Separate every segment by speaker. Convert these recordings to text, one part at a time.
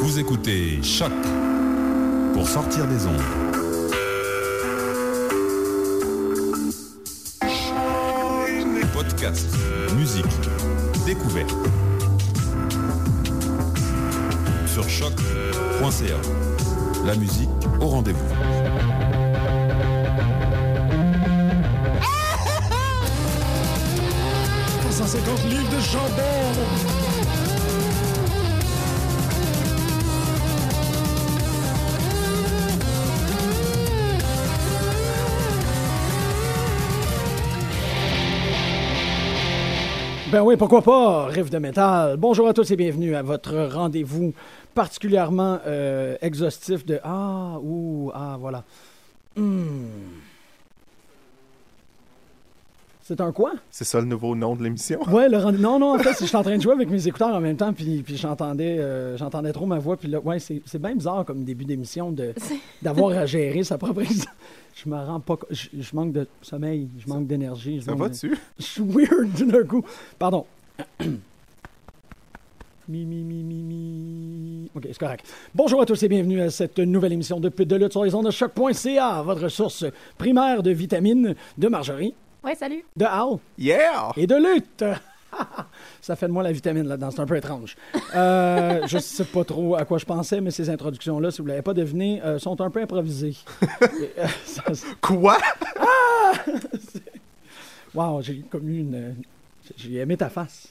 Speaker 1: Vous écoutez Choc pour sortir des ondes. Podcast, musique, découverte. Sur choc.ca. La musique au rendez-vous.
Speaker 2: livres de chambon Ben oui, pourquoi pas, Riff de métal. Bonjour à tous et bienvenue à votre rendez-vous particulièrement euh, exhaustif de Ah, ouh, ah, voilà. Hmm. C'est un quoi?
Speaker 3: C'est ça le nouveau nom de l'émission?
Speaker 2: Ouais, le rendez- Non, non, en fait, je suis en train de jouer avec mes écouteurs en même temps, puis, puis j'entendais, euh, j'entendais trop ma voix. Puis là, ouais, c'est, c'est bien bizarre comme début d'émission de, d'avoir à gérer sa propre. Je me rends pas. co- Je, je manque de sommeil, je manque d'énergie. je
Speaker 3: Ça
Speaker 2: manque de-
Speaker 3: va-tu?
Speaker 2: Je suis weird d'un coup. Pardon. mi, mi, mi, mi, mi. OK, c'est correct. Bonjour à tous et bienvenue à cette nouvelle émission de Pute de lutte sur les ondes de choc.ca, votre source primaire de vitamines, de margarine,
Speaker 4: Ouais, salut.
Speaker 2: de hao
Speaker 3: Yeah!
Speaker 2: et de lutte. Ça fait de moi la vitamine là-dedans, c'est un peu étrange. Euh, je sais pas trop à quoi je pensais, mais ces introductions-là, si vous l'avez pas deviné, euh, sont un peu improvisées. Et, euh, ça, ça-
Speaker 3: Quoi?
Speaker 2: Wow, j'ai comme eu une. J'ai aimé ta face.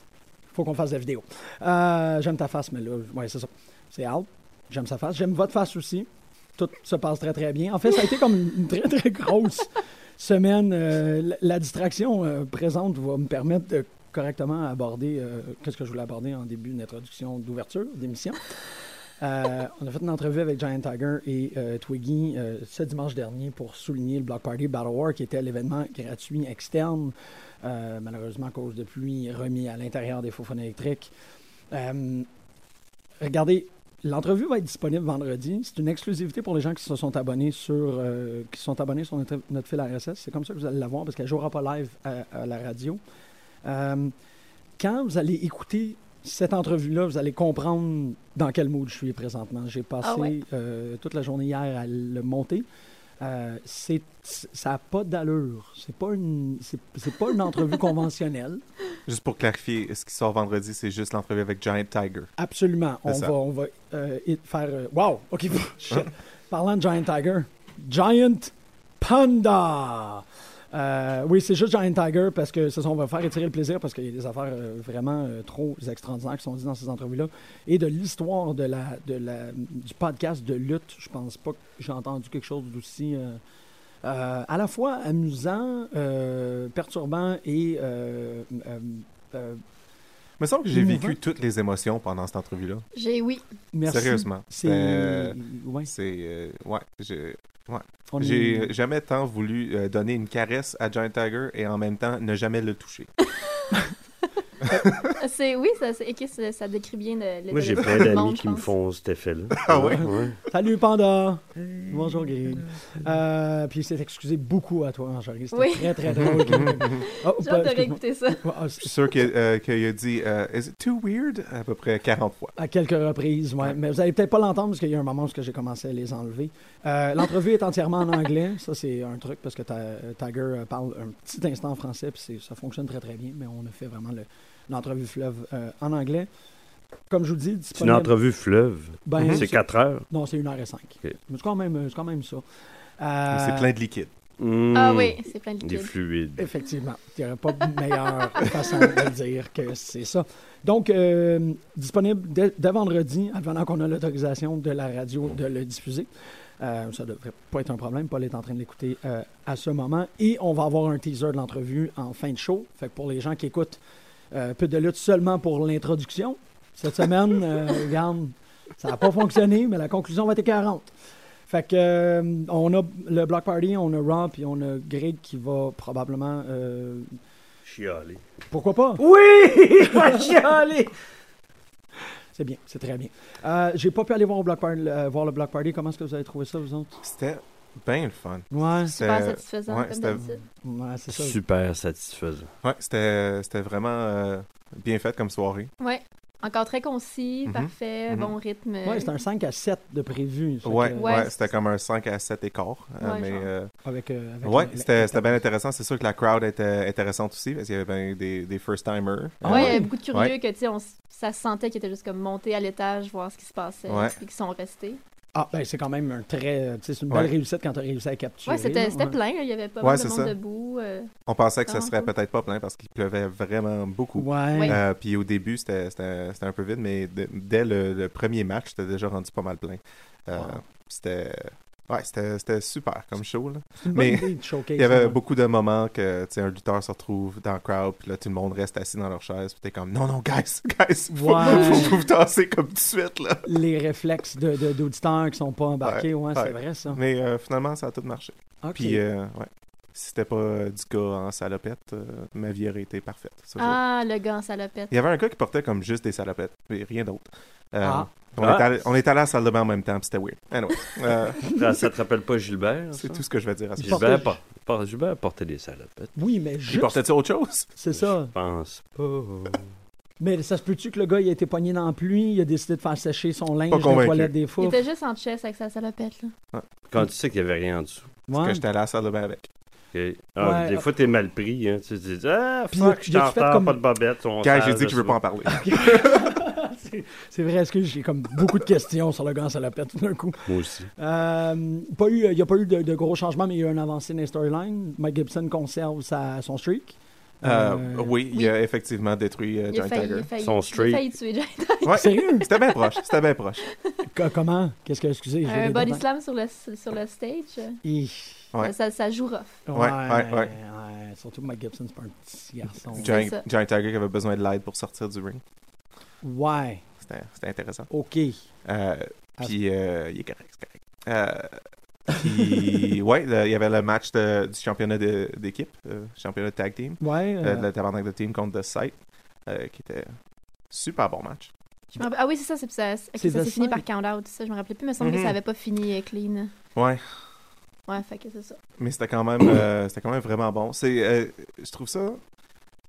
Speaker 2: Faut qu'on fasse la vidéo. Euh, j'aime ta face, mais là, ouais, c'est ça. C'est Al. J'aime sa face. J'aime votre face aussi. Tout se passe très, très bien. En fait, ça a été comme une une très, très grosse semaine. Euh, la, la distraction euh, présente va me permettre de correctement aborder euh, qu'est-ce que je voulais aborder en début d'introduction d'ouverture d'émission. Euh, on a fait une entrevue avec Giant Tiger et euh, Twiggy euh, ce dimanche dernier pour souligner le Block Party Battle War qui était l'événement gratuit externe, euh, malheureusement à cause de pluie, remis à l'intérieur des faux électriques. Euh, regardez, l'entrevue va être disponible vendredi. C'est une exclusivité pour les gens qui se sont abonnés sur, euh, qui se sont abonnés sur notre, notre fil RSS. C'est comme ça que vous allez la voir parce qu'elle ne jouera pas live à, à la radio. Euh, quand vous allez écouter cette entrevue-là, vous allez comprendre dans quel mood je suis présentement. J'ai passé
Speaker 4: Ah ouais.
Speaker 2: euh, toute la journée hier à le monter. Euh, c'est, ça n'a pas d'allure. C'est pas une, c'est, c'est pas une entrevue conventionnelle.
Speaker 3: Juste pour clarifier, ce qui sort vendredi, c'est juste l'entrevue avec Giant Tiger.
Speaker 2: Absolument.
Speaker 3: C'est
Speaker 2: On
Speaker 3: ça.
Speaker 2: va, on va euh, it- faire. euh, wow! OK. Shit. Parlant de Giant Tiger, Giant Panda! Euh, oui, c'est juste Giant Tiger parce que c'est ça, on va faire étirer le plaisir parce qu'il y a des affaires euh, vraiment euh, trop extraordinaires qui sont dites dans ces entrevues-là. Et de l'histoire de la, de la, du podcast de lutte, je pense pas que j'ai entendu quelque chose d'aussi euh, euh, à la fois amusant, euh, perturbant et euh, euh, euh,
Speaker 3: Il me semble que j'ai
Speaker 2: Émouvant.
Speaker 3: vécu toutes les émotions pendant cette entrevue-là.
Speaker 4: J'ai oui.
Speaker 2: merci.
Speaker 3: Sérieusement.
Speaker 2: C'est.
Speaker 3: Euh,
Speaker 2: ouais,
Speaker 3: C'est. euh, ouais, j'ai.
Speaker 2: on est-
Speaker 3: J'ai euh, jamais tant voulu euh, donner une caresse à Giant Tiger et en même temps ne jamais le toucher.
Speaker 4: Ah, C'est oui, ça, c'est- ok, ça, ça décrit bien le. le
Speaker 5: Moi, j'ai
Speaker 4: le-
Speaker 5: plein
Speaker 4: le
Speaker 5: d'amis
Speaker 4: monde,
Speaker 5: qui
Speaker 4: je
Speaker 5: me
Speaker 4: pense.
Speaker 5: font cet effet-là.
Speaker 3: Ah ouais?
Speaker 2: Salut Panda! Bonjour Greg. Euh, puis c'est excusé beaucoup à toi, Angélique. C'était
Speaker 4: Oui.
Speaker 2: très très drôle. oh,
Speaker 4: J'ai
Speaker 2: pas- excuse-moi.
Speaker 4: hâte de réécouter ça.
Speaker 2: Ah,
Speaker 3: Je suis
Speaker 2: c'est-
Speaker 3: sûr qu'il euh, qu'il a dit euh, Is it too weird? à peu près 40 fois.
Speaker 2: à quelques reprises, ouais. Mais vous allez peut-être pas l'entendre parce qu'il y a un moment où est-ce que j'ai commencé à les enlever. Euh, L'entrevue est entièrement en anglais. Ça, c'est un truc parce que ta- euh, Tiger euh, parle un petit instant en français. Puis c'est- ça fonctionne très très bien. Mais on a fait vraiment le- l'entrevue fleuve euh, en anglais. Comme je vous dis,
Speaker 5: C'est une
Speaker 2: disponible.
Speaker 5: entrevue fleuve.
Speaker 2: Ben,
Speaker 5: C'est 4 heures.
Speaker 2: Non, c'est une heure et cinq.
Speaker 5: Ok.
Speaker 2: Mais c'est quand même, c'est quand même ça.
Speaker 3: Mais
Speaker 2: Euh,
Speaker 3: C'est plein de liquide.
Speaker 4: Ah
Speaker 5: Mm.
Speaker 4: oui, c'est plein de
Speaker 5: Des
Speaker 4: liquide.
Speaker 5: fluides.
Speaker 2: Effectivement. Il n'y aurait pas de meilleure façon de le dire que c'est ça. Donc, euh, disponible dès, dès vendredi, avant qu'on a l'autorisation de la radio de le diffuser. Euh, ça devrait pas être un problème. Paul est en train de l'écouter euh, à ce moment. Et on va avoir un teaser de l'entrevue en fin de show. Fait que pour les gens qui écoutent euh, peu de lutte seulement pour l'introduction, cette semaine, euh, regarde, ça n'a pas fonctionné, mais la conclusion va être 40. Fait que euh, on a le Block Party, on a Raw, puis on a Greg qui va probablement. euh,
Speaker 5: Chialé.
Speaker 2: pourquoi pas?
Speaker 5: Oui! Chialé!
Speaker 2: C'est bien, c'est très bien. Euh, J'ai pas pu aller voir, au Block Party, euh, voir le Block Party. Comment est-ce que vous avez trouvé ça, vous autres?
Speaker 3: C'était bien le fun.
Speaker 2: Ouais,
Speaker 4: Super
Speaker 3: C'était-
Speaker 4: satisfaisant,
Speaker 3: Euh, ouais,
Speaker 4: comme
Speaker 3: c'était-
Speaker 4: d'habitude.
Speaker 2: ouais c'est ça.
Speaker 5: Super satisfaisant.
Speaker 3: Ouais, c'était c'était vraiment euh, bien fait comme soirée.
Speaker 4: Ouais. Encore très concis,
Speaker 3: Mhm.
Speaker 4: parfait,
Speaker 3: Mhm.
Speaker 4: bon rythme.
Speaker 2: Ouais, c'est un 5 à 7 de prévu. ça
Speaker 3: Ouais,
Speaker 2: que-
Speaker 4: Ouais,
Speaker 3: ouais, c'était comme un 5 à 7 écart. euh,
Speaker 4: Ouais,
Speaker 3: mais
Speaker 4: genre.
Speaker 3: euh,
Speaker 2: Avec, euh, avec
Speaker 3: ouais,
Speaker 2: la- la-
Speaker 3: c'était c'était bien intéressant. C'est sûr que la crowd était intéressante aussi parce qu'il y avait ben des, Euh, des first-timers.
Speaker 2: Ah
Speaker 4: ouais,
Speaker 2: ouais?
Speaker 4: il y avait beaucoup de curieux
Speaker 3: Ouais.
Speaker 4: que, tu sais, on s- ça se sentait qu'ils étaient juste comme montés à l'étage, voir ce qui se passait,
Speaker 3: Ouais.
Speaker 4: puis qu'ils sont restés.
Speaker 2: Ah, ben c'est quand même un très. euh, tu sais, C'est une belle
Speaker 3: Ouais.
Speaker 2: réussite quand tu as réussi à capturer.
Speaker 4: Ouais, c'était
Speaker 2: là.
Speaker 4: c'était plein, là, il y avait pas
Speaker 3: Ouais,
Speaker 4: mal de
Speaker 3: c'est
Speaker 4: monde
Speaker 3: ça.
Speaker 4: debout. euh,
Speaker 3: On pensait que ce
Speaker 4: Ah,
Speaker 3: serait
Speaker 4: cool.
Speaker 3: peut-être pas plein parce qu'il pleuvait vraiment beaucoup.
Speaker 2: Ouais.
Speaker 4: Ouais.
Speaker 3: Euh, puis au début, c'était c'était- c'était un peu vide, mais de- dès le, le premier match, c'était déjà rendu pas mal plein. Euh,
Speaker 2: Wow.
Speaker 3: C'était ouais, c'était c'était super comme show. là.
Speaker 2: C'est une bonne
Speaker 3: mais
Speaker 2: idée de showcase. hein.
Speaker 3: Il y avait
Speaker 2: ça.
Speaker 3: beaucoup de moments que tu sais, un lutteur se retrouve dans le crowd, puis là tout le monde reste assis dans leur chaise, puis t'es comme non non guys guys faut,
Speaker 2: Ouais.
Speaker 3: faut, faut vous tasser comme tout de suite là.
Speaker 2: Les réflexes de- de- d'auditeurs qui sont pas embarqués, ouais, c'est
Speaker 3: ouais.
Speaker 2: vrai ça.
Speaker 3: Mais euh, finalement ça a tout marché.
Speaker 2: Ok.
Speaker 3: Puis euh, ouais, si c'était pas euh, du cas en salopette, euh, ma vie aurait été parfaite. ce jour.
Speaker 4: Ah, le gars en salopette.
Speaker 3: Il y avait un gars qui portait comme juste des salopettes, mais rien d'autre. Euh,
Speaker 2: Ah.
Speaker 3: on,
Speaker 5: Ah.
Speaker 3: est allé, on est allé à la salle de bain en même temps, puis c'était weird. Anyway, euh,
Speaker 5: Ça, ça te rappelle pas Gilbert?
Speaker 3: c'est
Speaker 5: ça?
Speaker 3: tout ce que je vais dire à ce
Speaker 2: Il
Speaker 3: sujet.
Speaker 2: porte-
Speaker 5: Gilbert, por- por- Gilbert portait des salopettes.
Speaker 2: Oui, mais
Speaker 3: Il
Speaker 2: juste.
Speaker 3: portait-tu autre chose?
Speaker 2: C'est ça.
Speaker 5: Je pense pas.
Speaker 2: Mais ça se peut-tu que le gars il a été pogné dans la pluie, il a décidé de faire sécher son linge dans la
Speaker 3: convaincu.
Speaker 2: toilette des
Speaker 4: Il
Speaker 2: fous.
Speaker 4: était juste en chess avec sa salopette, là.
Speaker 5: Quand tu sais qu'il y avait rien en dessous.
Speaker 3: Parce
Speaker 2: Ouais.
Speaker 3: que j'étais allé à la salle de bain avec.
Speaker 5: ok? Ah,
Speaker 2: Ouais.
Speaker 5: des fois, t'es mal pris. Hein. Tu te dis, ah,
Speaker 2: Puis
Speaker 5: fuck,
Speaker 2: y-
Speaker 5: je suis en
Speaker 2: y-tu fait
Speaker 5: retard,
Speaker 2: comme-
Speaker 5: pas de bobette. on
Speaker 3: Quand j'ai
Speaker 5: sale,
Speaker 3: dit que je veux
Speaker 5: ça.
Speaker 3: pas en parler.
Speaker 2: C'est- C'est vrai, est-ce que j'ai comme beaucoup de questions sur le gars en salopette tout d'un coup?
Speaker 5: Moi aussi.
Speaker 2: Euh, pas eu- il n'y a pas eu de, de gros changements, mais il y a eu un avancé dans les storylines. Mike Gibson conserve sa, son streak.
Speaker 3: Euh,
Speaker 2: Euh,
Speaker 3: oui, il a effectivement détruit euh,
Speaker 4: Il a
Speaker 3: Giant
Speaker 4: failli, il a
Speaker 3: Tiger.
Speaker 4: failli,
Speaker 5: Son
Speaker 4: il a
Speaker 5: streak.
Speaker 4: failli tuer Giant Tiger.
Speaker 3: Ouais,
Speaker 2: Sérieux?
Speaker 3: c'était bien proche, c'était bien proche.
Speaker 2: Co- comment? Qu'est-ce que, excusez, j'ai
Speaker 4: Un
Speaker 2: des
Speaker 4: body
Speaker 2: dents.
Speaker 4: slam sur le, sur le stage.
Speaker 2: Hi.
Speaker 3: Ouais.
Speaker 4: Ça, ça joue rough.
Speaker 2: Ouais,
Speaker 3: ouais, ouais.
Speaker 2: ouais. Surtout que Mike Gibson, c'est pas un petit garçon.
Speaker 3: Giant,
Speaker 4: ça.
Speaker 3: Giant Tiger qui avait besoin de l'aide pour sortir du ring.
Speaker 2: Ouais,
Speaker 3: C'était c'était intéressant.
Speaker 2: ok.
Speaker 3: Euh,
Speaker 2: Ah.
Speaker 3: puis euh, il est correct, c'est correct. Euh, puis, ouais, le- il y avait le match de- du championnat de- d'équipe, euh, championnat de tag team.
Speaker 2: Ouais.
Speaker 3: Euh,
Speaker 2: euh,
Speaker 3: le tabarnak de team contre The Sight, euh, qui était super bon match.
Speaker 4: Je me rappelle- Ah oui, c'est ça, c'est ça. ok,
Speaker 2: C'est
Speaker 4: ça
Speaker 2: The
Speaker 4: s'est fini par
Speaker 2: Side.
Speaker 4: count-out. Ça, je me rappelais plus, mais il me semble que
Speaker 3: Mhm.
Speaker 4: ça avait pas fini euh, clean.
Speaker 3: Ouais,
Speaker 4: Ouais, fait que c'est ça.
Speaker 3: mais c'était quand même, euh, c'était quand même vraiment bon. C'est, euh, je trouve ça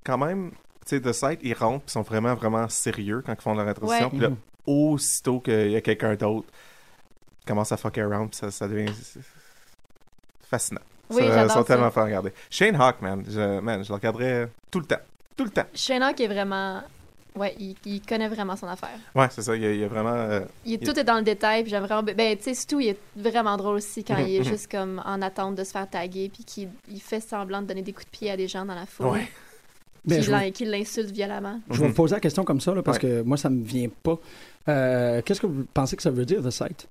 Speaker 3: quand même, tu sais, The Sight, ils rentrent, ils sont vraiment, vraiment sérieux quand ils font leur introduction.
Speaker 4: Ouais.
Speaker 3: Puis là,
Speaker 2: Mhm.
Speaker 3: aussitôt qu'il y a quelqu'un d'autre, ils commencent à fucker around, puis ça, ça devient fascinant.
Speaker 4: Oui,
Speaker 3: Ça-
Speaker 4: j'adore
Speaker 3: ils sont
Speaker 4: ça.
Speaker 3: tellement fun à regarder. Shane Hawk, man, je, man, je le regarderais tout le temps. Tout le temps.
Speaker 4: Shayna qui est vraiment... Ouais, il, il connaît vraiment son affaire.
Speaker 3: Ouais, c'est ça. Il y a, il y a vraiment. euh,
Speaker 4: Il est-
Speaker 3: Il-
Speaker 4: Tout est dans le détail, puis j'aime vraiment... Ben, tu sais, surtout, il est vraiment drôle aussi quand
Speaker 3: Mhm,
Speaker 4: il est
Speaker 3: mhm.
Speaker 4: juste comme en attente de se faire taguer, puis qu'il il fait semblant de donner des coups de pied à des gens dans la foule,
Speaker 3: Ouais.
Speaker 2: mais
Speaker 4: qui
Speaker 2: Ben, je,
Speaker 4: l'in- qui l'insulte violemment.
Speaker 2: je vais vous poser la question comme ça, là, parce
Speaker 3: Ouais.
Speaker 2: que moi, ça me vient pas. Euh, Qu'est-ce que vous pensez que ça veut dire, The Site?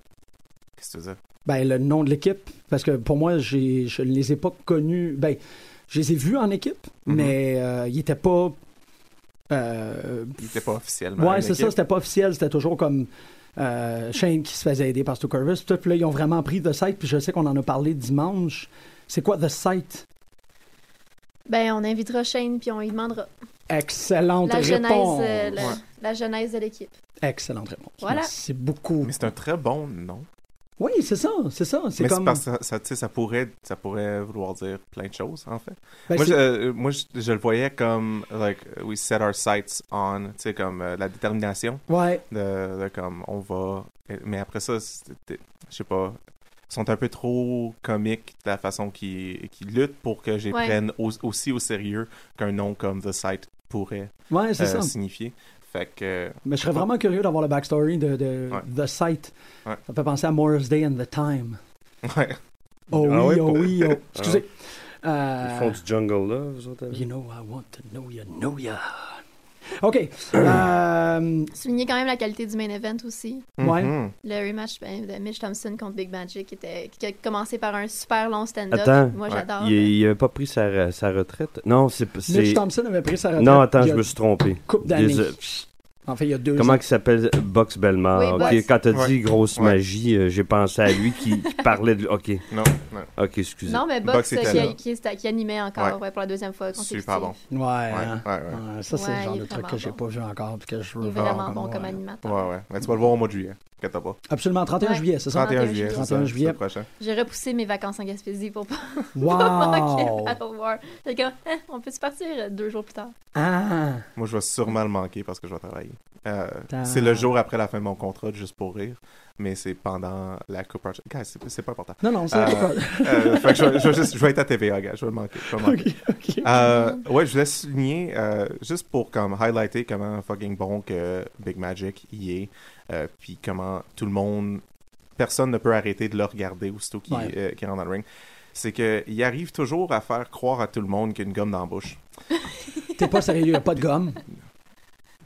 Speaker 3: Qu'est-ce que tu veux dire?
Speaker 2: Ben, le nom de l'équipe, parce que pour moi, j'ai- je ne les ai pas connus. Ben, je les ai vus en équipe,
Speaker 3: Mhm.
Speaker 2: mais euh, ils n'étaient pas. euh,
Speaker 3: Il était pas officiellement.
Speaker 2: ouais,
Speaker 3: une
Speaker 2: c'est ça,
Speaker 3: équipe.
Speaker 2: c'était pas officiel, c'était toujours comme euh, Shane qui se faisait aider par Stu Curvis. Puis tout, puis là, ils ont vraiment pris The Site, puis je sais qu'on en a parlé dimanche. C'est quoi The Site?
Speaker 4: Ben, on invitera Shane, puis on lui demandera
Speaker 2: Excellente
Speaker 4: la genèse,
Speaker 2: réponse.
Speaker 4: euh, la,
Speaker 3: Ouais.
Speaker 4: la genèse de l'équipe.
Speaker 2: Excellente réponse.
Speaker 4: Voilà.
Speaker 2: Merci beaucoup.
Speaker 3: Mais c'est un très bon nom.
Speaker 2: Oui, c'est ça, c'est ça. C'est
Speaker 3: Mais
Speaker 2: comme.
Speaker 3: c'est parce que ça, ça, tu sais, ça pourrait, ça pourrait vouloir dire plein de choses, en fait.
Speaker 2: ben,
Speaker 3: moi,
Speaker 2: c'est-
Speaker 3: je, euh, moi je, je le voyais comme, like, we set our sights on, tu sais, comme euh, la détermination
Speaker 2: Ouais,
Speaker 3: de, de comme, on va. Mais après ça, c'était- je sais pas, ils sont un peu trop comiques de la façon qu'ils qu'ils luttent pour que je les
Speaker 4: Ouais.
Speaker 3: prenne au- aussi au sérieux qu'un nom comme The Sight pourrait
Speaker 2: ouais c'est
Speaker 3: euh,
Speaker 2: ça.
Speaker 3: signifier. Fait que, euh,
Speaker 2: Mais je serais vraiment curieux d'avoir le backstory de, de The Site.
Speaker 3: Ouais.
Speaker 2: Ça fait penser à Morris Day and the Time.
Speaker 3: ouais.
Speaker 2: Oh
Speaker 5: Ah
Speaker 2: oui,
Speaker 5: oui,
Speaker 2: oh
Speaker 5: pour-
Speaker 2: oui, oh. Excusez.
Speaker 5: Ils
Speaker 2: Euh,
Speaker 5: font du jungle là, vous autres. hein? avec?
Speaker 2: You know I want to know you, know ya. OK. euh,
Speaker 4: Souligner quand même la qualité du main event aussi.
Speaker 2: Ouais.
Speaker 3: Mhm.
Speaker 4: Le rematch ben, de Mitch Thompson contre Big Magic qui était, qui a commencé par un super long stand-up.
Speaker 5: Attends.
Speaker 4: Moi,
Speaker 3: Ouais,
Speaker 4: j'adore.
Speaker 5: Il, il avait pas pris sa, re- sa retraite? Non, c'est.
Speaker 2: Mitch
Speaker 5: c'est-
Speaker 2: Thompson avait pris sa retraite.
Speaker 5: Non, attends,
Speaker 2: euh, il y
Speaker 5: je
Speaker 2: a
Speaker 5: me suis trompé.
Speaker 2: couple d'années.
Speaker 5: Désolé.
Speaker 2: En fait, il y a deux
Speaker 5: euh, Comment
Speaker 2: ans.
Speaker 5: il s'appelle Box Belmar?
Speaker 4: Oui,
Speaker 5: ok,
Speaker 4: Box.
Speaker 5: quand t'as dit
Speaker 3: Ouais.
Speaker 5: grosse
Speaker 3: Ouais.
Speaker 5: magie, euh, j'ai pensé à lui qui, qui parlait de. Ok,
Speaker 3: Non, non.
Speaker 5: ok, excusez.
Speaker 4: Non, mais Box,
Speaker 3: Box était
Speaker 4: qui, a-
Speaker 3: là.
Speaker 4: qui est- qui animait encore
Speaker 3: Ouais.
Speaker 4: ouais, pour la deuxième fois consécutive.
Speaker 3: Super bon.
Speaker 2: Ouais, hein.
Speaker 3: ouais, Euh, ouais.
Speaker 2: Ouais, ça, c'est
Speaker 4: Ouais,
Speaker 2: le genre
Speaker 4: il est
Speaker 2: de truc
Speaker 4: vraiment
Speaker 2: que j'ai
Speaker 4: bon.
Speaker 2: pas vu encore puis que je
Speaker 4: Il
Speaker 2: veux
Speaker 4: est
Speaker 2: voir
Speaker 4: vraiment bon
Speaker 2: moi,
Speaker 4: comme
Speaker 2: là.
Speaker 4: animateur.
Speaker 3: Ouais, ouais. Mais tu vas le voir au mois de juillet. que t'as pas.
Speaker 2: Absolument, 31
Speaker 4: Ouais.
Speaker 2: juillet, c'est ça?
Speaker 3: 31
Speaker 4: 31
Speaker 3: juillet, c'est
Speaker 2: 31
Speaker 3: ça,
Speaker 2: juillet.
Speaker 3: c'est le prochain.
Speaker 4: J'ai repoussé mes vacances en Gaspésie pour pas manquer
Speaker 2: Wow!
Speaker 4: Battle War. Fait que, hein, on peut-tu partir euh, deux jours plus tard?
Speaker 2: Ah!
Speaker 3: Moi, je vais sûrement le manquer parce que je vais travailler. Euh,
Speaker 2: Ta-
Speaker 3: c'est le jour après la fin de mon contrat, juste pour rire, mais c'est pendant la Coupe Arch- Guys, c'est c'est pas important.
Speaker 2: Non, non, ça,
Speaker 3: Euh,
Speaker 2: c'est pas...
Speaker 3: Euh, fait que je, vais- je vais juste- je vais être à TVA, gars, je vais le manquer. je vais le manquer.
Speaker 2: OK, OK.
Speaker 3: Euh, ouais, je voulais souligner, euh, juste pour comme highlighter comment fucking bon que Big Magic y est, euh, puis comment tout le monde, personne ne peut arrêter de le regarder aussitôt qu'il
Speaker 2: Ouais.
Speaker 3: euh, qu'il rentre dans le ring. C'est qu'il arrive toujours à faire croire à tout le monde qu'il y a une gomme dans la bouche.
Speaker 2: T'es pas sérieux, y a pas de gomme.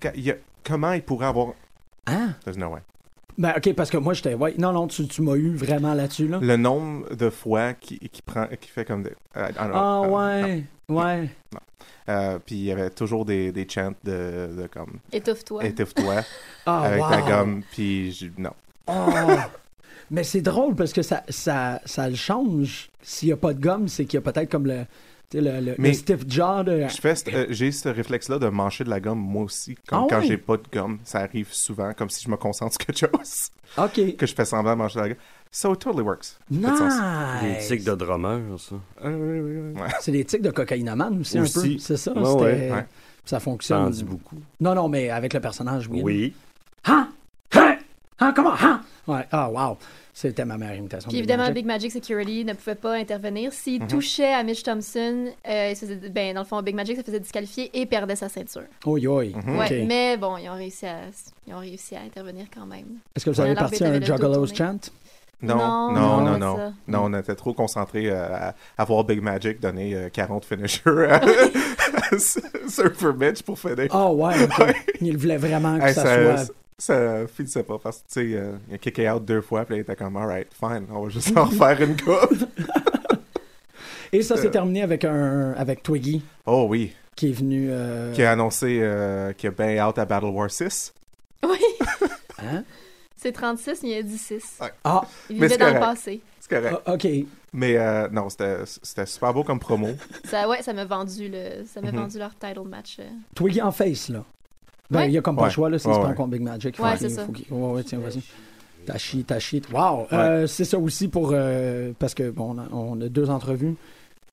Speaker 3: Qu- il y a- comment il pourrait avoir...
Speaker 2: Hein?
Speaker 3: There's no way.
Speaker 2: Ben, OK, parce que moi, j'étais... Ouais. Non, non, tu, tu m'as eu vraiment là-dessus, là.
Speaker 3: Le nombre de fois qui, qui prend, qui fait comme... des- I don't know.
Speaker 2: Ah,
Speaker 3: Euh, non.
Speaker 2: ouais, ouais.
Speaker 3: Euh, puis il y avait toujours des, des chants de, de comme...
Speaker 4: Étouffe-toi.
Speaker 3: Étouffe-toi
Speaker 2: Ah,
Speaker 3: avec ta
Speaker 2: wow.
Speaker 3: gomme, puis je- non.
Speaker 2: Ah! Mais c'est drôle parce que ça, ça, ça le change. S'il n'y a pas de gomme, c'est qu'il y a peut-être comme le, tu sais, le, le,
Speaker 3: Mais-
Speaker 2: le stiff jaw de.
Speaker 3: Je fais ce- euh, j'ai ce réflexe-là de manger de la gomme moi aussi. Comme
Speaker 2: Ah
Speaker 3: quand
Speaker 2: ouais?
Speaker 3: j'ai pas de gomme, ça arrive souvent, comme si je me concentre sur quelque chose,
Speaker 2: OK.
Speaker 3: que je fais semblant de manger de la gomme. So it totally works. Fait de sens.
Speaker 5: Des tics
Speaker 2: Nice!
Speaker 5: de drummer, ça.
Speaker 2: Ah,
Speaker 3: Ouais.
Speaker 2: C'est des tics de cocaïnomane aussi, un
Speaker 5: Aussi.
Speaker 2: peu. C'est ça.
Speaker 5: Ouais,
Speaker 2: c'était-
Speaker 5: ouais,
Speaker 3: ouais.
Speaker 2: Ça
Speaker 5: Ça en
Speaker 2: fonctionne.
Speaker 5: dit beaucoup.
Speaker 2: Non, non, mais avec le personnage, oui.
Speaker 5: Oui.
Speaker 2: Hein? Hein? Hein? Comment? Hein? Ouais. Ah, wow. C'était ma meilleure imitation. de
Speaker 4: Puis évidemment,
Speaker 2: Magic.
Speaker 4: Big Magic Security ne pouvait pas intervenir. S'il
Speaker 3: Mhm.
Speaker 4: touchait à Mitch Thompson, euh, il se faisait- ben, dans le fond, Big Magic se faisait disqualifier et perdait sa ceinture.
Speaker 2: Oui, oui.
Speaker 3: Mhm.
Speaker 4: Ouais,
Speaker 2: OK.
Speaker 4: mais bon, ils ont, réussi à, ils ont réussi à intervenir quand même.
Speaker 2: Est-ce que vous
Speaker 4: Mais
Speaker 2: avez
Speaker 4: l'arbitre
Speaker 2: parti
Speaker 4: avait
Speaker 2: un
Speaker 4: le dos
Speaker 2: Juggalo's
Speaker 4: tourné.
Speaker 2: chant?
Speaker 3: Non, non,
Speaker 4: Non,
Speaker 3: non,
Speaker 4: non,
Speaker 3: non.
Speaker 4: ça.
Speaker 3: Non, on était trop concentrés euh, à, à voir Big Magic donner euh, 40 finishers à, à Surfer Mitch pour finir.
Speaker 2: Ah, ouais. ok.
Speaker 3: Ouais.
Speaker 2: Il voulait vraiment que
Speaker 3: Hey,
Speaker 2: ça,
Speaker 3: ça,
Speaker 2: soit.
Speaker 3: ça finissait pas parce que, tu sais, euh, il a kické out deux fois, puis là, il était comme, alright, fine, on va juste en refaire une coupe.
Speaker 2: Et ça s'est
Speaker 3: euh,
Speaker 2: terminé avec, un... avec Twiggy
Speaker 3: Oh oui,
Speaker 2: qui est venu. euh,
Speaker 3: qui a annoncé euh, qu'il a bail out à Battle War 6.
Speaker 4: Oui,
Speaker 2: Hein?
Speaker 4: c'est 36, mais il y a 16.
Speaker 2: Ah,
Speaker 4: Il
Speaker 3: Mais
Speaker 4: vivait
Speaker 3: c'est
Speaker 4: dans le
Speaker 3: correct.
Speaker 4: passé.
Speaker 3: C'est correct.
Speaker 2: ah, OK.
Speaker 3: Mais euh, non, c'était c'était super beau comme promo.
Speaker 4: Ça, ouais, ça m'a vendu, le, ça m'a
Speaker 3: Mhm.
Speaker 4: vendu leur title match. euh.
Speaker 2: Twiggy en face, là. Ben,
Speaker 4: Ouais.
Speaker 2: il y a comme pas
Speaker 3: Ouais.
Speaker 2: le choix, là, s'il
Speaker 3: Ouais,
Speaker 2: se prend
Speaker 3: ouais.
Speaker 2: contre Big Magic. il faut
Speaker 4: Ouais,
Speaker 2: qu'il-
Speaker 4: c'est ça.
Speaker 2: faut qu'il- Ouais, ouais, tiens, vas-y. Tachi, tachi. Wow! Euh, c'est ça aussi pour... euh, parce que, bon, on a, on a deux entrevues.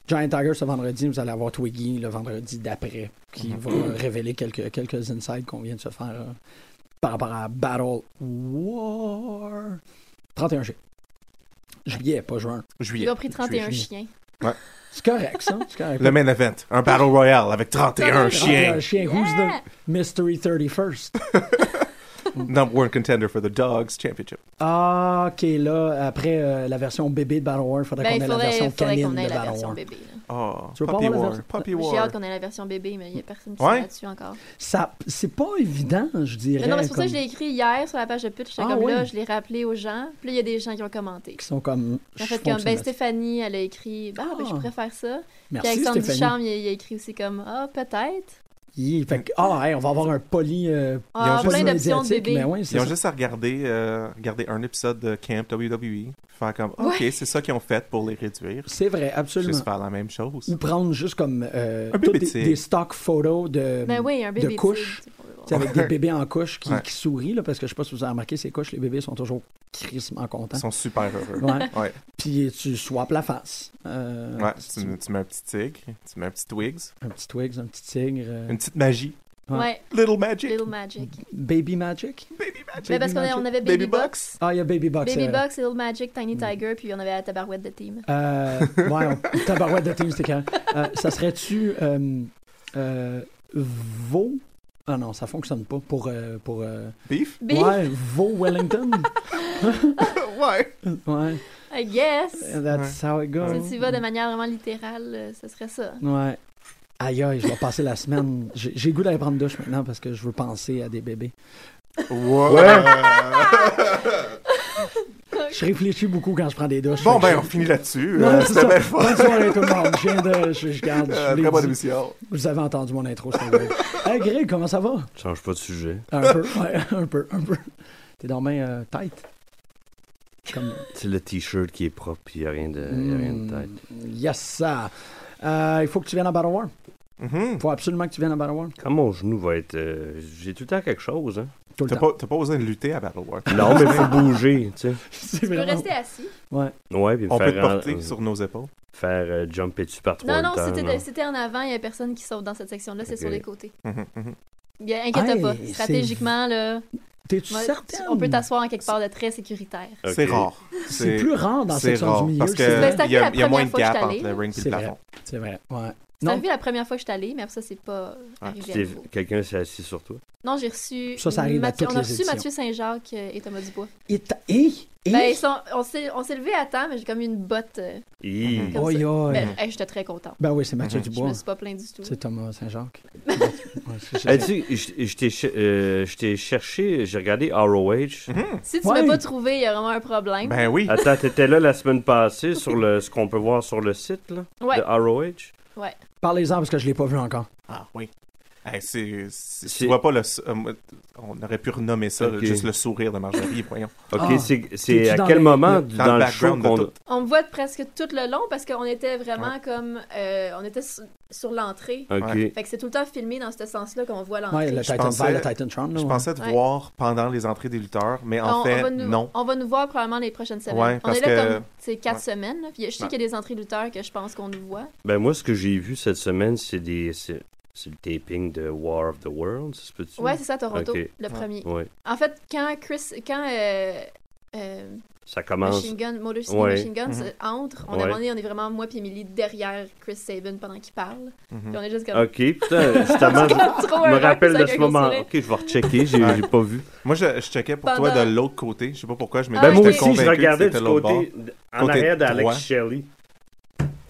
Speaker 2: Giant Tiger ce vendredi, vous allez avoir Twiggy le vendredi d'après, qui
Speaker 3: Mhm.
Speaker 2: va révéler quelques, quelques insights qu'on vient de se faire euh, par rapport à Battle War. 31 juillet. Juillet, pas juin.
Speaker 4: Ils
Speaker 3: Juillet.
Speaker 4: ont pris 31
Speaker 2: je- je-
Speaker 4: chiens.
Speaker 2: C'est correct, ça. C'est correct.
Speaker 3: Le main event, un Battle Royale avec 31
Speaker 4: 31
Speaker 3: chiens.
Speaker 2: Ah, chien. Who's
Speaker 4: Yeah!
Speaker 2: the Mystery 31st?
Speaker 3: Number one contender for the Dogs Championship.
Speaker 2: Ah, ok, là, après euh, la version bébé de Battle War, il faudrait
Speaker 4: Ben,
Speaker 2: qu'on
Speaker 4: il
Speaker 2: ait la
Speaker 4: faudrait,
Speaker 2: version
Speaker 4: faudrait
Speaker 2: canine
Speaker 4: qu'on ait
Speaker 2: de
Speaker 4: la
Speaker 2: Battle
Speaker 4: version
Speaker 2: War.
Speaker 4: bébé. là.
Speaker 3: Oh,
Speaker 2: Tu veux pas
Speaker 3: Puppy
Speaker 2: avoir la
Speaker 3: War.
Speaker 2: version-
Speaker 3: Puppy
Speaker 4: J'ai
Speaker 3: War.
Speaker 4: hâte qu'on ait la version bébé, mais il n'y a personne qui
Speaker 3: Ouais.
Speaker 4: est là-dessus encore.
Speaker 2: Ça, c'est pas évident, je dirais.
Speaker 4: Mais non, mais c'est pour ça que je
Speaker 2: comme-
Speaker 4: l'ai écrit hier sur la page de Pitch. J'étais
Speaker 2: Ah,
Speaker 4: comme là,
Speaker 2: ouais.
Speaker 4: je l'ai rappelé aux gens. Puis là, il y a des gens qui ont commenté.
Speaker 2: qui sont comme.
Speaker 4: En
Speaker 2: je
Speaker 4: fait,
Speaker 2: pense
Speaker 4: comme,
Speaker 2: que
Speaker 4: ben,
Speaker 2: c'est-
Speaker 4: Stéphanie, elle a écrit, bah, ben, je
Speaker 2: Ah.
Speaker 4: préfère ça. Puis
Speaker 2: Merci,
Speaker 4: Alexandre
Speaker 2: Stéphanie.
Speaker 4: Ducharme, il, il a écrit aussi comme, ah, peut-être.
Speaker 2: Hi, fait que- ah, hey, on va avoir un poli. euh,
Speaker 4: Ah,
Speaker 3: Ils ont
Speaker 4: plein
Speaker 3: juste-
Speaker 4: d'options de
Speaker 2: médiatique,
Speaker 4: bébés.
Speaker 2: Mais ouais, c'est
Speaker 3: Ils ont
Speaker 2: ça.
Speaker 3: juste à regarder, euh, regarder un épisode de Camp WWE. Faire comme, OK,
Speaker 4: Ouais.
Speaker 3: c'est ça qu'ils ont fait pour les réduire.
Speaker 2: C'est vrai,
Speaker 3: Juste
Speaker 2: absolument. Mm.
Speaker 3: faire la même
Speaker 2: Ou
Speaker 3: chose.
Speaker 2: prendre juste comme. euh,
Speaker 3: Un
Speaker 2: toutes
Speaker 3: bébé
Speaker 2: des,
Speaker 3: tigre.
Speaker 2: des stock photos de.
Speaker 4: Ben oui, un bébé. tigre,
Speaker 2: couche.
Speaker 4: tu sais, pour le voir.
Speaker 2: t'sais, Avec des bébés en couche qui,
Speaker 3: Ouais.
Speaker 2: qui sourient, là, parce que je sais pas si vous avez remarqué, ces couches, les bébés sont toujours crissement contents.
Speaker 3: Ils sont super heureux.
Speaker 2: Ouais.
Speaker 3: Ouais.
Speaker 2: Puis tu swaps la face. Euh,
Speaker 3: Ouais,
Speaker 2: si
Speaker 3: tu,
Speaker 2: tu-
Speaker 3: mets- tu mets un petit tigre, tu mets un petit Twigs,
Speaker 2: Un petit Twigs, un petit tigre. euh,
Speaker 3: une petite magie.
Speaker 2: Ouais.
Speaker 4: Ouais,
Speaker 3: Little Magic.
Speaker 4: Little Magic.
Speaker 2: Baby Magic?
Speaker 3: Baby Magic.
Speaker 4: Mais parce qu'on a- on avait
Speaker 3: Baby
Speaker 4: Baby Box.
Speaker 2: Ah, il y a Baby Box. c'est
Speaker 4: Baby
Speaker 2: vrai. Hmm.
Speaker 4: Box, Little Magic, Tiny Tiger, puis on avait la tabarouette de team.
Speaker 2: Euh, ouais, on- tabarouette de team, c'était carré. Euh, ça serait-tu euh, euh, Vaux? Ah non, ça fonctionne pas pour... euh, pour euh,
Speaker 3: Beef?
Speaker 4: B,
Speaker 2: ouais, Vaux Wellington?
Speaker 3: ouais.
Speaker 2: ouais,
Speaker 4: I guess.
Speaker 2: that's how it
Speaker 4: Si
Speaker 2: goes.
Speaker 4: tu vas de manière vraiment littérale, euh, ce serait ça.
Speaker 2: Ouais. Aïe aïe, je vais passer la semaine... J'ai j'ai le goût d'aller prendre douche maintenant parce que je veux penser à des bébés. Je réfléchis beaucoup quand je prends des douches.
Speaker 3: Bon,
Speaker 2: Fait que
Speaker 3: ben, on finit là-dessus.
Speaker 2: Ouais,
Speaker 3: Euh,
Speaker 2: c'est
Speaker 3: C'était
Speaker 2: ça.
Speaker 3: bien le fun.
Speaker 2: Bonne soirée tout le monde. Je viens de... Je, je garde, je
Speaker 3: Euh,
Speaker 2: l'ai
Speaker 3: Très bonne
Speaker 2: dit.
Speaker 3: émission.
Speaker 2: Vous avez entendu mon intro, c'est Greg. Hey Greg, comment ça va?
Speaker 5: Change pas de sujet.
Speaker 2: Un peu, ouais, un peu, un peu. T'es dans main tight. Comme...
Speaker 5: C'est le t-shirt qui est propre, puis il n'y a rien de
Speaker 3: eh,
Speaker 5: y a rien de tête.
Speaker 2: Mm, yes, ça. Euh, il faut que tu viennes à Battle War.
Speaker 3: Mhm.
Speaker 2: Il faut absolument que tu viennes à Battle War.
Speaker 5: Quand mon genou va être. euh, J'ai tout le temps quelque chose, hein.
Speaker 2: Tout le
Speaker 3: T'as
Speaker 2: temps.
Speaker 3: pas, t'as pas osé lutter à Battle War.
Speaker 5: Non, mais faut bouger, tu sais.
Speaker 2: C'est
Speaker 4: Tu peux
Speaker 2: vraiment-
Speaker 4: rester assis.
Speaker 2: Ouais.
Speaker 5: Ouais, puis me
Speaker 3: On peut te
Speaker 5: faire, en- euh,
Speaker 3: porter sur nos épaules.
Speaker 5: faire euh, jumper dessus par trois
Speaker 4: Non, non,
Speaker 5: le temps,
Speaker 4: si
Speaker 5: non.
Speaker 4: t'es- si t'es en avant, il n'y a personne qui saute dans cette section-là, c'est
Speaker 5: Ok.
Speaker 4: sur les côtés.
Speaker 3: Mhm, mhm.
Speaker 4: Bien, inquiète-toi
Speaker 2: Hey,
Speaker 4: pas.
Speaker 2: c'est-
Speaker 4: Stratégiquement, là,
Speaker 2: T'es-tu
Speaker 4: ouais,
Speaker 2: certain?
Speaker 4: on peut t'asseoir en quelque part de très sécuritaire.
Speaker 5: Ok.
Speaker 3: C'est rare.
Speaker 2: C'est plus rare dans la
Speaker 3: C'est
Speaker 2: section
Speaker 3: rare.
Speaker 2: du milieu.
Speaker 3: Parce
Speaker 2: c'est vrai.
Speaker 4: Ben, c'est
Speaker 3: qu'il y a,
Speaker 4: arrivé la
Speaker 3: il y a moins de
Speaker 4: première
Speaker 3: gap
Speaker 4: fois que
Speaker 3: entre
Speaker 4: je suis
Speaker 3: le
Speaker 4: allée,
Speaker 3: ring et
Speaker 2: C'est
Speaker 3: le
Speaker 2: vrai.
Speaker 3: plafond.
Speaker 2: C'est vrai, ouais.
Speaker 4: C'est
Speaker 2: Non.
Speaker 4: arrivé la première fois que je suis allée, mais après ça, c'est pas
Speaker 3: Ah,
Speaker 5: Tu
Speaker 4: arrivé à
Speaker 5: t'es-
Speaker 4: nouveau.
Speaker 5: Quelqu'un s'est assis sur toi.
Speaker 4: Non, j'ai reçu.
Speaker 2: Ça, ça arrive à
Speaker 4: Mathieu-
Speaker 2: toutes
Speaker 4: On a
Speaker 2: les
Speaker 4: reçu
Speaker 2: éditions.
Speaker 4: Mathieu Saint-Jacques euh, et Thomas Dubois.
Speaker 2: Et, ta- et, et-
Speaker 4: Ben, ils sont- on s'est on s'est levé à temps, mais j'ai comme eu une botte. euh,
Speaker 5: Hi.
Speaker 3: Mhm.
Speaker 4: comme
Speaker 2: Oi,
Speaker 4: ça.
Speaker 2: oi.
Speaker 4: Ben, hey, j'étais très contente.
Speaker 2: Ben oui, c'est Mathieu
Speaker 3: Mhm.
Speaker 4: Je
Speaker 2: Dubois.
Speaker 4: me suis pas plaint du tout.
Speaker 2: C'est Thomas Saint-Jacques. Ouais, c'est ça.
Speaker 5: Hey, tu sais, je je t'ai ch- euh, je t'ai cherché, j'ai regardé ROH.
Speaker 3: Mhm.
Speaker 4: Si tu
Speaker 2: Ouais.
Speaker 4: m'as pas trouvé, il y a vraiment un problème.
Speaker 3: Ben oui.
Speaker 2: Euh,
Speaker 5: Attends, t'étais là la semaine passée sur le, ce qu'on peut voir sur le site là,
Speaker 4: ouais.
Speaker 5: de ROH?
Speaker 2: Parlez-en parce que je l'ai pas vu encore.
Speaker 3: Ah oui. Hey, c'est, c'est-
Speaker 5: C'est-
Speaker 3: Tu vois pas le. s- euh, moi, on aurait pu renommer ça,
Speaker 5: Ok.
Speaker 3: juste le sourire de Marjorie, voyons.
Speaker 5: Ok,
Speaker 2: Ah.
Speaker 5: c'est-
Speaker 2: T'es-tu
Speaker 5: c'est à
Speaker 2: dans
Speaker 5: quel
Speaker 2: le-
Speaker 5: moment
Speaker 2: le-
Speaker 5: du-
Speaker 3: dans
Speaker 5: dans,
Speaker 3: le
Speaker 5: le show
Speaker 3: background de
Speaker 5: qu'on.
Speaker 3: tout.
Speaker 4: On me voit presque tout le long parce qu'on était vraiment comme. euh, on était sur, sur l'entrée.
Speaker 5: Ok.
Speaker 4: Fait que c'est tout le temps filmé dans ce sens-là qu'on voit l'entrée.
Speaker 2: Ouais, le Titan
Speaker 3: pensais-
Speaker 2: Fire, le Titan Charm. là,
Speaker 3: Je
Speaker 2: ouais.
Speaker 3: pensais te
Speaker 4: Ouais.
Speaker 3: voir pendant les entrées des lutteurs, mais en
Speaker 4: on, on
Speaker 3: fait,
Speaker 4: va nous,
Speaker 3: non.
Speaker 4: on va nous voir probablement les prochaines semaines.
Speaker 3: Ouais,
Speaker 4: on
Speaker 3: parce
Speaker 4: est là
Speaker 3: que-
Speaker 4: comme c'est quatre
Speaker 3: Ouais.
Speaker 4: semaines. là. Puis je sais
Speaker 3: Ouais.
Speaker 4: qu'il y a des entrées lutteurs que je pense qu'on nous voit.
Speaker 5: Ben moi, ce que j'ai vu cette semaine, c'est des, c'est c'est le taping de War of the Worlds. ça se peut-tu?
Speaker 4: Ouais, c'est ça, Toronto,
Speaker 5: Ok.
Speaker 4: le premier.
Speaker 5: Ouais.
Speaker 4: En fait, quand Chris, quand euh, euh,
Speaker 5: Ça commence.
Speaker 4: Machine Gun, Motor City
Speaker 5: Ouais.
Speaker 4: Machine Gun
Speaker 3: Mhm.
Speaker 4: se- entre, on a
Speaker 5: Ouais.
Speaker 4: demandé, on est vraiment moi puis Emily derrière Chris Sabin pendant qu'il parle. Puis
Speaker 3: Mhm.
Speaker 4: on est juste comme.
Speaker 5: Ok, putain, justement, je
Speaker 4: trop
Speaker 5: me
Speaker 4: heureux,
Speaker 5: rappelle
Speaker 4: hein, ça,
Speaker 5: de
Speaker 4: avec
Speaker 5: ce
Speaker 4: un
Speaker 5: moment.
Speaker 4: sourire.
Speaker 5: Ok, je vais rechecker, j'ai
Speaker 3: Ouais.
Speaker 5: j'ai pas vu.
Speaker 3: Moi, je, je checkais pour toi
Speaker 4: Pendant-
Speaker 3: de l'autre côté. Je sais pas pourquoi, je me
Speaker 4: Ah,
Speaker 5: Ben moi
Speaker 4: j'étais
Speaker 5: aussi, je regardais du côté, en
Speaker 3: Côté
Speaker 5: arrière d'Alex
Speaker 3: droit.
Speaker 5: Shelley.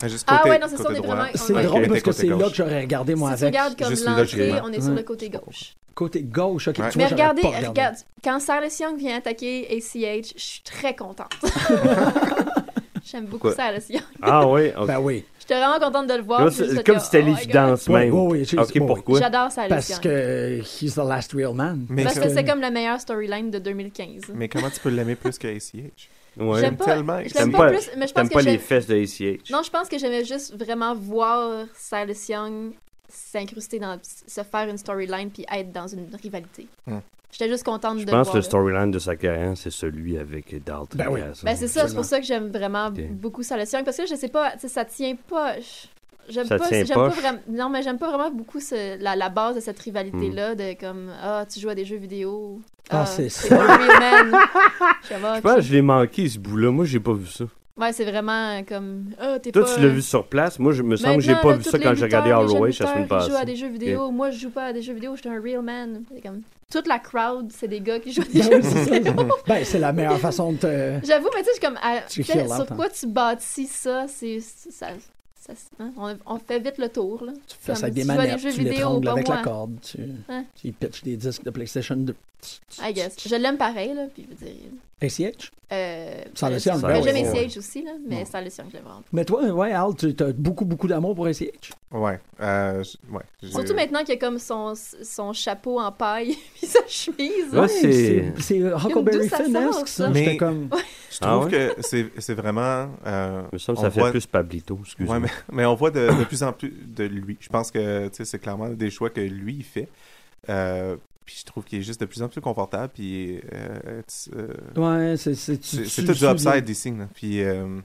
Speaker 3: Juste
Speaker 4: Ah
Speaker 3: côté,
Speaker 4: ouais, non, c'est ça,
Speaker 3: côté
Speaker 4: on est
Speaker 3: droit.
Speaker 4: vraiment- on-
Speaker 2: C'est
Speaker 4: Ouais.
Speaker 2: drôle
Speaker 3: Ok,
Speaker 2: parce que
Speaker 3: côté
Speaker 2: c'est là
Speaker 3: gauche.
Speaker 2: que j'aurais regardé moi
Speaker 4: Si tu
Speaker 2: avec.
Speaker 4: regardes comme
Speaker 3: Juste
Speaker 4: l'entrée,
Speaker 3: logiquement.
Speaker 4: on est sur
Speaker 2: Ouais.
Speaker 4: le côté gauche.
Speaker 2: Côté gauche, ok.
Speaker 3: Ouais.
Speaker 2: Tu
Speaker 4: Mais
Speaker 2: vois, j'aurais
Speaker 4: regardez,
Speaker 2: pas regardé.
Speaker 4: regarde, quand Sarah Young vient attaquer ACH, je suis très contente. J'aime beaucoup
Speaker 5: Pourquoi?
Speaker 4: Sarah Young.
Speaker 5: Ah ouais, ok.
Speaker 2: Ben oui.
Speaker 4: J'étais vraiment contente de le voir.
Speaker 5: Là,
Speaker 4: puis j'ai
Speaker 5: c'est
Speaker 4: fait
Speaker 5: comme si c'était
Speaker 4: oh my God.
Speaker 5: l'évidence
Speaker 2: Ouais,
Speaker 5: même.
Speaker 2: ouais, ouais, c'est-
Speaker 5: Ok,
Speaker 2: ouais,
Speaker 5: pourquoi?
Speaker 4: J'adore Sarah
Speaker 2: Parce
Speaker 4: Young.
Speaker 2: que he's the last real man.
Speaker 3: Mais,
Speaker 4: Parce
Speaker 3: ça-
Speaker 4: que c'est comme la meilleure storyline de 2015.
Speaker 3: mais comment tu peux l'aimer plus que ACH?
Speaker 5: Ouais.
Speaker 4: J'aime pas,
Speaker 3: tellement
Speaker 4: je l'aime
Speaker 5: T'aimes
Speaker 4: pas,
Speaker 5: pas,
Speaker 4: plus, mais je pense
Speaker 5: t'aimes
Speaker 4: que
Speaker 5: pas les
Speaker 4: j'aime...
Speaker 5: fesses de ACH.
Speaker 4: Non, je pense que j'aimais juste vraiment voir Silas Young s'incruster dans... se faire une storyline puis être dans une rivalité.
Speaker 3: Hmm.
Speaker 4: J'étais juste contente
Speaker 5: Je
Speaker 4: de
Speaker 5: pense
Speaker 4: voir.
Speaker 5: que le
Speaker 4: là.
Speaker 5: storyline de sa carrière, c'est celui avec Dalton
Speaker 2: Ben oui.
Speaker 5: Castle.
Speaker 4: Ben c'est ça, c'est
Speaker 2: Absolument.
Speaker 4: pour ça que j'aime vraiment
Speaker 5: Ok.
Speaker 4: beaucoup Silas Young parce que je sais pas, tu sais, ça tient pas. je- J'aime
Speaker 5: Ça
Speaker 4: pas,
Speaker 5: tient
Speaker 4: j'aime pas
Speaker 5: poche.
Speaker 4: vraiment, non mais j'aime pas vraiment beaucoup ce- la, la base de cette rivalité
Speaker 5: Hmm.
Speaker 4: là de comme ah tu joues à des jeux vidéo.
Speaker 2: Ah, c'est ça.
Speaker 4: un real man. Je suis comme, Ah,
Speaker 5: Je pense que je l'ai manqué ce bout-là. Moi, j'ai pas vu ça.
Speaker 4: Ouais, c'est vraiment comme. Ah, t'es
Speaker 5: Toi,
Speaker 4: pas.
Speaker 5: tu l'as vu sur place. Moi, je me semble que j'ai
Speaker 4: Maintenant,
Speaker 5: pas
Speaker 4: là,
Speaker 5: vu
Speaker 4: tous
Speaker 5: ça
Speaker 4: les
Speaker 5: quand j'ai regardé
Speaker 4: lutteurs, les
Speaker 5: Holloway la
Speaker 4: jeunes
Speaker 5: semaine
Speaker 4: lutteurs, Ils jouent à
Speaker 5: passée.
Speaker 4: des jeux vidéo. Moi, je joue pas à des jeux vidéo, je suis un real man. C'est comme. Toute la crowd, c'est des gars qui jouent à des jeux vidéo.
Speaker 2: Ben, c'est la meilleure façon de te.
Speaker 4: J'avoue, mais tu sais, je suis comme. à-
Speaker 2: Tu
Speaker 4: tu sais,
Speaker 2: heal out,
Speaker 4: sur
Speaker 2: hein.
Speaker 4: quoi tu bâtis ça C'est. c'est- Ça, ça- hein, on, on fait vite le tour, là.
Speaker 2: Tu fais ça
Speaker 4: Comme
Speaker 2: avec des
Speaker 4: tu vas à des
Speaker 2: manettes,
Speaker 4: jeux
Speaker 2: tu
Speaker 4: vidéo,
Speaker 2: l'étrangles
Speaker 4: pas
Speaker 2: avec
Speaker 4: moi.
Speaker 2: la corde, tu,
Speaker 4: Hein?
Speaker 2: tu pitches des disques de PlayStation 2.
Speaker 4: I guess. Je l'aime pareil, là. Puis, je veux dire.
Speaker 2: ACH?
Speaker 4: Euh,
Speaker 2: Ça le
Speaker 4: Silas
Speaker 2: sien,
Speaker 4: Young.
Speaker 5: ben
Speaker 4: J'aime
Speaker 5: oui.
Speaker 4: les CH aussi, là, mais ça le sien, je l'aime vraiment.
Speaker 2: Mais toi, ouais, Al, tu as beaucoup, beaucoup d'amour pour ACH.
Speaker 3: Ouais. euh, je- ouais j'ai-
Speaker 4: Surtout maintenant qu'il y a comme son, son chapeau en paille puis sa chemise.
Speaker 5: Ouais, c'est-
Speaker 2: c'est- c'est Huckleberry
Speaker 4: d'où ça
Speaker 2: Finn-esque,
Speaker 4: sort,
Speaker 2: ça.
Speaker 4: ça?
Speaker 3: Mais-
Speaker 2: J'étais comme.
Speaker 3: Je
Speaker 5: Ah
Speaker 3: trouve que c'est c'est vraiment. euh,
Speaker 5: Il me semble que
Speaker 3: on
Speaker 5: ça fait
Speaker 3: voit-
Speaker 5: plus Pablito, excuse-moi.
Speaker 3: Ouais, mais, mais on voit de, de plus en plus de lui. Je pense que tu sais, c'est clairement des choix que lui il fait. Euh, puis je trouve qu'il est juste de plus en plus confortable. Puis euh, tu- euh,
Speaker 2: Ouais, c'est. C'est
Speaker 3: c'est
Speaker 2: tu-
Speaker 3: c'est
Speaker 2: tu-
Speaker 3: tout
Speaker 2: tu-
Speaker 3: du upside ici. là. Puis euh,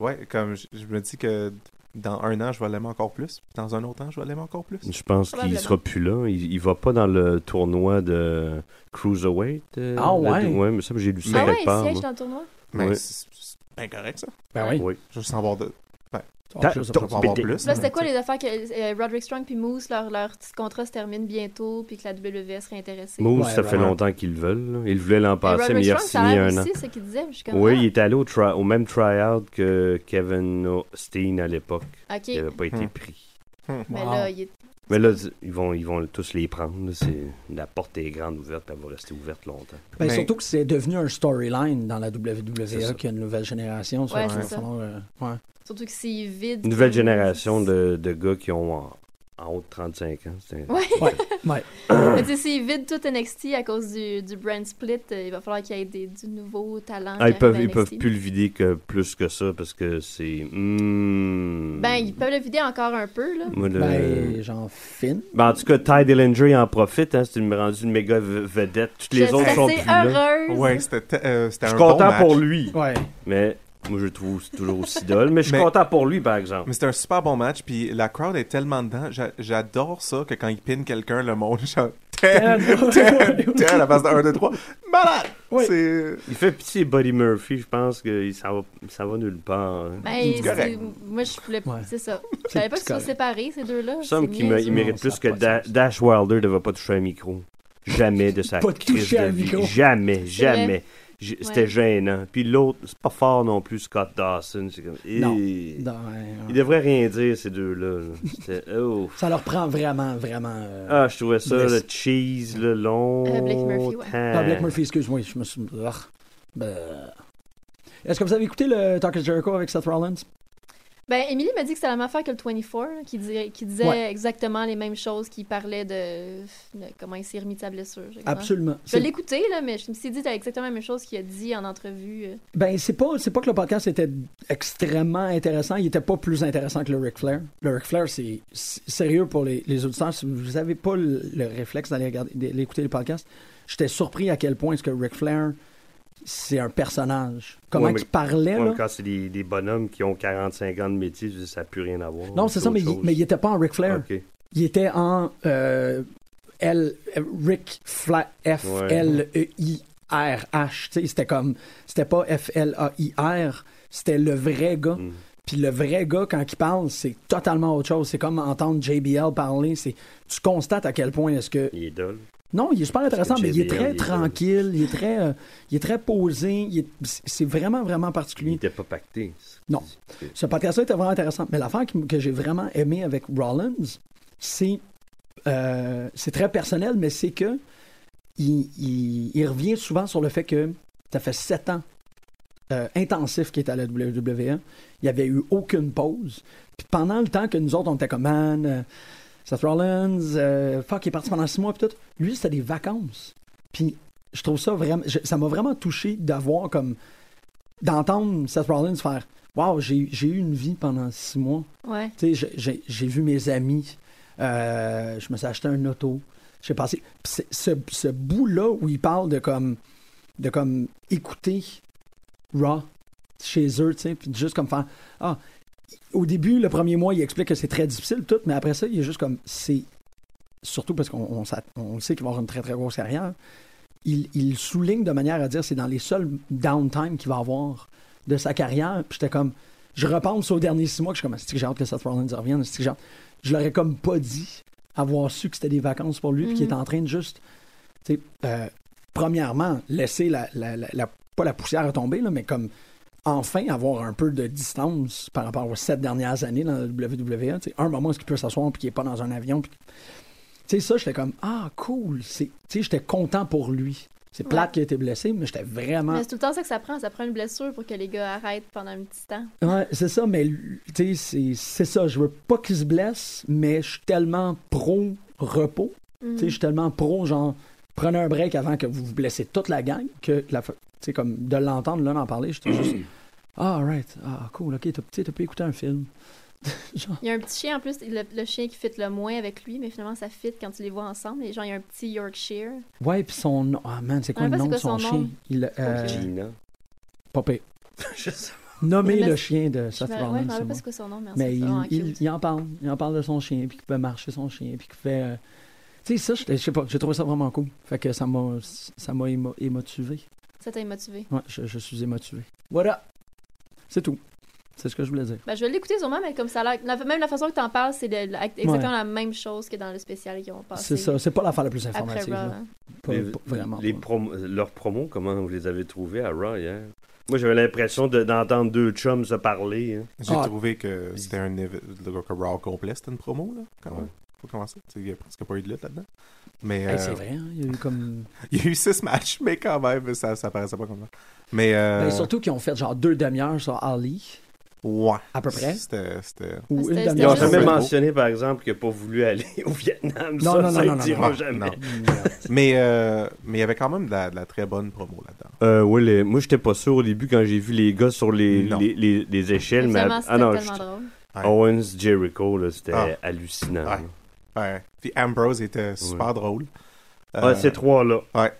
Speaker 3: ouais, comme je, je me dis que dans un an je vais l'aimer encore plus. Puis dans un autre an je vais l'aimer encore plus.
Speaker 5: Je pense qu'il
Speaker 4: Probablement.
Speaker 5: sera plus là. Il, il va pas dans le tournoi de Cruiserweight. euh,
Speaker 2: Ah
Speaker 5: la-
Speaker 2: ouais?
Speaker 5: Ouais, mais ça, j'ai lu ça
Speaker 4: Ah
Speaker 5: quelque
Speaker 4: ouais,
Speaker 5: part.
Speaker 4: siège
Speaker 5: moi.
Speaker 4: dans le tournoi.
Speaker 3: Mais
Speaker 5: Ouais.
Speaker 3: Ben, c'est c'est incorrect ça.
Speaker 2: Ben oui.
Speaker 5: Oui.
Speaker 3: Je veux savoir de.
Speaker 2: Ah, je sais
Speaker 5: Ta-
Speaker 2: pas.
Speaker 3: Je veux pas en avoir
Speaker 5: Pété.
Speaker 3: plus.
Speaker 4: Là, c'était quoi les affaires que euh, Roderick Strong puis Moose, leur, leur petit contrat se termine bientôt puis que la WWE serait intéressée?
Speaker 5: Moose,
Speaker 2: Ouais,
Speaker 5: ça fait
Speaker 3: vraiment.
Speaker 5: longtemps qu'ils le veulent. là. Ils le voulaient l'an
Speaker 4: Et
Speaker 5: passé, mais il a
Speaker 4: ça a
Speaker 5: signé
Speaker 4: l'air
Speaker 5: un an.
Speaker 4: aussi, c'est ce qu'il disait. mais Je suis comme, ah,
Speaker 5: Oui, il est allé au, try- au même try-out que Kevin Steen à l'époque.
Speaker 4: ah, OK,
Speaker 5: Il n'avait pas été
Speaker 3: Hmm.
Speaker 5: pris.
Speaker 4: mais
Speaker 2: Wow.
Speaker 4: là, il est...
Speaker 5: Mais là, ils vont, ils vont tous les prendre. là. C'est- La porte est grande ouverte, puis elle va rester ouverte longtemps.
Speaker 2: Ben,
Speaker 3: Mais-
Speaker 2: surtout que c'est devenu un storyline dans la
Speaker 5: C'est
Speaker 2: WWE
Speaker 5: ça.
Speaker 2: qu'il y a une nouvelle génération.
Speaker 4: Ouais,
Speaker 2: va
Speaker 4: c'est ça.
Speaker 2: falloir, euh, ouais.
Speaker 4: surtout que s'il vide...
Speaker 5: Une nouvelle génération de, de gars qui ont euh, en haut de 35 ans. c'est-
Speaker 4: Ouais.
Speaker 2: Ouais, ouais.
Speaker 4: Mais tu sais, s'ils vident tout NXT à cause du, du brand split, euh, il va falloir qu'il y ait des, du nouveau talent.
Speaker 5: Ah,
Speaker 4: qui
Speaker 5: ils peuvent,
Speaker 4: arrive
Speaker 5: ils
Speaker 4: à
Speaker 5: peuvent
Speaker 4: NXT.
Speaker 5: plus le vider que plus que ça parce que c'est. hmm.
Speaker 4: Ben, ils peuvent le vider encore un peu, là.
Speaker 5: Moi, le-
Speaker 2: Ben, j'en fin.
Speaker 5: Ben, en tout cas, Ty Dillinger en profite. Hein, c'est une rendue une méga ve- vedette. Toutes les
Speaker 4: Je
Speaker 5: autres
Speaker 4: suis
Speaker 5: sont
Speaker 4: assez
Speaker 5: plus là.
Speaker 4: heureuse.
Speaker 3: Ouais, c'était euh, c'était
Speaker 5: Je
Speaker 3: un
Speaker 5: suis
Speaker 3: bon
Speaker 5: content
Speaker 3: match.
Speaker 5: pour lui.
Speaker 2: Ouais.
Speaker 5: Mais moi, je le trouve toujours aussi dole. Mais je suis
Speaker 3: Mais-
Speaker 5: content pour lui, par exemple.
Speaker 3: Mais c'était un super bon match, puis la crowd est tellement dedans. J'a- J'adore ça que quand ils pinent quelqu'un, le monde chante 10, 10, 10 à la base de 1, 2, 3. Malade!
Speaker 2: Oui.
Speaker 3: C'est...
Speaker 5: Il fait pitié Buddy Murphy. Je pense qu'il s'en va, il s'en va nulle part. hein.
Speaker 4: Ben,
Speaker 3: C'est
Speaker 4: c'est-
Speaker 3: correct.
Speaker 4: moi, je voulais.
Speaker 2: Ouais.
Speaker 4: C'est ça. Je savais pas
Speaker 2: C'est
Speaker 4: qu'ils soient
Speaker 2: correct.
Speaker 4: séparés, ces deux-là.
Speaker 5: Il me semble
Speaker 4: C'est
Speaker 5: qu'il me- il
Speaker 4: niaiseux.
Speaker 5: mérite
Speaker 2: Non,
Speaker 5: plus
Speaker 2: ça a
Speaker 5: que
Speaker 2: pas de
Speaker 5: Da-
Speaker 2: sens.
Speaker 5: Dash Wilder ne va pas toucher un micro. Jamais de sa
Speaker 2: Pas
Speaker 5: crise
Speaker 2: toucher
Speaker 5: de
Speaker 2: un
Speaker 5: vie.
Speaker 2: micro.
Speaker 5: Jamais, jamais. J- C'était
Speaker 4: Ouais.
Speaker 5: gênant. Puis l'autre, c'est pas fort non plus, Scott Dawson. C'est comme,
Speaker 2: Non.
Speaker 5: Eh.
Speaker 2: Dans- ouais.
Speaker 5: Il devrait rien dire, ces deux-là. là. C'était- oh.
Speaker 2: Ça leur prend vraiment, vraiment. euh,
Speaker 5: Ah, je trouvais ça,
Speaker 2: Bless.
Speaker 5: le cheese, le long.
Speaker 4: Euh, Blake Murphy, ouais.
Speaker 5: temps.
Speaker 2: Ah, Black Murphy, excuse-moi, je me suis. Ah, ben. Est-ce que vous avez écouté le Talk of Jericho avec Seth Rollins?
Speaker 4: Ben, Emily m'a dit que c'était la même affaire que le 24, là, qui, dirait- qui disait
Speaker 2: Ouais.
Speaker 4: exactement les mêmes choses, qui parlait de, de comment il s'est remis de sa blessure. j'ai compris.
Speaker 2: Absolument.
Speaker 4: Je
Speaker 2: C'est-
Speaker 4: l'ai écouté, là, mais je me suis dit t'as exactement la même chose qu'il a dit en entrevue. euh.
Speaker 2: Ben, c'est pas, c'est pas que le podcast était extrêmement intéressant. Il était pas plus intéressant que le Ric Flair. Le Ric Flair, c'est c'est sérieux pour les, les auditeurs. Si vous avez pas le, le réflexe d'aller regarder, d'aller écouter le podcast, j'étais surpris à quel point est-ce que Ric Flair, c'est un personnage. Comment
Speaker 5: Ouais, mais-
Speaker 2: il parlait,
Speaker 5: Ouais,
Speaker 2: là.
Speaker 5: mais quand c'est des, des bonhommes qui ont 45 ans de métier, je dis, ça n'a plus rien à voir.
Speaker 2: Non, c'est ça, mais il,
Speaker 5: autre
Speaker 2: mais
Speaker 5: chose.
Speaker 2: il était pas en Ric Flair.
Speaker 5: Ok.
Speaker 2: Il était en euh, L, Rick Fla, F
Speaker 5: Ouais.
Speaker 2: L E I R H. Tu sais, C'était comme c'était pas F L A I R, c'était le vrai gars.
Speaker 5: Mm.
Speaker 2: Puis le vrai gars quand il parle, c'est totalement autre chose. C'est comme entendre JBL parler. C'est tu constates à quel point est-ce que
Speaker 5: Il est dole.
Speaker 2: non, il est super intéressant,
Speaker 5: que
Speaker 2: mais il est
Speaker 5: JBL,
Speaker 2: très
Speaker 5: il est-
Speaker 2: tranquille, il est très euh, il est très posé. il est- C'est vraiment vraiment
Speaker 5: Il
Speaker 2: particulier.
Speaker 5: n'était pas pacté.
Speaker 2: Non. Ce podcast-là était vraiment intéressant. Mais l'affaire qui m- que j'ai vraiment aimé avec Rollins, c'est euh, c'est très personnel, mais c'est que il, il- il revient souvent sur le fait que ça fait sept ans euh, intensif qu'il est à la WWE. Il n'y avait eu aucune pause. Puis pendant le temps que nous autres, on était comme man, euh, Seth Rollins, euh, fuck, il est parti pendant six mois, puis tout. Lui, c'était des vacances. Puis je trouve ça vraiment. je- ça m'a vraiment touché d'avoir comme. d'entendre Seth Rollins faire Waouh, j'ai j'ai eu une vie pendant six mois.
Speaker 4: Ouais.
Speaker 2: Tu sais, j'ai- j'ai j'ai vu mes amis, euh, je me suis acheté un auto, j'ai passé. Puis c'est- ce, ce bout-là où il parle de comme, de comme écouter Raw chez eux, tu sais, puis juste comme faire. Ah, au début, le premier mois, il explique que c'est très difficile, tout, mais après ça, il est juste comme. C'est. Surtout parce qu'on on s'a- on sait qu'il va avoir une très très grosse carrière. Il, il souligne de manière à dire c'est dans les seuls downtime qu'il va avoir de sa carrière. Puis j'étais comme je repense aux derniers six mois que je suis comme, Asti que j'ai hâte que Seth Rollins revienne, Asti que j'ai hâte. Je l'aurais comme pas dit, avoir su que c'était des vacances pour lui, puis qu'il
Speaker 4: Mhm.
Speaker 2: est en train de juste, tu sais, euh, premièrement, laisser la, la- la- la- pas la poussière tomber, là, mais comme enfin avoir un peu de distance par rapport aux sept dernières années dans la WWE. tu sais, un moment où il peut s'asseoir puis qu'il est pas dans un avion. puis- Tu sais, ça, j'étais comme, ah, cool. c'est- Tu sais, j'étais content pour lui. C'est plate
Speaker 4: Ouais.
Speaker 2: qu'il a été blessé, mais j'étais vraiment
Speaker 4: Mais c'est tout le temps ça que ça prend. Ça prend une blessure pour que les gars arrêtent pendant un petit temps.
Speaker 2: Ouais, c'est ça, mais tu sais, c'est- c'est ça. Je veux pas qu'il se blesse, mais je suis tellement pro repos.
Speaker 4: Mhm.
Speaker 2: Tu sais, je suis tellement pro, genre, prenez un break avant que vous vous blessez toute la gang, que la, fa- tu sais, comme de l'entendre, là, d'en parler, j'étais
Speaker 4: Mm.
Speaker 2: juste, ah, alright, ah, cool, ok, t'as- tu sais, t'as pu écouter un film. genre,
Speaker 4: Il y a un petit chien en plus, le, le chien qui fit le moins avec lui, mais finalement ça fit quand tu les vois ensemble. Les gens, il y a un petit Yorkshire.
Speaker 2: ouais, puis son nom, ah, man, c'est quoi
Speaker 4: Ouais,
Speaker 2: le
Speaker 4: pas
Speaker 2: nom de
Speaker 4: c'est quoi
Speaker 2: son,
Speaker 4: son
Speaker 2: chien?
Speaker 4: nom.
Speaker 2: Il, euh,
Speaker 5: Gina.
Speaker 2: Popé.
Speaker 5: Je sais pas.
Speaker 2: Nommez
Speaker 4: Mais-
Speaker 2: le chien de
Speaker 4: Je
Speaker 2: Seth
Speaker 4: me- ouais,
Speaker 2: Rollins,
Speaker 4: je me
Speaker 2: c'est
Speaker 4: rappelle pas
Speaker 2: moi.
Speaker 4: c'est quoi son nom, mais, en
Speaker 2: Mais
Speaker 4: c'est
Speaker 2: il,
Speaker 4: vraiment
Speaker 2: il,
Speaker 4: cute.
Speaker 2: il en parle. Il en parle de son chien, puis qu'il peut marcher son chien, puis qu'il fait. euh, Tu sais, ça, j'étais- je sais pas, j'ai trouvé ça vraiment cool. Fait que ça m'a ça m'a émo- émotivé.
Speaker 4: Ça t'a motivé.
Speaker 2: Ouais, je, je suis émotivé. Voilà! C'est tout. C'est ce que je voulais dire.
Speaker 4: Ben, je vais l'écouter sûrement, mais comme ça a l'air- la- Même la façon que t'en parles, c'est le- la- exactement la même chose que dans le spécial qu'ils ont
Speaker 2: C'est
Speaker 4: passé.
Speaker 2: ça, c'est pas l'affaire la plus
Speaker 4: Après
Speaker 2: informative.
Speaker 4: Raw,
Speaker 2: là.
Speaker 4: hein.
Speaker 2: Pas-
Speaker 5: Les-
Speaker 2: pas vraiment.
Speaker 5: les
Speaker 2: pas.
Speaker 5: prom- leurs promos, comment vous les avez trouvés à Raw hier? Moi, j'avais l'impression de- d'entendre deux chums se parler. hein.
Speaker 3: J'ai
Speaker 2: Ah.
Speaker 3: trouvé que c'était un éve- le que Raw complet, c'était une promo, là, quand même. Faut commencer. Tu sais, Il n'y a presque pas eu de lutte là-dedans. Mais
Speaker 2: Hey,
Speaker 3: euh,
Speaker 2: c'est vrai, hein, il y a eu comme.
Speaker 3: il y a eu six matchs, mais quand même, ça, ça paraissait pas comme ça. Mais euh,
Speaker 2: Ben, surtout qu'ils ont fait genre deux demi-heures sur Ali.
Speaker 3: Ouais.
Speaker 2: à peu près.
Speaker 3: C'était. c'était-
Speaker 2: Ou
Speaker 4: C'était-
Speaker 2: une
Speaker 4: c'était
Speaker 5: Ils
Speaker 2: demi-heure.
Speaker 5: ont
Speaker 3: Juste-
Speaker 5: jamais
Speaker 3: Ouais.
Speaker 5: mentionné, par exemple, qu'ils n'ont pas voulu aller au Vietnam.
Speaker 2: Non,
Speaker 5: ça,
Speaker 2: non,
Speaker 5: ça,
Speaker 2: non,
Speaker 5: ils
Speaker 2: non, non,
Speaker 5: diront
Speaker 3: non.
Speaker 5: jamais.
Speaker 3: Non. Mais euh, mais il y avait quand même de la, de la très bonne promo là-dedans.
Speaker 5: Euh, ouais, les- moi, j'étais pas sûr au début quand j'ai vu les gars sur les,
Speaker 3: Non.
Speaker 5: les, les- les échelles. Mais,
Speaker 4: Finalement, c'était
Speaker 5: ah non,
Speaker 4: tellement
Speaker 5: je-
Speaker 4: drôle.
Speaker 5: Owens, Jericho, là, c'était
Speaker 3: Ah.
Speaker 5: hallucinant.
Speaker 3: Ouais.
Speaker 5: là.
Speaker 3: Ouais. Ben, Puis Ambrose était super drôle.
Speaker 5: Ah,
Speaker 3: Euh,
Speaker 5: ces trois-là.
Speaker 3: Ouais.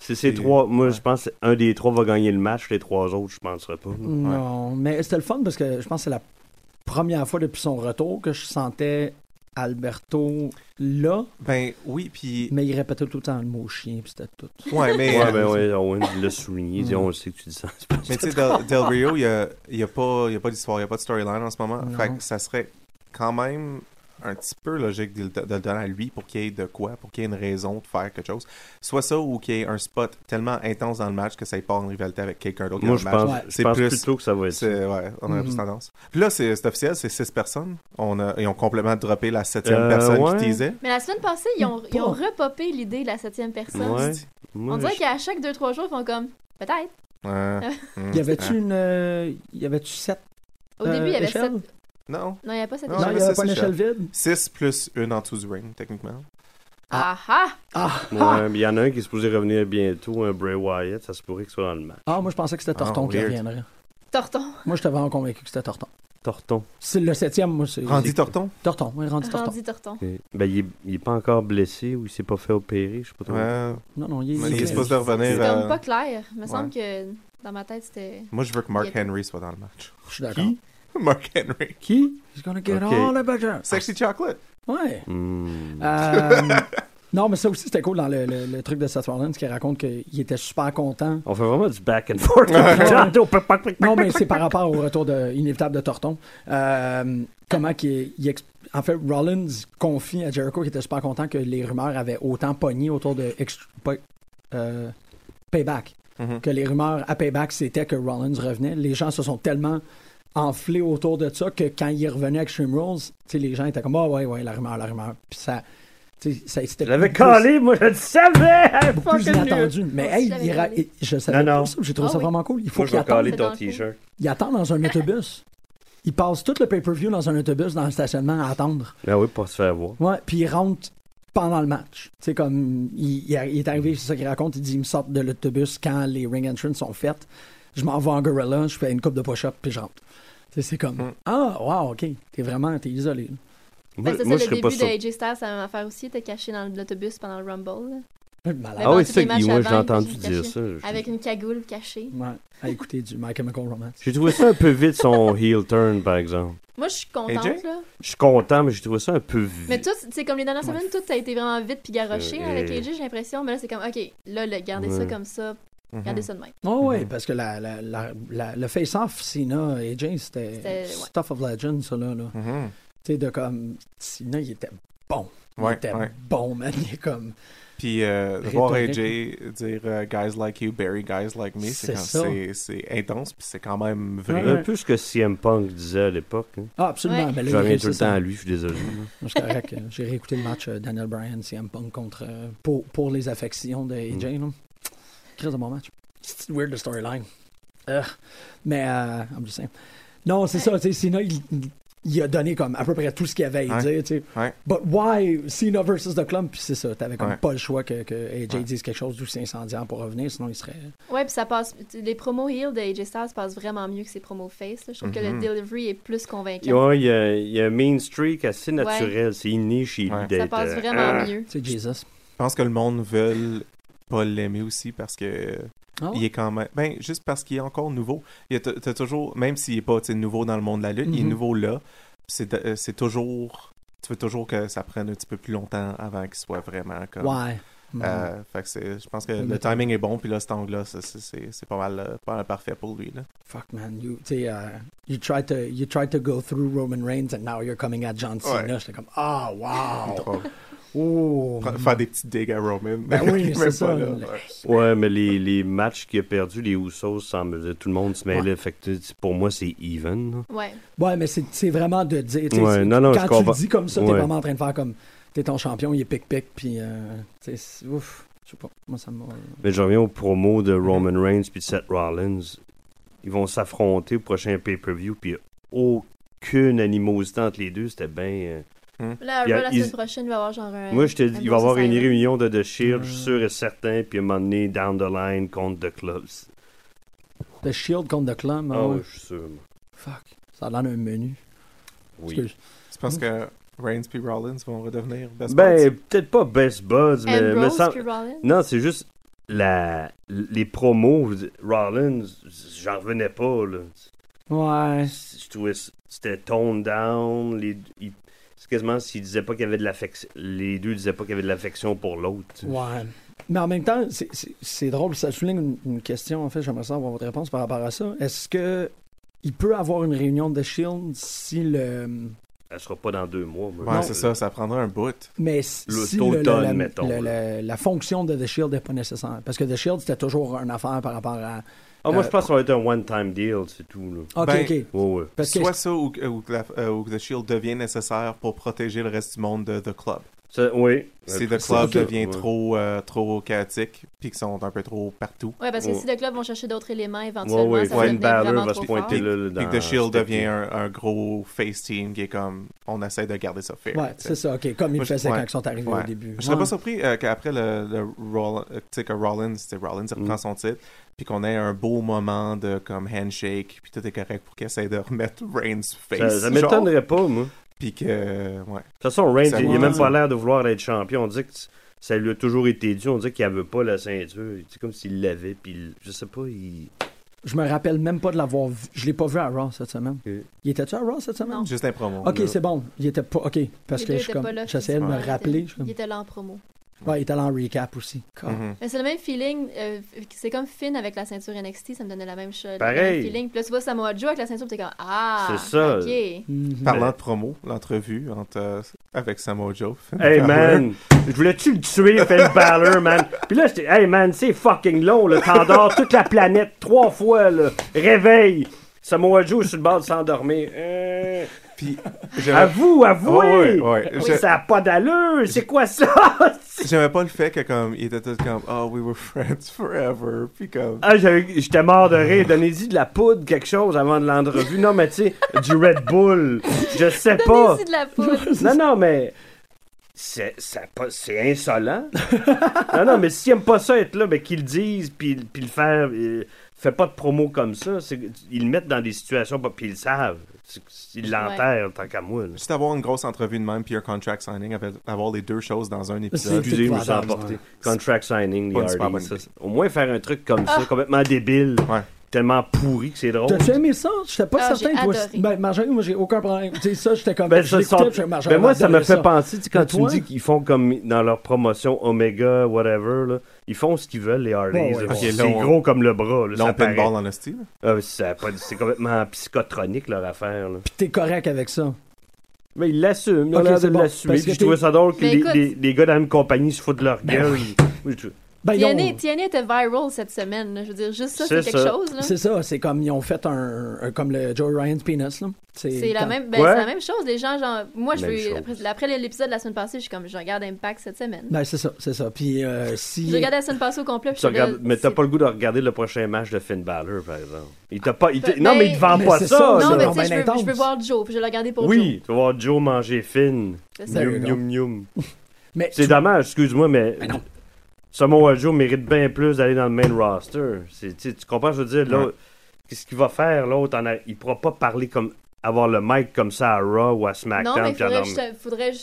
Speaker 5: C'est ces
Speaker 3: Et-
Speaker 5: trois. Moi,
Speaker 3: ouais.
Speaker 5: je pense un des trois va gagner le match, les trois autres, je penserais pas.
Speaker 2: Non, mais c'était le fun parce que je pense que c'est la première fois depuis son retour que je sentais Alberto là,
Speaker 3: Ben oui, puis.
Speaker 2: mais il répétait tout le temps le mot chien, puis c'était tout.
Speaker 3: Ouais, mais.
Speaker 5: Ouais,
Speaker 3: euh,
Speaker 5: ben ouais, Owens il l'a souligné.
Speaker 2: Mm.
Speaker 5: Il dit, on le sait que tu dis ça.
Speaker 3: Mais tu sais, Del, Del Rio, il n'y a, il y a pas, il y a pas d'histoire, il n'y a pas de storyline en ce moment.
Speaker 2: Non.
Speaker 3: Fait que ça serait quand même un petit peu logique de, le- de le donner à lui pour qu'il y ait de quoi, pour qu'il y ait une raison de faire quelque chose. Soit ça ou qu'il y ait un spot tellement intense dans le match que ça y part en rivalité avec quelqu'un d'autre.
Speaker 5: Moi,
Speaker 3: dans
Speaker 5: je
Speaker 3: le match.
Speaker 5: pense,
Speaker 2: Ouais.
Speaker 5: je
Speaker 3: C'est
Speaker 5: pense
Speaker 3: plus-
Speaker 5: plutôt que ça va être ça.
Speaker 3: C'est, ouais, on a
Speaker 2: Mhm.
Speaker 3: plus tendance. Puis là, c'est, c'est officiel, c'est six personnes. On a, ils ont complètement droppé la septième
Speaker 5: Euh,
Speaker 3: personne
Speaker 5: ouais.
Speaker 3: qui teasait.
Speaker 4: Mais la semaine passée, ils ont, ils ont
Speaker 2: Pas.
Speaker 4: repopé l'idée de la septième personne.
Speaker 5: Ouais.
Speaker 4: On
Speaker 5: Moi,
Speaker 4: dirait
Speaker 5: je-
Speaker 4: qu'à chaque 2-3 jours, ils font comme peut-être.
Speaker 3: Euh, hmm,
Speaker 2: Y avait-tu
Speaker 3: hein.
Speaker 2: une. euh, y avait-tu sept.
Speaker 4: Au début, il y avait
Speaker 2: échelles?
Speaker 4: sept.
Speaker 3: Non.
Speaker 4: Non, il n'y avait pas cette
Speaker 3: Non,
Speaker 2: Euh, Non, il
Speaker 4: échelle.
Speaker 3: avait
Speaker 2: n'y avait
Speaker 3: six
Speaker 2: pas une
Speaker 3: échelles.
Speaker 2: échelle vide.
Speaker 3: Six plus une en dessous du ring, techniquement.
Speaker 4: Ah ah!
Speaker 2: Ah, ah,
Speaker 5: Ouais, mais il y en a un qui est supposé revenir bientôt, un Bray Wyatt, ça se pourrait qu'il soit dans le match.
Speaker 2: Ah, moi je pensais que c'était
Speaker 3: Ah,
Speaker 2: Torton qui
Speaker 3: weird.
Speaker 2: reviendrait.
Speaker 4: Torton.
Speaker 2: Moi j'étais vraiment convaincu que c'était Torton.
Speaker 5: Torton.
Speaker 2: C'est le septième, moi c'est.
Speaker 3: Randy Torton.
Speaker 2: Torton, oui, Randy Torton.
Speaker 4: Randy Torton.
Speaker 5: Et- Ben, il est, il est pas encore blessé ou il s'est pas fait opérer, je sais pas trop.
Speaker 3: Ouais.
Speaker 2: Non, non, il
Speaker 3: Mais
Speaker 2: est.
Speaker 3: il est supposé
Speaker 4: C'est
Speaker 3: revenir. euh,
Speaker 4: comme pas clair. Il me semble que dans ma tête, c'était.
Speaker 3: Moi, je veux que Mark
Speaker 4: Il y a-
Speaker 3: Henry soit dans le match.
Speaker 2: Je suis d'accord.
Speaker 5: Qui?
Speaker 3: Mark Henry.
Speaker 2: Qui? He's gonna get
Speaker 5: Ok.
Speaker 2: all about you.
Speaker 3: Sexy Chocolate.
Speaker 2: Ouais.
Speaker 5: Hmm.
Speaker 2: Euh, non, mais ça aussi, c'était cool dans le, le- le truc de Seth Rollins qui raconte qu'il était super content.
Speaker 5: On fait vraiment du back and forth.
Speaker 2: Non, mais c'est par rapport au retour de, inévitable de Torton. Euh, comment qu'il il ex- En fait, Rollins confie à Jericho qu'il était super content que les rumeurs avaient autant pogné autour de ex- pas- euh, Payback.
Speaker 3: Mhm.
Speaker 2: Que les rumeurs à Payback, c'était que Rollins revenait. Les gens se sont tellement enflés autour de ça que quand il revenait avec Extreme Rules, tu sais, les gens étaient comme Ah ouais, ouais, la rumeur, la rumeur. Puis ça. tu sais, ça c'était
Speaker 5: Je l'avais
Speaker 2: plus-
Speaker 5: collé, moi, je le savais!
Speaker 2: beaucoup plus
Speaker 4: Fucking
Speaker 2: inattendu. Mais
Speaker 4: Moi
Speaker 2: hey,
Speaker 4: aussi, je l'avais
Speaker 2: il ra-
Speaker 4: collé.
Speaker 2: je savais
Speaker 5: Non, non.
Speaker 2: pas ça, mais j'ai trouvé
Speaker 4: Ah
Speaker 2: ça
Speaker 4: oui.
Speaker 2: vraiment cool. Il faut
Speaker 5: Moi, je
Speaker 2: qu'il
Speaker 5: vais
Speaker 2: attende.
Speaker 5: coller
Speaker 4: C'est dans
Speaker 5: ton
Speaker 4: le fond.
Speaker 5: t-shirt.
Speaker 2: Il attend dans un autobus. Il passe tout le pay-per-view dans un autobus dans le stationnement à attendre.
Speaker 5: Ah oui, pour se faire voir.
Speaker 2: Ouais, puis il rentre pendant le match. Tu sais, comme il, il a- il est arrivé, c'est ça qu'il raconte. Il dit, il me sort de l'autobus quand les ring entrance sont faites. Je m'en vais en gorilla, je fais une coupe de push-up, puis je rentre. Tu sais, c'est comme,
Speaker 5: Hmm.
Speaker 3: Mm.
Speaker 2: ah, wow, ok, t'es vraiment, t'es isolé. là.
Speaker 4: Ben, c'est ça,
Speaker 5: moi, je
Speaker 4: le
Speaker 5: serais pas
Speaker 4: début de
Speaker 5: sûr.
Speaker 4: AJ Styles, c'est la même affaire aussi. Il était caché dans l'autobus pendant le Rumble. là.
Speaker 2: C'est malade.
Speaker 5: Ah oui,
Speaker 4: dans tous
Speaker 5: c'est
Speaker 4: les
Speaker 5: ça, Guy,
Speaker 4: matchs
Speaker 5: moi, j'ai
Speaker 4: avant,
Speaker 5: entendu
Speaker 4: puis je
Speaker 5: dire
Speaker 4: cachais.
Speaker 5: ça. Je-
Speaker 4: Avec une cagoule cachée.
Speaker 2: Ouais, à écouter du My Chemical Romance.
Speaker 5: J'ai trouvé ça un peu vite, son heel turn, par exemple.
Speaker 4: Moi, je suis contente,
Speaker 3: AJ?
Speaker 4: là.
Speaker 5: Je suis content, mais j'ai trouvé ça un peu
Speaker 4: Mais
Speaker 5: vite.
Speaker 4: tout, c'est comme les dernières semaines, tout ça a été vraiment vite puis garoché
Speaker 5: Euh,
Speaker 4: là, avec
Speaker 5: et-
Speaker 4: AJ, j'ai l'impression. Mais là, c'est comme, OK, là, le- gardez ça
Speaker 5: Ouais.
Speaker 4: comme ça,
Speaker 3: Mhm.
Speaker 4: gardez ça de même.
Speaker 2: Oh oui,
Speaker 3: Mhm.
Speaker 2: parce que la, la, la, la- le face-off, Cena et James, c'était
Speaker 4: C'était- ouais.
Speaker 2: stuff of legend, ça là. là.
Speaker 3: Mhm.
Speaker 2: Tu sais, de comme. Cena, il était bon. Il
Speaker 3: Ouais,
Speaker 2: était
Speaker 3: ouais.
Speaker 2: bon, man. Il est comme.
Speaker 3: Puis euh, de voir AJ
Speaker 2: Rhétorique.
Speaker 3: dire euh, Guys like you, bury guys like me,
Speaker 2: C'est
Speaker 3: c'est, quand-
Speaker 2: ça.
Speaker 3: c'est, c'est intense, puis c'est quand même vrai.
Speaker 5: Un peu ce que CM Punk disait à l'époque. hein.
Speaker 2: Ah, absolument.
Speaker 4: Ouais.
Speaker 2: Mais là, il
Speaker 5: Je reviens tout le
Speaker 2: réussit
Speaker 5: temps
Speaker 2: ça.
Speaker 5: à lui, je suis désolé.
Speaker 2: Moi, j'étais correct. Euh, J'ai réécouté le match euh, Daniel Bryan, CM Punk contre. euh, pour, pour les affections de AJ, là.
Speaker 3: Mm.
Speaker 2: Crise de bon match. C'est weird the storyline. Ugh. Mais, euh, I'm just saying. Non, c'est ça, tu sais, Cena, il. il- il a donné comme à peu près tout ce qu'il avait à
Speaker 3: Ouais.
Speaker 2: dire, tu sais.
Speaker 3: Ouais.
Speaker 2: But why Cena versus The Clump? Puis c'est ça, t'avais comme
Speaker 3: Ouais.
Speaker 2: pas le choix que, que AJ
Speaker 3: Ouais.
Speaker 2: dise quelque chose d'où c'est incendiant pour revenir, sinon il serait.
Speaker 4: Ouais, puis ça passe. Les promos heel de AJ Styles passent vraiment mieux que ses promos face. là. Je trouve
Speaker 3: Mhm.
Speaker 4: que le delivery est plus convaincant.
Speaker 5: Ouais, il y a, il y a un mean streak assez naturel. C'est inné chez
Speaker 3: Ouais.
Speaker 5: lui
Speaker 3: Ça
Speaker 5: d'être.
Speaker 4: Ça passe
Speaker 5: euh,
Speaker 4: vraiment
Speaker 5: ah.
Speaker 4: mieux.
Speaker 2: C'est Jesus.
Speaker 3: Je pense que le monde veut pas l'aimer aussi parce que euh,
Speaker 2: Ah ouais?
Speaker 3: il est quand même. Ben, juste parce qu'il est encore nouveau. Il est, t'as toujours, même s'il est pas tu sais, nouveau dans le monde de la lutte, il est
Speaker 2: Mhm.
Speaker 3: nouveau là. Puis C'est, de- euh, c'est toujours. Tu veux toujours que ça prenne un petit peu plus longtemps avant qu'il soit vraiment comme.
Speaker 2: Ouais. Mhm.
Speaker 3: Euh, fait que c'est, je pense que le
Speaker 2: Mettons.
Speaker 3: timing est bon, puis là, cet angle-là, c'est, c'est- c'est- c'est pas, mal, euh, pas mal parfait pour lui. Là.
Speaker 2: Fuck man, you, tu sais, euh, you tried to, you tried to go through Roman Reigns and now you're coming at John Cena.
Speaker 3: Ouais.
Speaker 2: J'étais comme, ah wow.
Speaker 3: Trop.
Speaker 2: Oh.
Speaker 3: Fa- Faire des petits digs à Roman.
Speaker 2: Ben oui,
Speaker 3: Même
Speaker 2: c'est
Speaker 3: pas
Speaker 2: ça,
Speaker 3: là,
Speaker 2: le-
Speaker 3: ouais.
Speaker 5: Ouais, mais les, les matchs qu'il a perdu, les Usos, semble, tout le monde se mêlait. Fait que, tu sais, pour moi, c'est even. là.
Speaker 4: Ouais.
Speaker 2: Ouais, mais c'est, c'est vraiment de dire. tu sais,
Speaker 5: Ouais,
Speaker 2: c'est-
Speaker 5: non, non, je
Speaker 2: quand tu
Speaker 5: comprends.
Speaker 2: le dis comme ça, t'es
Speaker 5: Ouais.
Speaker 2: vraiment en train de faire comme, t'es ton champion, il est pic pic, puis euh, tu sais, c'est- ouf, je sais pas, moi ça m'a.
Speaker 5: Mais Ben, je reviens aux promos de Roman Reigns puis de Seth Rollins. Ils vont s'affronter au prochain pay-per-view, puis aucune animosité entre les deux. C'était bien. euh,
Speaker 4: Là,
Speaker 5: Il y a-
Speaker 4: Raw, la
Speaker 5: il-
Speaker 4: semaine prochaine, il va y avoir genre un.
Speaker 5: Moi, je te dis,
Speaker 4: un
Speaker 5: il va y avoir une
Speaker 4: Society.
Speaker 5: réunion de The Shield, je suis sûr et certain, puis à un moment donné, down the line, contre The Clubs.
Speaker 2: The Shield contre The Clum.
Speaker 5: Ah,
Speaker 2: ah ouais.
Speaker 5: oui, je suis sûr. moi.
Speaker 2: Fuck. Ça a l'air d'un menu.
Speaker 5: Oui.
Speaker 2: Excuse.
Speaker 3: Tu penses que Reigns puis Rollins vont redevenir best
Speaker 5: Ben,
Speaker 3: buds?
Speaker 5: peut-être pas Best Buds, mais me
Speaker 4: Ambrose
Speaker 5: semble-
Speaker 4: puis Rollins.
Speaker 5: Non, c'est juste la... les promos. je veux dire, Rollins, j'en revenais pas, là.
Speaker 2: Ouais.
Speaker 5: Je trouvais c- c'était toned down. Les... il- C'est quasiment s'ils disaient pas qu'il y avait de l'affection. Les deux disaient pas qu'il y avait de l'affection pour l'autre.
Speaker 2: Ouais. Mais en même temps, c'est- c'est c'est drôle, ça souligne une, une question, en fait, j'aimerais savoir votre réponse par rapport à ça. Est-ce que il peut avoir une réunion de Shield si le...
Speaker 5: Elle sera pas dans deux mois. moi.
Speaker 3: Ouais, c'est ça, ça prendrait un bout.
Speaker 2: Mais si
Speaker 5: Le-
Speaker 2: si
Speaker 5: l'automne,
Speaker 2: le- la,
Speaker 5: mettons,
Speaker 2: le-
Speaker 5: là.
Speaker 2: le- la fonction de The Shield n'est pas nécessaire. Parce que The Shield, c'était toujours une affaire par rapport à...
Speaker 5: Ah,
Speaker 2: Euh,
Speaker 5: moi, je pense que ça va être un one-time deal, c'est tout, là.
Speaker 2: OK,
Speaker 3: Ben-
Speaker 2: OK.
Speaker 5: Ouais, ouais.
Speaker 2: Parce que...
Speaker 3: Soit ça ou, que- ou que la- euh, ou que The Shield devient nécessaire pour protéger le reste du monde de The Club.
Speaker 5: Ça- oui.
Speaker 3: Si
Speaker 5: Euh,
Speaker 3: The Club
Speaker 5: ça,
Speaker 3: devient
Speaker 5: ouais.
Speaker 3: trop, euh, trop chaotique, puis qu'ils sont un peu trop partout,
Speaker 4: Ouais, parce que
Speaker 5: Ouais.
Speaker 4: si les clubs vont chercher d'autres éléments éventuellement,
Speaker 5: Ouais, ouais,
Speaker 4: ça va
Speaker 5: Finn
Speaker 4: devenir vraiment
Speaker 5: Balor va
Speaker 4: trop
Speaker 5: se
Speaker 4: fort.
Speaker 5: pointer là, là, dans
Speaker 3: puis que The Shield
Speaker 5: Stepney.
Speaker 3: devient un, un gros face team qui est comme on essaie de garder ça fair.
Speaker 2: Ouais,
Speaker 3: tu sais.
Speaker 2: c'est ça, OK. Comme ils
Speaker 3: Moi, je-
Speaker 2: faisaient quand
Speaker 3: ouais.
Speaker 2: ils sont arrivés
Speaker 3: Ouais.
Speaker 2: au début.
Speaker 3: Je serais
Speaker 2: Ouais.
Speaker 3: pas surpris euh, qu'après le, le Roll- euh, tu sais, que Rollins, c'est Rollins,
Speaker 5: Mm.
Speaker 3: il reprend son titre, puis qu'on ait un beau moment de comme handshake, puis tout est correct pour qu'il essaie de remettre Reigns
Speaker 5: Ça,
Speaker 3: face.
Speaker 5: ça
Speaker 3: genre,
Speaker 5: m'étonnerait pas, moi. De
Speaker 3: Puis que, ouais.
Speaker 5: toute façon, Reigns,
Speaker 3: Ça
Speaker 5: il il a
Speaker 2: m'étonne.
Speaker 5: même pas l'air de vouloir être champion. On dit que c- ça lui a toujours été dû. On dit qu'il veut pas la ceinture. C'est comme s'il l'avait, puis il- je sais pas, il...
Speaker 2: Je me rappelle même pas de l'avoir vu. Je l'ai pas vu à Raw cette semaine.
Speaker 5: Ok.
Speaker 2: Il était-tu à Raw cette semaine?
Speaker 4: Non.
Speaker 3: Juste un promo.
Speaker 2: Ok,
Speaker 3: là.
Speaker 2: c'est bon. Il était pas. Ok, parce
Speaker 4: Les
Speaker 2: que
Speaker 4: deux
Speaker 2: je suis
Speaker 4: étaient
Speaker 2: comme.
Speaker 4: pas là
Speaker 2: J'essayais de me
Speaker 4: physiquement.
Speaker 2: rappeler. je suis comme-
Speaker 4: Il était là en promo.
Speaker 2: Ouais, Bah, il était allé en recap aussi.
Speaker 5: Ah.
Speaker 2: God.
Speaker 3: Mhm.
Speaker 4: Mais c'est le même feeling. euh, c'est comme Finn avec la ceinture NXT, ça me donnait la même chose.
Speaker 5: Pareil.
Speaker 4: Le même feeling. Puis là, tu vois Samoa Joe avec la ceinture, puis t'es comme Ah!
Speaker 5: C'est ça.
Speaker 4: OK.
Speaker 2: Mhm.
Speaker 3: Parlant
Speaker 5: Mais-
Speaker 3: de promo, l'entrevue entre, euh, avec Samoa Joe. Finn
Speaker 5: Hey,
Speaker 3: Balor.
Speaker 5: man! Je voulais-tu le tuer, Finn Balor, man? Puis là, j'étais... Hey, man, c'est fucking long, là. T'endors toute la planète trois fois, là. Réveille! Samoa Joe est sur le bord de s'endormir. Euh...
Speaker 3: Puis, j'aimais- oh,
Speaker 5: Avoue, avouez!
Speaker 3: Ouais, ouais, ouais.
Speaker 5: Euh, Ah, oh, Oui,
Speaker 3: Je-
Speaker 5: Ça a pas d'allure! C'est quoi ça?
Speaker 3: j'aimais pas le fait que, comme, il était tout comme, oh, we were friends forever. Puis, comme,
Speaker 5: Ah, j'avais- j'étais mort de rire. Donnez-y de la poudre, quelque chose avant de l'entrevue. Non, mais tu sais, du Red Bull. Je sais pas.
Speaker 4: Donnez-y de la poudre.
Speaker 5: Non, non, mais. C'est ça pas- c'est insolent. non, non, mais s'ils aiment pas ça être là, ben, qu'ils le disent, puis puis le faire. euh, fais pas de promo comme ça. C'est- Ils le mettent dans des situations, pas- puis ils le savent. C'est- Ils l'enterrent, tant qu'à moi. là.
Speaker 3: juste avoir une grosse entrevue de même, puis un contract signing, avec- avoir les deux choses dans un épisode.
Speaker 5: Excusez, je me suis
Speaker 2: épouvantable,
Speaker 5: emporté.
Speaker 2: ouais.
Speaker 5: Contract signing,
Speaker 3: Pas
Speaker 5: les
Speaker 3: une super
Speaker 5: Hardys,
Speaker 3: bonne
Speaker 5: ça,
Speaker 3: idée.
Speaker 5: c'est- Au moins faire un truc comme
Speaker 4: Ah.
Speaker 5: ça, complètement débile,
Speaker 3: Ouais.
Speaker 5: tellement pourri que c'est drôle.
Speaker 2: T'as-tu aimé ça? J'étais pas
Speaker 4: Ah,
Speaker 2: certain.
Speaker 4: j'ai
Speaker 2: Toi,
Speaker 4: adoré.
Speaker 2: c'est- ben, Marjorie, moi, j'ai aucun problème. Tu sais, ça, j'étais comme.
Speaker 5: Ben,
Speaker 2: je
Speaker 5: ça,
Speaker 2: l'écoutais,
Speaker 5: sont-
Speaker 2: puis j'ai- Marjorie
Speaker 5: ben, moi, ça me
Speaker 2: adorait
Speaker 5: fait penser, tu sais, quand
Speaker 2: Mais
Speaker 5: tu
Speaker 2: toi?
Speaker 5: me dis qu'ils font comme dans leur promotion Omega, whatever, là, ils font ce qu'ils veulent, les Harleys.
Speaker 2: Ouais, ouais,
Speaker 5: là.
Speaker 2: ouais.
Speaker 5: C'est
Speaker 3: Ok, là, on-
Speaker 5: gros comme le bras. Là,
Speaker 3: Là,
Speaker 5: ça
Speaker 3: on
Speaker 5: paraît.
Speaker 3: pinball dans le style.
Speaker 5: Ah, ça a pas- c'est complètement psychotronique, leur affaire. là.
Speaker 2: Puis t'es correct avec ça.
Speaker 5: Mais ils l'assument, ils ont
Speaker 2: Ok,
Speaker 5: l'air
Speaker 2: c'est
Speaker 5: de
Speaker 2: bon,
Speaker 5: l'assumer.
Speaker 2: parce que
Speaker 5: Puis Je trouvais
Speaker 2: t'es-
Speaker 5: ça drôle que
Speaker 4: Mais
Speaker 5: les,
Speaker 4: écoute-
Speaker 5: les- les gars dans la même compagnie se foutent de leur gueule. Oui, je-
Speaker 2: Ben, ils ont-
Speaker 4: Tiani Tiani était viral cette semaine. là. Je veux dire, juste ça, c'est
Speaker 5: C'est
Speaker 4: quelque
Speaker 5: ça.
Speaker 4: chose. là.
Speaker 2: C'est ça, c'est comme ils ont fait un, un- comme le Joe Ryan Penis là.
Speaker 4: C'est la
Speaker 2: quand-
Speaker 4: même, ben,
Speaker 5: Ouais.
Speaker 4: c'est la même chose. Les gens, genre, moi, je
Speaker 5: Même
Speaker 4: veux,
Speaker 5: chose.
Speaker 4: après, après l'épisode de la semaine passée, je suis comme, je regarde Impact cette semaine.
Speaker 2: Ben c'est ça, c'est ça. Puis euh, si
Speaker 4: Je regarde la semaine passée au complet. puis
Speaker 5: Tu
Speaker 4: je suis là,
Speaker 5: regardes- mais t'as
Speaker 4: c'est-
Speaker 5: pas le goût de regarder le prochain match de Finn Balor, par exemple. Il t'a pas, il t'a-
Speaker 4: Ben-
Speaker 5: non, mais il te vend
Speaker 2: Mais
Speaker 5: pas
Speaker 2: c'est
Speaker 5: ça.
Speaker 2: ça,
Speaker 5: là.
Speaker 4: Non, mais
Speaker 2: non,
Speaker 4: tu
Speaker 2: ben,
Speaker 4: sais, je veux- je
Speaker 2: intense.
Speaker 4: veux voir Joe, puis je vais le regarder pour
Speaker 5: Oui, tu vas voir Joe manger Finn.
Speaker 4: Joe. C'est ça.
Speaker 2: There you
Speaker 5: Mium,
Speaker 2: go.
Speaker 5: mium, mium.
Speaker 2: mais
Speaker 5: C'est
Speaker 2: tu-
Speaker 5: dommage, excuse-moi, mais.
Speaker 2: Mais non.
Speaker 5: Samoa Joe mérite bien plus d'aller dans le main roster. C'est- tu sais, tu comprends, je veux dire, là,
Speaker 3: Ouais.
Speaker 5: qu'est-ce qu'il va faire, l'autre en a- Il pourra pas parler comme. avoir le mic comme ça à Raw ou à SmackDown.
Speaker 4: Non, mais
Speaker 5: puis en
Speaker 4: faudrait, que
Speaker 5: dormir.
Speaker 4: je- faudrait que je-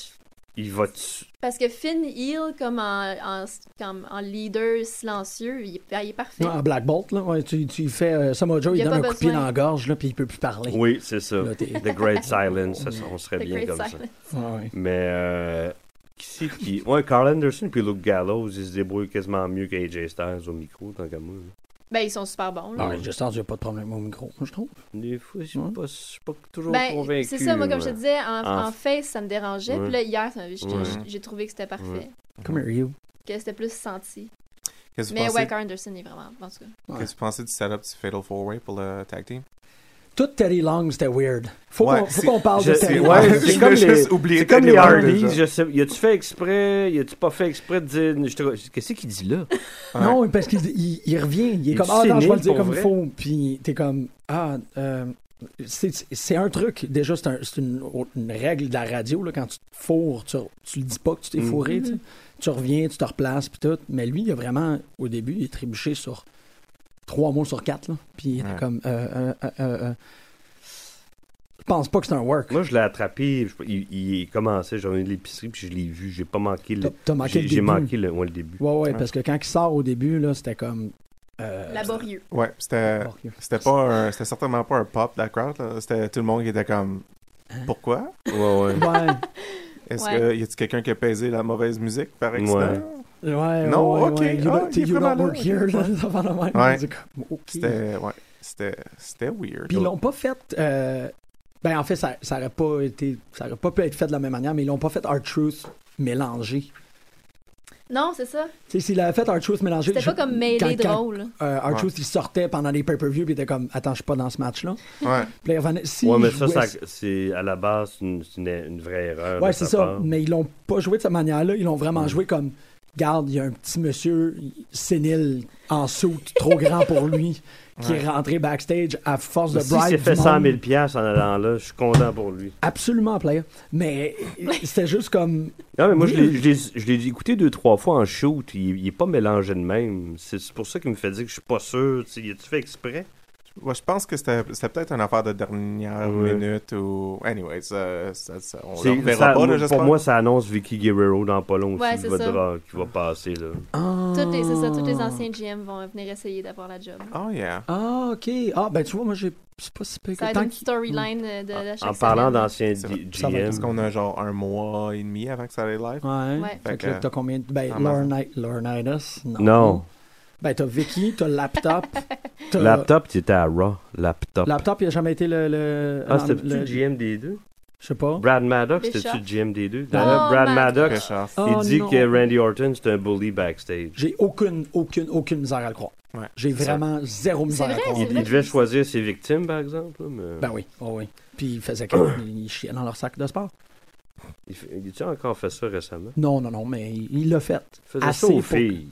Speaker 5: Il va. tu-
Speaker 4: parce que Finn Hill, comme en, en- comme en leader silencieux, il, est- il est parfait.
Speaker 5: Ah.
Speaker 2: non, en Ah, Black Bolt là, ouais, tu, tu fais euh, Samoa Joe, il,
Speaker 4: Il y a
Speaker 2: donne
Speaker 4: pas
Speaker 2: un coup de pied
Speaker 4: besoin.
Speaker 2: dans la gorge là, puis il peut plus parler.
Speaker 5: Oui, c'est ça.
Speaker 2: Là, t'es-
Speaker 5: The Great Silence, ça, on serait
Speaker 4: The
Speaker 5: bien
Speaker 4: Great
Speaker 5: comme ça.
Speaker 4: Silence.
Speaker 2: Ouais, Ah, ouais.
Speaker 5: Mais. Euh, qui c'est qui. Ouais, Carl Anderson puis Luke Gallows, ils se débrouillent quasiment mieux qu'AJ Styles au micro, tant qu'à moi. là.
Speaker 4: Ben, ils sont super bons. là.
Speaker 2: Ah, ouais, Justin, j'ai pas de problème avec mon micro, je trouve.
Speaker 5: Des fois, je suis
Speaker 2: Ouais.
Speaker 5: pas, je suis pas toujours
Speaker 4: Ben,
Speaker 5: convaincu.
Speaker 4: c'est ça, moi, comme je te
Speaker 5: moi.
Speaker 4: disais, en,
Speaker 5: En-
Speaker 4: en face, ça me dérangeait.
Speaker 5: Ah. Ouais.
Speaker 4: Puis là, hier, ça m'a- j'étais-
Speaker 5: Ouais.
Speaker 4: j'ai- j'ai trouvé que c'était parfait.
Speaker 5: Ouais.
Speaker 2: Come here you.
Speaker 4: Que c'était plus senti.
Speaker 3: Qu'est-ce que
Speaker 4: Mais
Speaker 3: vous
Speaker 4: ouais,
Speaker 3: pensez-
Speaker 4: Carl Anderson est vraiment. En tout cas.
Speaker 3: qu'est-ce que vous pensez du setup du Fatal Four Way pour le tag team?
Speaker 2: Tout Terry Long, c'était weird. Faut
Speaker 3: Ouais,
Speaker 2: qu'on- faut
Speaker 3: c'est-
Speaker 2: qu'on parle de
Speaker 5: Je- Ah, ben, c'est-
Speaker 2: Terry Long.
Speaker 5: ouais,
Speaker 3: Je
Speaker 5: c'est comme
Speaker 3: l'ai
Speaker 5: les,
Speaker 3: juste oublié
Speaker 5: c'est comme
Speaker 3: Teddy
Speaker 5: les
Speaker 3: Long,
Speaker 5: Hardys.
Speaker 3: déjà.
Speaker 5: Je sais, y a-tu fait exprès Y a-tu pas fait exprès de dire je te- Qu'est-ce qu'il dit là hein.
Speaker 2: Non, parce qu'il il, il revient. Il est
Speaker 5: Il
Speaker 2: comme,
Speaker 5: est
Speaker 2: ah non, je vais le
Speaker 5: sénile,
Speaker 2: dire
Speaker 5: pour
Speaker 2: comme il
Speaker 5: vrai.
Speaker 2: faut. Puis t'es comme, ah, euh, c'est c'est un truc. Déjà, c'est un- c'est une, une règle de la radio. Là, quand tu te fourres, tu, tu le dis pas que tu t'es
Speaker 5: Mhm.
Speaker 2: fourré. tu sais. Tu reviens, tu te replaces, puis tout. Mais lui, il a vraiment, au début, il est trébuché sur trois mots sur quatre. Là. Puis il était
Speaker 3: Ouais.
Speaker 2: comme, euh, euh, euh, euh, euh, je pense pas que c'est un work.
Speaker 5: Moi, je l'ai attrapé. je- il, il commençait, j'en ai de l'épicerie, puis je l'ai vu. J'ai pas manqué
Speaker 2: T'as
Speaker 5: le.
Speaker 2: t'as manqué
Speaker 5: J'ai
Speaker 2: le
Speaker 5: j'ai
Speaker 2: début.
Speaker 5: manqué le, ouais, le début.
Speaker 2: Ouais, ouais, parce que quand il sort au début, là, c'était comme. euh,
Speaker 4: Laborieux.
Speaker 3: Ouais, c'était.
Speaker 2: laborieux.
Speaker 3: C'était pas un- C'était certainement pas un pop de la crowd. là. C'était tout le monde qui était comme.
Speaker 5: Hein?
Speaker 3: Pourquoi?
Speaker 5: Ouais,
Speaker 2: Ouais.
Speaker 3: Est-ce
Speaker 4: Ouais.
Speaker 3: que y a-t-il quelqu'un qui a pesé la mauvaise musique par accident?
Speaker 5: Ouais.
Speaker 2: Ouais,
Speaker 3: Non,
Speaker 2: ouais,
Speaker 3: ok,
Speaker 2: ouais. You
Speaker 3: ah,
Speaker 2: don't-
Speaker 3: il est
Speaker 2: you don't
Speaker 3: vraiment
Speaker 2: work
Speaker 3: là,
Speaker 2: here,
Speaker 3: ok,
Speaker 2: là,
Speaker 3: ouais.
Speaker 2: ça va de même.
Speaker 3: Ouais.
Speaker 2: C'est comme, ok.
Speaker 3: C'était. Ouais. C'était. C'était weird.
Speaker 2: Puis ils l'ont pas fait. euh, Ben, en fait, ça, ça aurait pas été. Ça aurait pas pu être fait de la même manière, mais ils l'ont pas fait Art Truth mélangé.
Speaker 4: Non, c'est ça.
Speaker 2: Tu sais, s'il avait fait Art Truth mélangé.
Speaker 4: C'était pas
Speaker 2: je-
Speaker 4: comme
Speaker 2: quand-
Speaker 4: mêlé
Speaker 2: quand,
Speaker 4: drôle.
Speaker 2: euh, Art
Speaker 3: Ouais.
Speaker 2: Truth, il sortait pendant les pay-per-view, puis il était comme, attends, je suis pas dans ce match-là.
Speaker 3: Ouais.
Speaker 2: Puis là, il revenait- si
Speaker 5: Ouais, mais
Speaker 2: il
Speaker 5: ça,
Speaker 2: jouait-
Speaker 5: ça- c'est à la base c'est une, c'est une, une vraie erreur.
Speaker 2: Ouais,
Speaker 5: de
Speaker 2: c'est
Speaker 5: sa
Speaker 2: ça.
Speaker 5: part.
Speaker 2: Mais ils l'ont pas joué de cette manière-là. Ils l'ont vraiment joué comme. Garde, il y a un petit monsieur sénile en soute, trop grand pour lui, qui est rentré backstage à force de
Speaker 5: Si il
Speaker 2: bribe.
Speaker 5: s'est
Speaker 2: du
Speaker 5: fait 100 000
Speaker 2: monde.
Speaker 5: en allant là, je suis content pour lui.
Speaker 2: Absolument, player. Mais c'était juste comme.
Speaker 5: Non, mais moi,
Speaker 2: Oui.
Speaker 5: je l'ai- je l'ai- je l'ai écouté deux, trois fois en shoot. Il, il est pas mélangé de même. C'est c'est pour ça qu'il me fait dire que je suis pas sûr. Tu sais, y a-tu fait exprès?
Speaker 3: Ouais, je pense que c'était c'était peut-être une affaire de dernière
Speaker 5: Ouais.
Speaker 3: minute ou. Anyways, ça, ça- ça- on
Speaker 5: C'est-
Speaker 3: le reverra
Speaker 5: ça-
Speaker 3: pas,
Speaker 5: moi,
Speaker 3: là, j'espère.
Speaker 5: Pour moi, ça annonce Vicky Guerrero dans pas long
Speaker 4: Ouais,
Speaker 5: aussi,
Speaker 4: c'est
Speaker 5: le
Speaker 4: ça.
Speaker 5: drap qui va passer. Là.
Speaker 4: Toutes les, c'est ça, tous
Speaker 5: Ah.
Speaker 4: les anciens GM vont venir essayer d'avoir la job.
Speaker 3: Oh, yeah.
Speaker 2: Ah, ok. Ah, ben tu vois, moi, j'ai. C'est pas si pire que
Speaker 4: Ça va être
Speaker 2: tant
Speaker 4: une
Speaker 2: qu'il-
Speaker 4: storyline euh, de, de chaque
Speaker 5: En parlant
Speaker 4: semaine.
Speaker 5: d'ancien
Speaker 3: C'est vrai.
Speaker 5: D-
Speaker 2: Ça va,
Speaker 5: GM.
Speaker 3: Parce qu'on a genre un mois et demi avant que ça aille live.
Speaker 2: Ouais.
Speaker 4: Ouais.
Speaker 2: Fait
Speaker 3: Fait
Speaker 2: que là,
Speaker 3: que-
Speaker 2: t'as combien de. Ben,
Speaker 3: Ah,
Speaker 2: Lorni- Lornidas? Non.
Speaker 5: Non,
Speaker 2: Ben, t'as Vicky, t'as Laptop. t'as-
Speaker 5: laptop, tu étais à Raw. Laptop.
Speaker 2: Laptop, il a jamais été le. le-
Speaker 5: Ah,
Speaker 2: non,
Speaker 5: c'était-tu
Speaker 2: le-
Speaker 5: le GM des deux?
Speaker 2: Je sais pas.
Speaker 5: Brad Maddox,
Speaker 4: Bischoff.
Speaker 5: c'était-tu le GM des deux?
Speaker 4: Oh,
Speaker 5: D'ailleurs, Brad
Speaker 4: Maddox.
Speaker 5: Maddox,
Speaker 3: Très cher.
Speaker 5: il
Speaker 2: Oh,
Speaker 5: dit
Speaker 2: non.
Speaker 5: que Randy Orton, c'est un bully backstage.
Speaker 2: J'ai aucune, aucune, aucune misère à le croire.
Speaker 3: Ouais,
Speaker 2: J'ai
Speaker 3: c'est ça.
Speaker 2: vraiment zéro misère
Speaker 4: vrai,
Speaker 2: à croire.
Speaker 4: c'est
Speaker 5: Il, il devait choisir ses victimes, par exemple. là, mais...
Speaker 2: Ben oui, oh oui. Puis ils faisaient quoi? Ils chiaient dans leur sac de sport.
Speaker 5: Il, fait- il a-tu encore fait ça récemment?
Speaker 2: Non, non, non, mais il il l'a fait.
Speaker 5: Il faisait
Speaker 2: Assez
Speaker 5: ça aux
Speaker 2: pour-
Speaker 5: filles.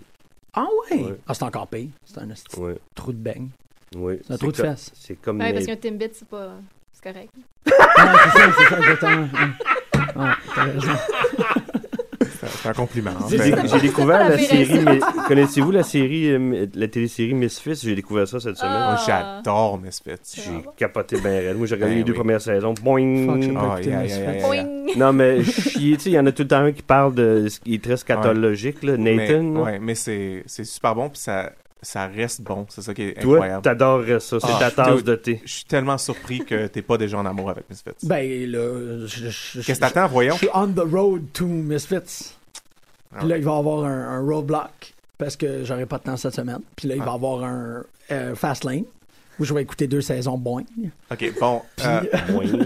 Speaker 2: Ah ouais?
Speaker 5: Ouais.
Speaker 2: Ah, c'est encore pire. C'est un esti de
Speaker 5: Oui,
Speaker 2: trou de beigne.
Speaker 5: oui.
Speaker 2: C'est un trou de
Speaker 5: co-
Speaker 2: fesse.
Speaker 5: C'est comme...
Speaker 4: Ouais, parce
Speaker 5: les-
Speaker 4: qu'un Timbit, c'est pas. C'est correct.
Speaker 2: Ah, c'est ça, c'est ça, exactement. Ouais. Ouais, t'as raison.
Speaker 3: C'est un- c'est un compliment. Ben, en
Speaker 5: J'ai
Speaker 3: fait.
Speaker 5: déc- Ben, j'ai découvert
Speaker 4: la
Speaker 5: la
Speaker 4: vraie
Speaker 5: série...
Speaker 4: raison.
Speaker 5: mais- Connaissez-vous la série, euh, la télésérie Misfits? J'ai découvert ça cette semaine.
Speaker 4: Ah.
Speaker 3: Moi, J'adore Misfits.
Speaker 5: J'ai capoté ben raide. Moi, j'ai regardé
Speaker 3: Ben
Speaker 5: les deux
Speaker 3: oui.
Speaker 5: premières saisons. Boing!
Speaker 2: Fuck, j'ai
Speaker 3: Ah,
Speaker 2: pas écouté
Speaker 3: yeah,
Speaker 2: mes
Speaker 3: yeah,
Speaker 2: faits.
Speaker 3: yeah, yeah.
Speaker 4: Poing!
Speaker 5: Non, mais chier, tu sais, il y en a tout le temps un qui parle de... Il est très scatologique, là. Nathan,
Speaker 3: Mais,
Speaker 5: là.
Speaker 3: ouais, mais c'est c'est super bon, puis ça, ça reste bon. C'est ça qui est
Speaker 5: Toi,
Speaker 3: incroyable.
Speaker 5: t'adorerais ça. C'est
Speaker 3: Ah,
Speaker 5: ta
Speaker 3: je-
Speaker 5: tasse de thé.
Speaker 3: je suis tellement surpris que t'es pas déjà en amour avec Misfits.
Speaker 2: Ben là, je, je- je-
Speaker 3: Qu'est-ce que t'attends,
Speaker 2: je
Speaker 3: voyons?
Speaker 2: suis on the road to Misfits.
Speaker 3: Ah
Speaker 2: Puis là, il va avoir un, un roadblock parce que j'aurai pas de temps cette semaine. Puis là,
Speaker 3: Ah.
Speaker 2: il va avoir un euh, fast lane où je vais écouter deux saisons boing.
Speaker 3: Ok, bon. euh,
Speaker 5: Boing.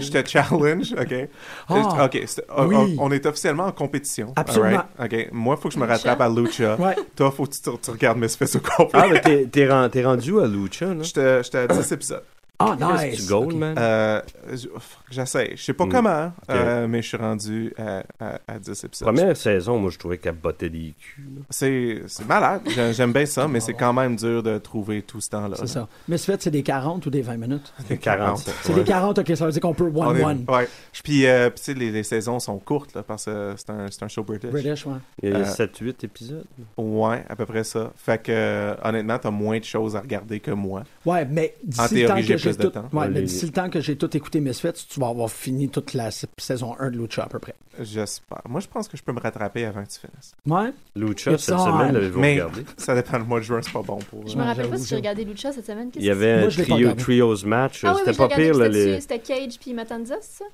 Speaker 3: je te challenge, ok? Euh,
Speaker 2: Ah,
Speaker 3: ok, c'est- on-
Speaker 2: oui.
Speaker 3: on, on est officiellement en compétition.
Speaker 2: Absolument.
Speaker 3: alright? Ok, moi, faut que je me rattrape à Lucha.
Speaker 2: ouais.
Speaker 3: Toi, faut que tu, tu regardes Misfits au complet.
Speaker 5: Ah, mais t'es- t'es ren- t'es rendu à Lucha, là?
Speaker 3: J'étais j'étais à 10 épisodes.
Speaker 2: Ah,
Speaker 5: Chris,
Speaker 2: nice.
Speaker 5: Tu
Speaker 2: Ok.
Speaker 5: gold, man.
Speaker 3: Euh, je- fuck, J'essaie. Je sais pas
Speaker 5: Mm.
Speaker 3: comment, euh, mais je suis rendu à, à, à 10 épisodes.
Speaker 5: Première saison, moi, je trouvais qu'elle bottait des culs. là.
Speaker 3: C'est c'est malade. J'ai- J'aime bien ça, mais c'est quand même dur de trouver tout ce temps-là.
Speaker 2: C'est ça. Misfits, c'est des 40 ou des 20 minutes?
Speaker 3: Des
Speaker 5: 40.
Speaker 2: C'est des 40, ok, ça veut dire qu'on peut
Speaker 3: On est-
Speaker 2: 1-1.
Speaker 3: ouais. Puis, euh, puis tu sais, les, les saisons sont courtes, là, parce que c'est un, c'est un show british.
Speaker 2: British, ouais.
Speaker 5: Il y a
Speaker 3: Euh,
Speaker 5: 7-8 épisodes.
Speaker 3: Ouais, à peu près ça. Fait que, euh, honnêtement, t'as moins de choses à regarder que moi.
Speaker 2: Ouais, mais
Speaker 3: En
Speaker 2: d'ici le
Speaker 3: théorie,
Speaker 2: temps que
Speaker 3: j'ai
Speaker 2: j'ai
Speaker 3: plus de
Speaker 2: tout,
Speaker 3: temps.
Speaker 2: ouais,
Speaker 5: Ouais,
Speaker 2: mais
Speaker 5: les-
Speaker 2: d'ici le temps que j'ai tout écouté Misfits, tu vas avoir fini toute la sa- saison 1 de Lucha à peu près.
Speaker 3: J'espère. Moi, je pense que je peux me rattraper avant que tu finisses.
Speaker 2: Ouais.
Speaker 5: Lucha,
Speaker 2: It's
Speaker 5: cette
Speaker 2: on.
Speaker 5: semaine, l'avez-vous
Speaker 3: Mais-
Speaker 5: regardé?
Speaker 3: Ça dépend de moi de juin, c'est pas bon pour. euh,
Speaker 4: Je
Speaker 2: Ouais,
Speaker 4: me rappelle
Speaker 2: j'avoue,
Speaker 4: pas si j'ai
Speaker 2: j'avoue.
Speaker 4: regardé Lucha cette semaine. Qu'est-ce
Speaker 5: Il y avait
Speaker 2: Moi,
Speaker 5: un
Speaker 2: je l'ai pas
Speaker 5: trio,
Speaker 2: regardé.
Speaker 5: trios match.
Speaker 4: Ah oui, oui,
Speaker 5: C'était
Speaker 4: j'ai
Speaker 5: pas
Speaker 4: regardé.
Speaker 5: pire, là.
Speaker 4: c'était,
Speaker 5: les- Ah,
Speaker 4: dessus, c'était Cage puis Matanza, c'est ça?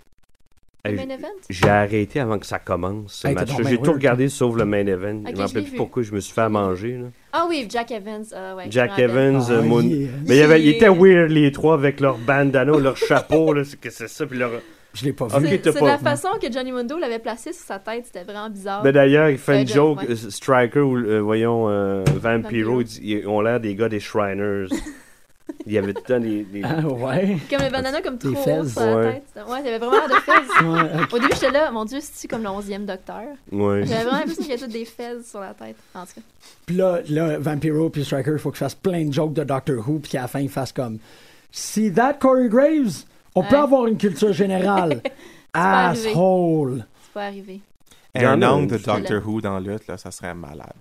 Speaker 4: Le
Speaker 5: Hey,
Speaker 4: main event?
Speaker 5: J'ai arrêté avant que ça commence, ce
Speaker 2: Hey, t'es
Speaker 5: match
Speaker 2: donc bien
Speaker 5: J'ai tout
Speaker 2: weird,
Speaker 5: regardé sauf le main event.
Speaker 4: Ok,
Speaker 5: je
Speaker 4: je
Speaker 5: me rappelle
Speaker 4: l'ai
Speaker 5: plus
Speaker 4: vu.
Speaker 5: pourquoi je me suis fait à manger. là.
Speaker 4: Ah oui, Jack Evans. Ah ouais, je me
Speaker 5: Jack
Speaker 4: rappelle.
Speaker 5: Evans,
Speaker 2: Ah,
Speaker 5: euh, Moon...
Speaker 2: yeah.
Speaker 5: Mais il, y avait, il
Speaker 4: Yeah.
Speaker 2: euh,
Speaker 5: était weird, les trois, avec leur bandana, leur chapeau, là, c'est que c'est ça, puis leur...
Speaker 2: Je l'ai pas vu.
Speaker 5: Ok,
Speaker 4: C'est,
Speaker 5: t'as
Speaker 4: c'est
Speaker 5: pas-
Speaker 4: la façon que Johnny Mundo l'avait placé sur sa tête, c'était vraiment bizarre.
Speaker 5: Mais d'ailleurs, il fait une
Speaker 4: Euh,
Speaker 5: joke,
Speaker 4: ouais.
Speaker 5: euh, Striker, ou, euh, voyons, euh, Vampiro,
Speaker 4: Vampiro.
Speaker 5: il dit- ils ont l'air des gars des Shriners. Il y avait tout le temps des. des-
Speaker 2: Ah, ouais.
Speaker 4: Comme le bandana, comme trop
Speaker 2: Des
Speaker 4: haut
Speaker 2: fezes.
Speaker 4: sur la
Speaker 5: Ouais.
Speaker 4: tête. Ouais, j'avais vraiment l'air de fezes.
Speaker 2: Ouais, ok.
Speaker 4: Au début, j'étais là, mon Dieu, c'est-tu comme le 11e docteur?
Speaker 5: Ouais.
Speaker 4: J'avais vraiment l'impression qu'il y a toutes des fezes sur la tête. En tout cas,
Speaker 2: Puis là, là, Vampiro puis Striker, il faut que je fasse plein de jokes de Doctor Who, puis qu'à la fin, il fasse comme Si that Corey Graves, on peut
Speaker 4: Ouais.
Speaker 2: avoir une culture générale.
Speaker 4: pas arrivé.
Speaker 2: Asshole.
Speaker 4: c'est pas arrivé.
Speaker 3: Un
Speaker 5: Garner,
Speaker 3: angle de
Speaker 5: je sais.
Speaker 3: Doctor Who dans l'autre, là, ça serait malade.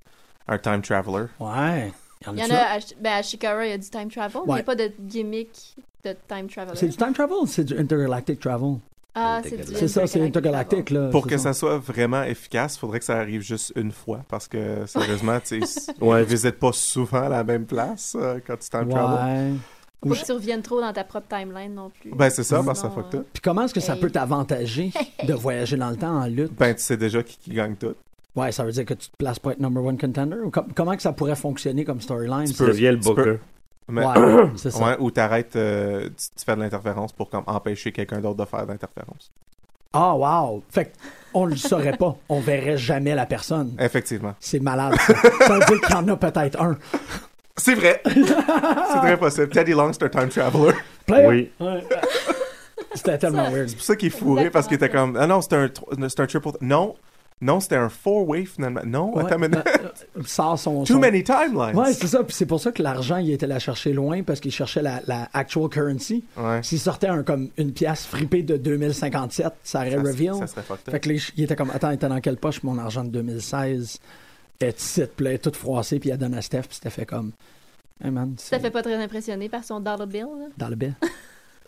Speaker 3: Un time traveler.
Speaker 2: Ouais. Y en
Speaker 4: Il y
Speaker 2: a-tu
Speaker 4: en
Speaker 2: là?
Speaker 4: a, à, Ch- ben, à Shikara, il y a du time travel, mais il n'y
Speaker 2: Ouais.
Speaker 4: a pas de gimmick de time travel.
Speaker 2: C'est du time travel ou c'est du intergalactic travel?
Speaker 4: Ah, c'est du
Speaker 2: C'est ça, c'est intergalactic, là.
Speaker 3: Pour
Speaker 2: Euh, c'est
Speaker 3: que
Speaker 2: ça.
Speaker 3: ça soit vraiment efficace, faudrait que ça arrive juste une fois parce que sérieusement, tu sais,
Speaker 5: Ouais.
Speaker 3: ne visites pas souvent la même place euh, quand tu time travel.
Speaker 2: Ouais.
Speaker 4: Faut pas que tu reviennes trop dans ta propre timeline non plus.
Speaker 3: Ben c'est ça,
Speaker 4: Sinon,
Speaker 3: parce que ça fuck
Speaker 4: euh,
Speaker 3: tout.
Speaker 2: Puis comment est-ce que ça
Speaker 4: Hey.
Speaker 2: peut t'avantager de voyager dans le temps en lutte?
Speaker 3: Ben tu sais déjà qui, qui gagne tout.
Speaker 2: Ouais, ça veut dire que tu te places pour être number one contender? Ou com- comment que ça pourrait fonctionner comme storyline?
Speaker 3: Tu
Speaker 5: Tu deviens le
Speaker 3: tu peux-
Speaker 5: booker.
Speaker 3: Mais-
Speaker 2: Ouais, c'est ça.
Speaker 3: Ouais, ou t'arrêtes, euh, tu, tu fais de l'interférence pour comme empêcher quelqu'un d'autre de faire de l'interférence.
Speaker 2: Ah, wow! Fait qu'on le saurait pas. On verrait jamais la personne.
Speaker 3: Effectivement.
Speaker 2: C'est malade, ça. ça veut dire qu'il y en a peut-être un.
Speaker 3: C'est vrai! c'est très possible. Teddy Long, c'est un time traveler.
Speaker 2: Player.
Speaker 5: Oui.
Speaker 2: Ouais. C'était tellement weird.
Speaker 3: C'est pour ça qu'il est fourré parce qu'il était comme Ah non, c'était un, tro- c'était un triple. Non, non, c'était un four-way finalement. Non,
Speaker 2: Ouais,
Speaker 3: attends une minute.
Speaker 2: euh, euh, sort son...
Speaker 3: Too
Speaker 2: son-
Speaker 3: many timelines.
Speaker 2: Ouais, c'est ça. Puis c'est pour ça que l'argent, il était là chercher loin parce qu'il cherchait la, la actual currency.
Speaker 3: Ouais.
Speaker 2: S'il sortait un, comme une pièce fripée de 2057, ça aurait
Speaker 3: Ça-
Speaker 2: reveal.
Speaker 3: ça serait fucked up.
Speaker 2: Fait que les ch- il était comme, attends, il était dans quelle poche mon argent de 2016? Et titre, puis là, il est tout froissé, puis il a donné à Steph, puis c'était fait comme, hey man,
Speaker 4: Ça
Speaker 2: c'est
Speaker 4: fait pas très impressionné par son dollar bill. là.
Speaker 2: dans le bain.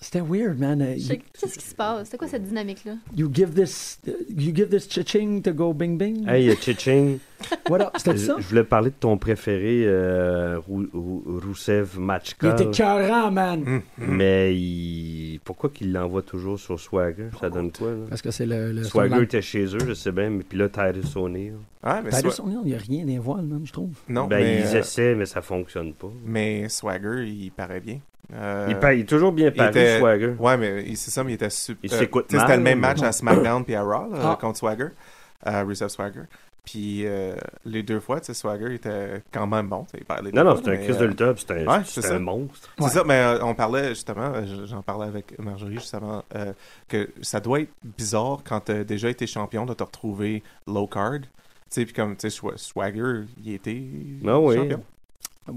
Speaker 2: C'était weird, man. Euh,
Speaker 4: Je
Speaker 2: You,
Speaker 4: sais- Qu'est-ce qui se passe? C'est quoi cette dynamique-là?
Speaker 2: you give this, you give this cha-ching to go bing bing.
Speaker 5: Hey, euh, Chiching,
Speaker 2: What up? C'était
Speaker 5: je
Speaker 2: ça?
Speaker 5: je voulais parler de ton préféré, euh, Rou- Rou- Roussev
Speaker 2: Il
Speaker 5: Machka.
Speaker 2: était cœurant, man.
Speaker 5: Mais il- pourquoi qu'il l'envoie toujours sur Swagger Ça donne quoi, là
Speaker 2: Parce que c'est le, le
Speaker 5: Swagger était chez eux, je sais bien, mais puis là, Tyrus O'Neill.
Speaker 3: Ouais, Ah, mais,
Speaker 2: Tyrus
Speaker 3: Swa-
Speaker 2: O'Neill, il n'y a rien des voiles, man, je trouve.
Speaker 3: non,
Speaker 5: ben,
Speaker 3: mais,
Speaker 5: ils
Speaker 3: euh,
Speaker 5: essaient, mais ça fonctionne pas.
Speaker 3: mais Swagger, il paraît bien. Euh,
Speaker 5: il, pa- il est toujours bien paru,
Speaker 3: était-
Speaker 5: Swagger.
Speaker 3: Ouais, mais il- c'est ça, mais il était super.
Speaker 5: Il s'écoute mal,
Speaker 3: C'était le même
Speaker 5: mais
Speaker 3: match
Speaker 5: bon.
Speaker 3: à SmackDown puis à Raw là,
Speaker 2: Ah.
Speaker 3: contre Swagger, euh, Rusev Swagger. Puis euh, les deux fois, tu sais, Swagger était quand même bon. tu sais, Il parlait
Speaker 5: Non, non, c'est un
Speaker 3: mais,
Speaker 5: Chris
Speaker 3: euh,
Speaker 5: de lutteur, puis c'est un,
Speaker 3: ouais,
Speaker 5: c'est
Speaker 3: c'est
Speaker 5: un
Speaker 3: ça.
Speaker 5: monstre.
Speaker 3: C'est
Speaker 2: Ouais.
Speaker 3: ça, mais euh, on parlait justement, euh, j- j'en parlais avec Marjorie justement, euh, que ça doit être bizarre quand t'as déjà été champion de te retrouver low card. Tu sais, puis comme, tu sais, Swa- Swagger, il était
Speaker 5: Ah oui.
Speaker 3: champion.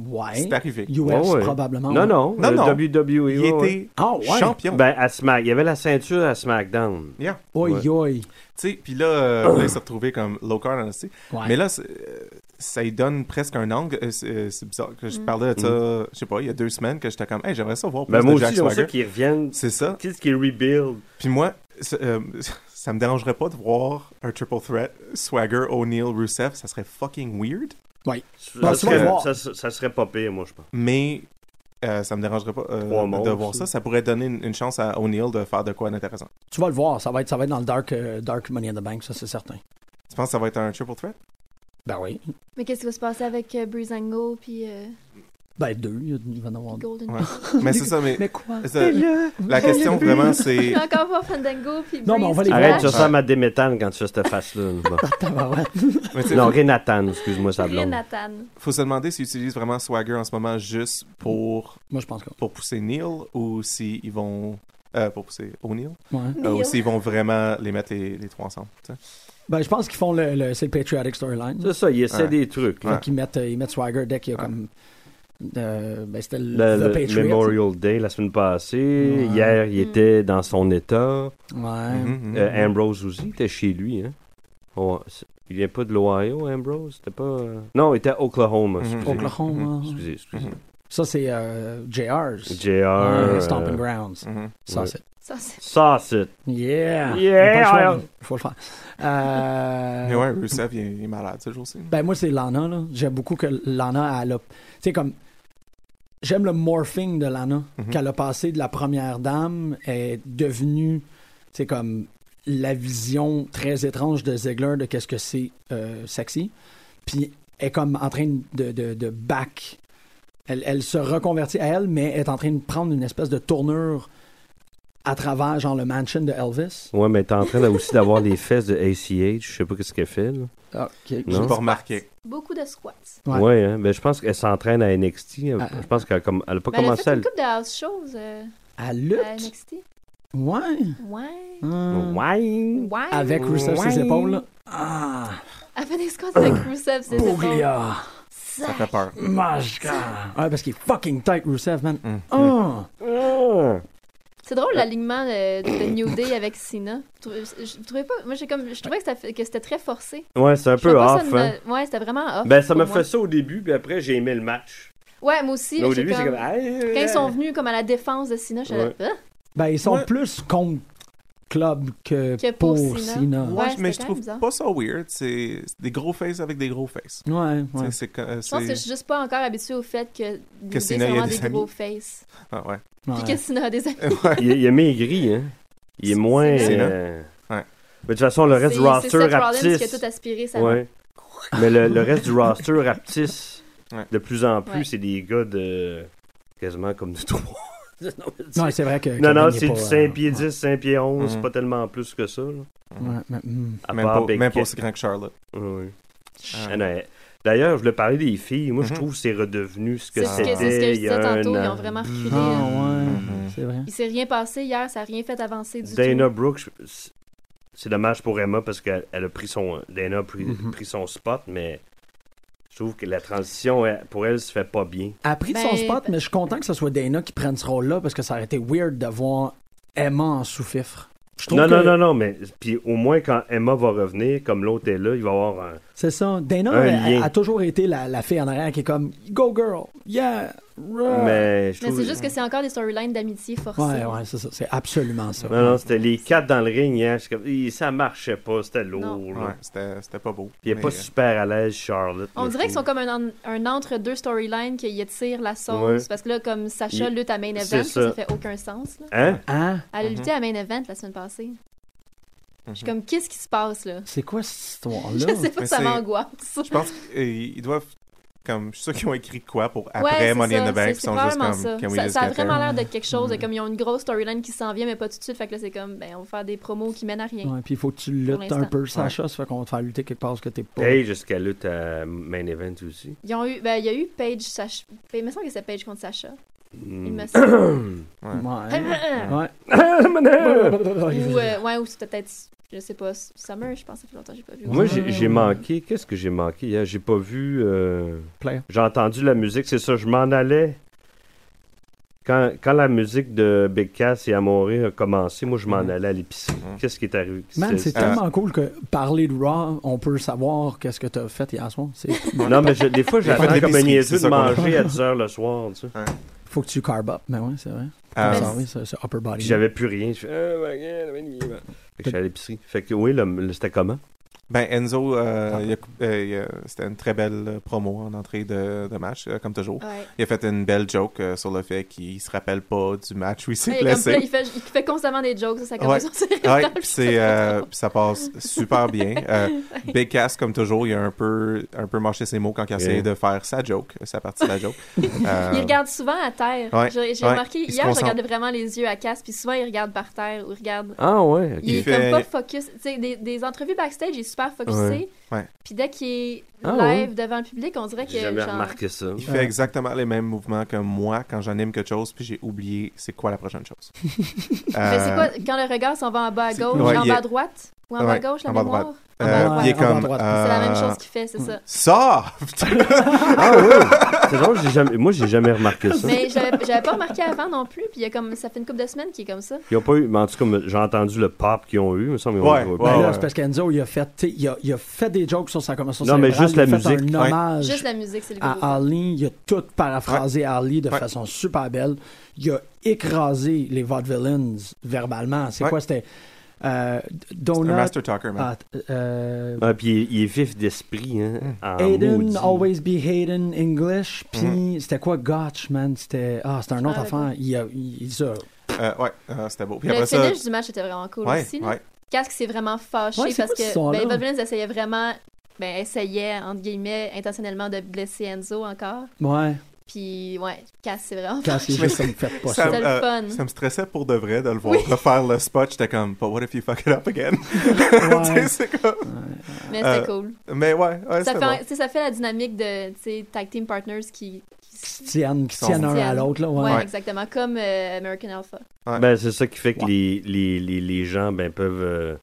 Speaker 2: Ouais.
Speaker 3: C'est arrivé.
Speaker 2: US,
Speaker 5: Ouais, ouais.
Speaker 2: probablement.
Speaker 5: Non, non, euh,
Speaker 3: Non,
Speaker 5: le
Speaker 3: non.
Speaker 5: WWE.
Speaker 3: Il
Speaker 5: E, ouais,
Speaker 3: était
Speaker 5: ouais.
Speaker 2: Ah, ouais.
Speaker 3: champion.
Speaker 5: Ben, à Smack, il y avait la ceinture à SmackDown.
Speaker 3: Yeah.
Speaker 2: Oi,
Speaker 5: Ouais.
Speaker 2: oi.
Speaker 3: Tu sais, puis là, euh, là, il s'est retrouvé comme low card en esti.
Speaker 2: Ouais.
Speaker 3: Mais là, c'est- euh, ça lui donne presque un angle. euh, C'est euh, c'est bizarre que je parlais de ça, je sais pas, il y a deux semaines, que j'étais comme, hey, j'aimerais ça voir plus
Speaker 5: Mm. Ben, moi
Speaker 3: de Jack
Speaker 5: aussi, j'aimerais ça
Speaker 3: Swagger.
Speaker 5: qu'ils reviennent.
Speaker 3: C'est ça.
Speaker 5: Qu'est-ce qu'ils rebuild
Speaker 3: Puis moi, c'est, euh, ça me dérangerait pas de voir un triple threat Swagger, O'Neill, Rusev. Ça serait fucking weird.
Speaker 2: Ouais.
Speaker 5: ça,
Speaker 2: Ben, tu vas
Speaker 5: serait,
Speaker 2: voir.
Speaker 5: ça, ça serait pas pire, moi, je pense.
Speaker 3: Mais euh, ça me dérangerait pas euh,
Speaker 5: Trois
Speaker 3: de
Speaker 5: morts,
Speaker 3: voir
Speaker 5: ça.
Speaker 3: ça. Ça pourrait donner une, une chance à O'Neill de faire de quoi d'intéressant.
Speaker 2: Tu vas le voir, ça va être, ça va être dans le dark, euh, dark Money in the Bank, ça c'est certain.
Speaker 3: Tu penses que ça va être un triple threat?
Speaker 2: Ben oui.
Speaker 4: Mais qu'est-ce qui va se passer avec euh, Breezango puis euh,
Speaker 2: Ben deux, il y a- il va y en avoir deux.
Speaker 4: Golden
Speaker 3: Ouais.
Speaker 4: Girl?
Speaker 3: Mais c'est ça, mais
Speaker 2: Mais quoi?
Speaker 3: ça- la question vraiment, c'est...
Speaker 4: encore voir Fandango puis
Speaker 2: Non, mais on va les
Speaker 4: Breeze Flash.
Speaker 5: Arrête, tu ressembles à Déméthane quand tu fais cette face-là. Bon.
Speaker 2: Tabarouette.
Speaker 3: mais tu sais,
Speaker 5: non, Renathan, excuse-moi, ça blonde.
Speaker 4: Renatan.
Speaker 3: faut se demander s'ils utilisent vraiment Swagger en ce moment juste pour,
Speaker 2: Moi je pense que.
Speaker 3: pour pousser Neil ou s'ils vont... euh, pour pousser O'Neill.
Speaker 2: Ouais.
Speaker 3: Euh, ou
Speaker 4: Neil.
Speaker 3: s'ils vont vraiment les mettre les, les trois ensemble. tu sais.
Speaker 2: Ben je pense qu'ils font le, le- c'est le Patriotic Storyline.
Speaker 5: C'est ça, il essaie
Speaker 3: Ouais.
Speaker 5: des trucs.
Speaker 3: Ouais.
Speaker 2: Fait qu'ils mettent, euh, ils mettent Swagger dès qu'il y a
Speaker 3: Ouais.
Speaker 2: comme. euh, ben c'était le,
Speaker 5: Le,
Speaker 2: The
Speaker 5: le
Speaker 2: Patriot.
Speaker 5: Memorial Day la semaine passée,
Speaker 2: Ouais.
Speaker 5: hier il
Speaker 4: Mm.
Speaker 5: était dans son état,
Speaker 2: Ouais.
Speaker 3: Mhm, mhm.
Speaker 5: Euh, Ambrose aussi était chez lui. Hein? Ouais, c'est- il vient pas de l'Ohio, Ambrose C'était pas. euh, Non, il était à Oklahoma.
Speaker 3: Mhm.
Speaker 5: Excusez.
Speaker 2: Mm-hmm. Oklahoma.
Speaker 5: Excusez, excusez.
Speaker 2: Ça c'est euh, JR's.
Speaker 5: JR.
Speaker 2: Ouais,
Speaker 5: euh,
Speaker 2: Stomping Grounds.
Speaker 4: Euh,
Speaker 3: Mhm.
Speaker 2: Ça
Speaker 5: ouais.
Speaker 2: c'est.
Speaker 4: Ça, c'est-
Speaker 5: Sauce it.
Speaker 2: Yeah!
Speaker 5: Yeah!
Speaker 2: On a pas le choix, Faut le faire. Euh,
Speaker 3: Mais ouais, Rusev, il est, il est malade ce jour-ci.
Speaker 4: Bah,
Speaker 2: Ben moi c'est Lana là. J'aime beaucoup que Lana elle a, tu sais comme j'aime le morphing de Lana
Speaker 3: Mhm.
Speaker 2: qu'elle a passé de la première dame est devenue tu sais comme la vision très étrange de Ziegler de qu'est-ce que c'est euh, sexy. Puis est comme en train de de, de back elle, elle se reconvertit à elle mais est en train de prendre une espèce de tournure à travers, genre, le mansion de Elvis.
Speaker 5: Ouais, mais t'es en train là, aussi d'avoir les fesses de ACH. Je sais pas qu'est-ce qu'elle fait. là.
Speaker 2: Ah, ok.
Speaker 5: Non.
Speaker 3: J'ai pas remarqué.
Speaker 4: Beaucoup de squats.
Speaker 2: Ouais.
Speaker 5: Ouais, hein, mais je pense qu'elle s'entraîne à NXT. Elle-
Speaker 2: Ah.
Speaker 5: Je pense qu'elle a comme- elle a pas
Speaker 4: Ben, elle a
Speaker 5: commencé
Speaker 4: fait
Speaker 5: à.
Speaker 4: une couple de house shows euh,
Speaker 2: À
Speaker 4: à
Speaker 2: lutte?
Speaker 4: NXT.
Speaker 2: Ouais.
Speaker 4: Ouais.
Speaker 2: Hum.
Speaker 5: Ouais.
Speaker 4: Ouais.
Speaker 2: Avec Rusev ses
Speaker 5: Ouais.
Speaker 2: épaules, là. Ah!
Speaker 4: Elle fait des squats avec Rusev, c'est ça.
Speaker 2: Puglia!
Speaker 3: Ça fait peur.
Speaker 2: Majka! Ouais, parce qu'il est fucking tight, Rusev, man.
Speaker 3: Mm.
Speaker 2: Oh!
Speaker 5: Ah.
Speaker 4: C'est drôle l'alignement euh, de, New Day avec Cena. Vous trouvez- Je vous trouvez pas. Moi, j'ai comme, je trouvais que, ça fait- que c'était très forcé.
Speaker 5: Ouais, c'est un
Speaker 4: Je
Speaker 5: peu
Speaker 4: trouvais pas
Speaker 5: off.
Speaker 4: ça
Speaker 5: hein.
Speaker 4: na- Ouais, c'était vraiment off.
Speaker 5: Ben, ça m'a
Speaker 4: pour
Speaker 5: fait ça au début, puis après, j'ai aimé le match.
Speaker 4: moi. Ouais, moi aussi.
Speaker 5: Là, au
Speaker 4: j'ai
Speaker 5: début, c'est
Speaker 4: comme-
Speaker 5: comme. aïe, aïe,
Speaker 4: Quand ils sont
Speaker 5: aïe.
Speaker 4: venus comme à la défense de Cena, je
Speaker 5: Ouais.
Speaker 2: Ben, ils sont
Speaker 3: Ouais.
Speaker 2: plus contre Club que,
Speaker 4: Que
Speaker 2: pour
Speaker 4: pour
Speaker 2: Cena.
Speaker 4: Cena.
Speaker 3: Ouais,
Speaker 4: Ouais,
Speaker 3: je- mais
Speaker 4: c'était
Speaker 3: je
Speaker 4: quand
Speaker 3: trouve
Speaker 4: même bizarre.
Speaker 3: pas ça weird. C'est c'est des gros faces avec des gros faces.
Speaker 2: Ouais, ouais.
Speaker 3: C'est- C'est que- euh,
Speaker 4: Je pense que je
Speaker 3: c'est-
Speaker 4: suis juste pas encore habituée au fait que, New
Speaker 3: Cena,
Speaker 4: Day, c'est
Speaker 3: il y a
Speaker 4: vraiment
Speaker 3: des
Speaker 4: des gros
Speaker 3: amis.
Speaker 4: faces.
Speaker 3: Ah ouais.
Speaker 4: Puis
Speaker 2: Ouais.
Speaker 4: que Cena a des amis.
Speaker 3: Ouais.
Speaker 5: il, il a maigri, hein. Il est
Speaker 4: C'est-
Speaker 5: moins.
Speaker 4: c'est
Speaker 3: là.
Speaker 5: euh,
Speaker 3: Ouais.
Speaker 5: Mais de toute façon, le reste
Speaker 4: C'est-
Speaker 5: du
Speaker 4: C'est
Speaker 5: roster
Speaker 4: Seth Rollins qui a
Speaker 5: rapetisse.
Speaker 4: tout aspiré. Ça
Speaker 5: Ouais. Mais le, le reste du roster rapetisse.
Speaker 3: Ouais.
Speaker 5: De plus en plus,
Speaker 4: Ouais.
Speaker 5: c'est des gars de. quasiment comme de trois. non, mais c'est-
Speaker 2: Non, c'est vrai que.
Speaker 5: non,
Speaker 2: Kevin
Speaker 5: non,
Speaker 2: est
Speaker 5: c'est
Speaker 2: pas,
Speaker 5: du
Speaker 2: euh,
Speaker 5: 5 pieds 10, 5 pieds 11, c'est
Speaker 3: Mhm.
Speaker 5: pas tellement plus que ça. là.
Speaker 2: Ouais, mais, hum.
Speaker 5: À
Speaker 3: Même,
Speaker 5: part
Speaker 3: pas,
Speaker 5: Beck-
Speaker 3: même pas aussi grand que Charlotte.
Speaker 5: Ouais.
Speaker 3: Ah.
Speaker 5: Ah, non, elle- D'ailleurs, je voulais parler des filles. Moi, je
Speaker 3: Mhm.
Speaker 5: trouve que c'est redevenu ce que
Speaker 4: C'est
Speaker 3: ce que-
Speaker 5: c'était.
Speaker 3: c'est ce
Speaker 4: que je
Speaker 5: il y a
Speaker 4: disais tantôt,
Speaker 5: un
Speaker 4: ils ont
Speaker 5: an.
Speaker 4: vraiment reculé.
Speaker 2: Ah, ouais,
Speaker 3: Mhm.
Speaker 2: c'est vrai.
Speaker 4: Il s'est rien passé hier, ça a rien fait avancer du
Speaker 5: Dana
Speaker 4: tout.
Speaker 5: Brooks, c'est- c'est dommage pour Emma parce qu'elle elle a pris son Dana a pris,
Speaker 2: Mhm.
Speaker 5: pris son spot, mais je trouve que la transition elle, pour elle se fait pas bien.
Speaker 2: Elle a pris de
Speaker 4: Ben,
Speaker 2: son spot, mais je suis content que ce soit Dana qui prenne ce rôle-là parce que ça aurait été weird de voir Emma en sous-fifre. Je trouve
Speaker 5: Non,
Speaker 2: que-
Speaker 5: non, non, non, mais puis au moins quand Emma va revenir, comme l'autre est là, il va y avoir un.
Speaker 2: C'est ça. Dana
Speaker 5: Un
Speaker 2: elle- elle-
Speaker 5: lien.
Speaker 2: a toujours été la, la fille en arrière qui est comme Go girl, yeah, rah.
Speaker 5: Mais je
Speaker 4: Mais
Speaker 5: trouve.
Speaker 4: c'est juste que c'est encore des storylines d'amitié forcées.
Speaker 2: Ouais, ouais, c'est ça. C'est absolument ça.
Speaker 5: Non, non, c'était les quatre dans le ring hier. c'est comme, Ih, ça marchait pas, c'était lourd. là.
Speaker 3: Ouais, c'était c'était pas beau.
Speaker 5: Puis elle est
Speaker 3: mais,
Speaker 5: pas
Speaker 3: euh,
Speaker 5: super à l'aise, Charlotte.
Speaker 4: On
Speaker 5: là,
Speaker 4: dirait qu'ils
Speaker 5: je
Speaker 4: sont
Speaker 5: trouve.
Speaker 4: comme un, en- un entre-deux storylines qui étirent la sauce.
Speaker 5: Ouais.
Speaker 4: Parce que là, comme Sacha
Speaker 5: Il-
Speaker 4: lutte à main event,
Speaker 5: c'est
Speaker 4: ça, ça
Speaker 5: ça.
Speaker 4: fait aucun sens. là.
Speaker 5: Hein?
Speaker 2: Hein?
Speaker 4: Elle a
Speaker 3: Mhm.
Speaker 4: lutté à main event la semaine passée. Je suis comme, qu'est-ce qui se passe là?
Speaker 2: C'est quoi cette
Speaker 4: Je
Speaker 2: histoire-là?
Speaker 4: sais pas,
Speaker 3: Mais
Speaker 4: ça
Speaker 3: c'est-
Speaker 4: m'angoisse.
Speaker 3: Je pense qu'ils doivent. Comme, je suis sûr qu'ils ont écrit de quoi pour
Speaker 4: Ouais,
Speaker 3: après
Speaker 4: c'est
Speaker 3: Money in
Speaker 4: ça,
Speaker 3: the Bank.
Speaker 4: c'est-
Speaker 3: puis
Speaker 4: c'est
Speaker 3: sont juste
Speaker 4: probablement
Speaker 3: comme.
Speaker 4: ça.
Speaker 3: Can we
Speaker 4: Ça,
Speaker 3: just
Speaker 4: ça a
Speaker 3: get there? Mm.
Speaker 4: vraiment l'air d'être quelque chose, de comme ils ont une grosse storyline qui s'en vient, mais pas tout de suite. Fait que là, c'est comme, ben, on va faire des promos qui mènent à rien.
Speaker 2: Ouais, puis il faut que tu
Speaker 4: Pour
Speaker 2: luttes
Speaker 4: l'instant.
Speaker 2: un peu, Sacha, ça fait qu'on va te faire lutter quelque part parce que t'es pas.
Speaker 5: Paige, est-ce qu'elle lutte à Main Event aussi?
Speaker 4: Ils ont eu, ben, il y a eu Paige, Sacha. Ben, Il me semble que c'est Paige contre Sacha.
Speaker 5: Hmm.
Speaker 4: Il
Speaker 3: Mm.
Speaker 4: me
Speaker 5: Ah,
Speaker 2: Ouais.
Speaker 4: semble.
Speaker 2: Ouais.
Speaker 4: ou, euh, ouais, ou c'est peut-être, je sais pas, Summer, je pense, ça fait longtemps que j'ai pas vu.
Speaker 5: Moi, j'ai
Speaker 2: Ouais.
Speaker 5: j'ai manqué. Qu'est-ce que j'ai manqué hier? J'ai pas vu. euh,
Speaker 2: Player.
Speaker 5: J'ai entendu la musique, c'est ça. Je m'en allais. Quand, quand la musique de Big Cass et Amoré a commencé, moi, je m'en
Speaker 3: Mhm.
Speaker 5: allais à l'épicerie.
Speaker 3: Mhm.
Speaker 5: Qu'est-ce qui est arrivé?
Speaker 2: Man,
Speaker 5: C'est-
Speaker 2: c'est tellement cool que parler de Raw, on peut savoir qu'est-ce que t'as fait hier soir. C'est-
Speaker 5: Non, mais je- des fois,
Speaker 3: fois, de
Speaker 5: j'attends comme un
Speaker 3: l'épicerie,
Speaker 5: niaiseux
Speaker 3: c'est
Speaker 5: de
Speaker 3: ça qu'on
Speaker 5: manger à 10h le soir. tu sais.
Speaker 2: Faut que tu carb up, mais ouais, c'est vrai.
Speaker 3: Euh,
Speaker 2: Ah, oui, c'est c'est upper
Speaker 5: Puis
Speaker 2: body.
Speaker 5: j'avais plus rien. Je fais, Ah, my God, my God. Fait que j'étais à l'épicerie. Fait que oui, le, le- c'était comment?
Speaker 3: Ben Enzo, euh, il a coup- euh, il a- c'était une très belle euh, promo en entrée de, de match, euh, comme toujours.
Speaker 4: Ouais.
Speaker 3: Il a fait une belle joke euh, sur le fait qu'il se rappelle pas du match où il s'est
Speaker 4: Ouais, il, est comme plein-
Speaker 3: blessé.
Speaker 4: il fait, il fait constamment des jokes, ça, ça
Speaker 3: Ouais.
Speaker 4: commence
Speaker 3: Ouais, puis c'est, euh, puis ça passe super bien. Euh, Big Cass, comme toujours, il a un peu, un peu mâché ses mots quand il a
Speaker 5: Yeah.
Speaker 3: essayé de faire sa joke, sa partie de la joke. Euh,
Speaker 4: Il regarde souvent à terre.
Speaker 3: Ouais,
Speaker 4: J'ai j'ai
Speaker 3: ouais,
Speaker 4: remarqué,
Speaker 3: il se
Speaker 4: hier, je
Speaker 3: concentre.
Speaker 4: regardais vraiment les yeux à casse, puis souvent, il regarde par terre ou il regarde.
Speaker 5: Ah ouais, ok.
Speaker 4: Il, est
Speaker 3: Il fait-
Speaker 4: comme pas focus. Tu sais, des, des entrevues backstage, il est super focusé.
Speaker 3: Ouais.
Speaker 4: Puis dès qu'il est
Speaker 5: Ah
Speaker 4: live devant le public, on dirait que.
Speaker 5: J'ai jamais
Speaker 4: genre,
Speaker 5: remarqué ça.
Speaker 3: Il
Speaker 4: Ah.
Speaker 2: Ouais.
Speaker 3: fait exactement les mêmes mouvements que moi quand j'anime quelque chose, puis j'ai oublié c'est quoi la prochaine chose.
Speaker 4: Mais
Speaker 3: Euh,
Speaker 4: c'est quoi, quand le regard s'en va en bas à
Speaker 3: c'est-
Speaker 4: gauche,
Speaker 3: ouais,
Speaker 4: en
Speaker 3: il
Speaker 4: bas à
Speaker 3: est-
Speaker 4: droite ou en
Speaker 3: Ouais,
Speaker 4: bas à gauche, la
Speaker 3: en bas à
Speaker 4: mémoire,
Speaker 3: euh,
Speaker 2: Ah,
Speaker 3: puis il est
Speaker 2: en bas à
Speaker 3: comme,
Speaker 2: droite.
Speaker 4: c'est la même
Speaker 3: euh,
Speaker 4: chose qu'il fait, c'est ça.
Speaker 3: Ça!
Speaker 5: Ah oui! C'est drôle, j'ai jamais... moi, j'ai jamais remarqué ça.
Speaker 4: Mais j'avais j'avais pas remarqué avant non plus, puis il y a comme, ça fait une couple de semaines qu'il est comme ça.
Speaker 5: Ils ont pas eu, mais en tout cas, j'ai entendu le pop qu'ils ont eu. il me semble, ils ont-
Speaker 3: Ouais,
Speaker 5: ils ont-
Speaker 3: ouais,
Speaker 2: Ben
Speaker 3: ouais.
Speaker 2: là, c'est parce qu'Enzo, il a fait, tu sais, il a, il a fait des jokes sur sa commotion
Speaker 5: Non, mais
Speaker 2: cérébrale,
Speaker 5: juste la
Speaker 2: il a fait
Speaker 5: musique.
Speaker 2: un
Speaker 3: Ouais.
Speaker 2: hommage
Speaker 4: Juste la musique, c'est le
Speaker 5: Ah,
Speaker 4: gros.
Speaker 2: à Ali. Il a tout paraphrasé Ali de
Speaker 3: Ouais.
Speaker 2: façon super belle. Il a écrasé les vaudevillains verbalement. C'est
Speaker 3: Ouais.
Speaker 2: quoi? C'était euh,
Speaker 3: Un
Speaker 2: Donut...
Speaker 3: master talker, man.
Speaker 2: Ah, t- euh,
Speaker 5: Ah, puis il, est- il est vif d'esprit, hein. en
Speaker 2: Hayden,
Speaker 5: maudit.
Speaker 2: Always Be Hayden English. Puis c'était quoi? Gotch, man. C'était... Ah, c'était un autre
Speaker 4: Ah,
Speaker 2: affaire. Il a... Il, il a-
Speaker 3: Euh, ouais, euh, c'était beau. Puis
Speaker 4: Le
Speaker 3: après ça.
Speaker 4: finish du match était vraiment cool
Speaker 3: Ouais,
Speaker 4: aussi. là.
Speaker 3: ouais.
Speaker 4: Casque s'est vraiment fâché
Speaker 2: Ouais, c'est
Speaker 4: parce
Speaker 2: quoi cette
Speaker 4: que
Speaker 2: histoire-là?
Speaker 4: ben, Valverde essayait vraiment, ben, essayait, entre guillemets, intentionnellement de blesser Enzo encore.
Speaker 2: Ouais.
Speaker 4: Puis, ouais, Cass, c'est vraiment
Speaker 2: Cass, c'est juste comme, faites pas ça.
Speaker 4: Ça me-
Speaker 3: me, euh,
Speaker 4: C'était le fun.
Speaker 3: ça me stressait pour de vrai de le voir
Speaker 4: Oui.
Speaker 3: refaire le spot. J'étais comme, but what if you fuck it up again? Tu sais, c'est comme-
Speaker 4: Mais c'était
Speaker 3: Euh,
Speaker 4: cool.
Speaker 3: Mais ouais, ouais
Speaker 4: Ça
Speaker 3: c'était
Speaker 4: fait,
Speaker 3: bon.
Speaker 4: tu sais, ça fait la dynamique de tu sais, tag team partners qui. qui
Speaker 2: Qui se
Speaker 4: se-
Speaker 2: tiennent, qui se
Speaker 3: Qui
Speaker 2: tiennent
Speaker 3: sont-
Speaker 2: un à
Speaker 4: tiennent.
Speaker 2: l'autre, là.
Speaker 4: Ouais,
Speaker 2: Ouais.
Speaker 4: exactement. Comme euh, American Alpha.
Speaker 3: Ouais.
Speaker 5: Ben, c'est ça qui fait que
Speaker 2: Ouais.
Speaker 5: les, les, les, les gens ben, peuvent euh,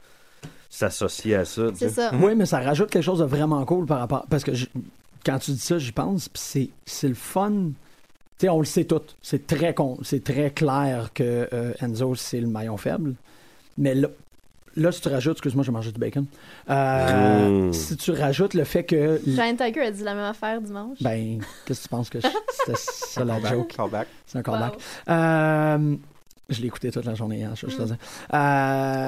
Speaker 5: s'associer à ça. tu
Speaker 4: C'est
Speaker 5: sais.
Speaker 4: ça.
Speaker 2: Oui, mais ça rajoute quelque chose de vraiment cool par rapport. Parce que je- quand tu dis ça, j'y pense, puis c'est, c'est le fun. Tu sais, on le sait tout. C'est très, con, c'est très clair que euh, Enzo, c'est le maillon faible. Mais là, là, si tu rajoutes, excuse-moi, j'ai mangé du bacon. Euh,
Speaker 5: Mm.
Speaker 2: Si tu rajoutes le fait que.
Speaker 4: Giant Tiger a dit la même affaire dimanche.
Speaker 2: Ben, qu'est-ce que tu penses que je- c'était ça la
Speaker 3: Callback,
Speaker 2: joke?
Speaker 3: callback.
Speaker 2: C'est un
Speaker 4: Wow,
Speaker 2: callback. Euh, je l'ai écouté toute la journée, hein, je, je te dis. Euh,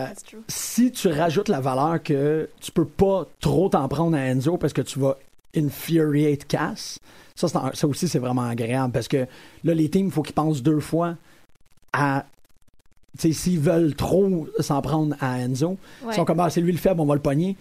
Speaker 4: that's true.
Speaker 2: si tu rajoutes la valeur que tu peux pas trop t'en prendre à Enzo parce que tu vas infuriate Cass, ça, c'est un- ça aussi c'est vraiment agréable parce que là les teams, il faut qu'ils pensent deux fois à. Tu sais, s'ils veulent trop s'en prendre à Enzo, ils
Speaker 4: Ouais.
Speaker 2: sont comme ah, c'est lui le faible, on va le pogner.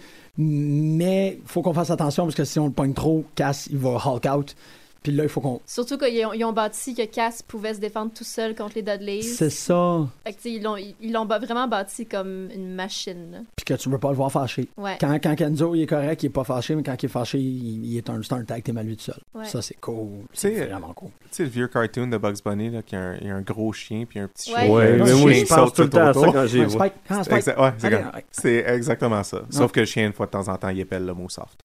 Speaker 2: Mais faut qu'on fasse attention parce que si on le pogne trop, Cass il va Hulk out. Puis là, il faut qu'on.
Speaker 4: Surtout qu'ils ont, ils ont bâti que Cass pouvait se défendre tout seul contre les Dudleys.
Speaker 2: C'est ça.
Speaker 4: Fait que, tu sais, ils l'ont, ils, ils l'ont ba- vraiment bâti comme une machine. là.
Speaker 2: Puis que tu veux pas le voir fâché.
Speaker 4: Ouais.
Speaker 2: Quand, quand Kenzo il est correct, il est pas fâché, mais quand il est fâché, il, il est un, c'est un tag team à lui tout seul.
Speaker 4: Ouais.
Speaker 2: Ça, c'est cool.
Speaker 3: sais,
Speaker 5: euh,
Speaker 2: C'est vraiment cool.
Speaker 3: Tu sais, le vieux cartoon de Bugs Bunny, là, qui a un, il y a un gros chien puis un petit
Speaker 4: Ouais.
Speaker 3: chien.
Speaker 5: Ouais,
Speaker 3: Le
Speaker 5: mais
Speaker 3: chien
Speaker 5: moi, je
Speaker 3: qui
Speaker 5: pense
Speaker 3: saute
Speaker 5: tout le temps à
Speaker 3: autour.
Speaker 5: ça quand j'ai
Speaker 2: Ah, Spike, ah,
Speaker 3: C'est
Speaker 2: Spike.
Speaker 3: exa- ouais, c'est
Speaker 2: Allez,
Speaker 3: comme-
Speaker 2: allez.
Speaker 3: c'est exactement
Speaker 2: Ah.
Speaker 3: ça. Sauf que le chien, une fois de temps en temps, il appelle le mot soft.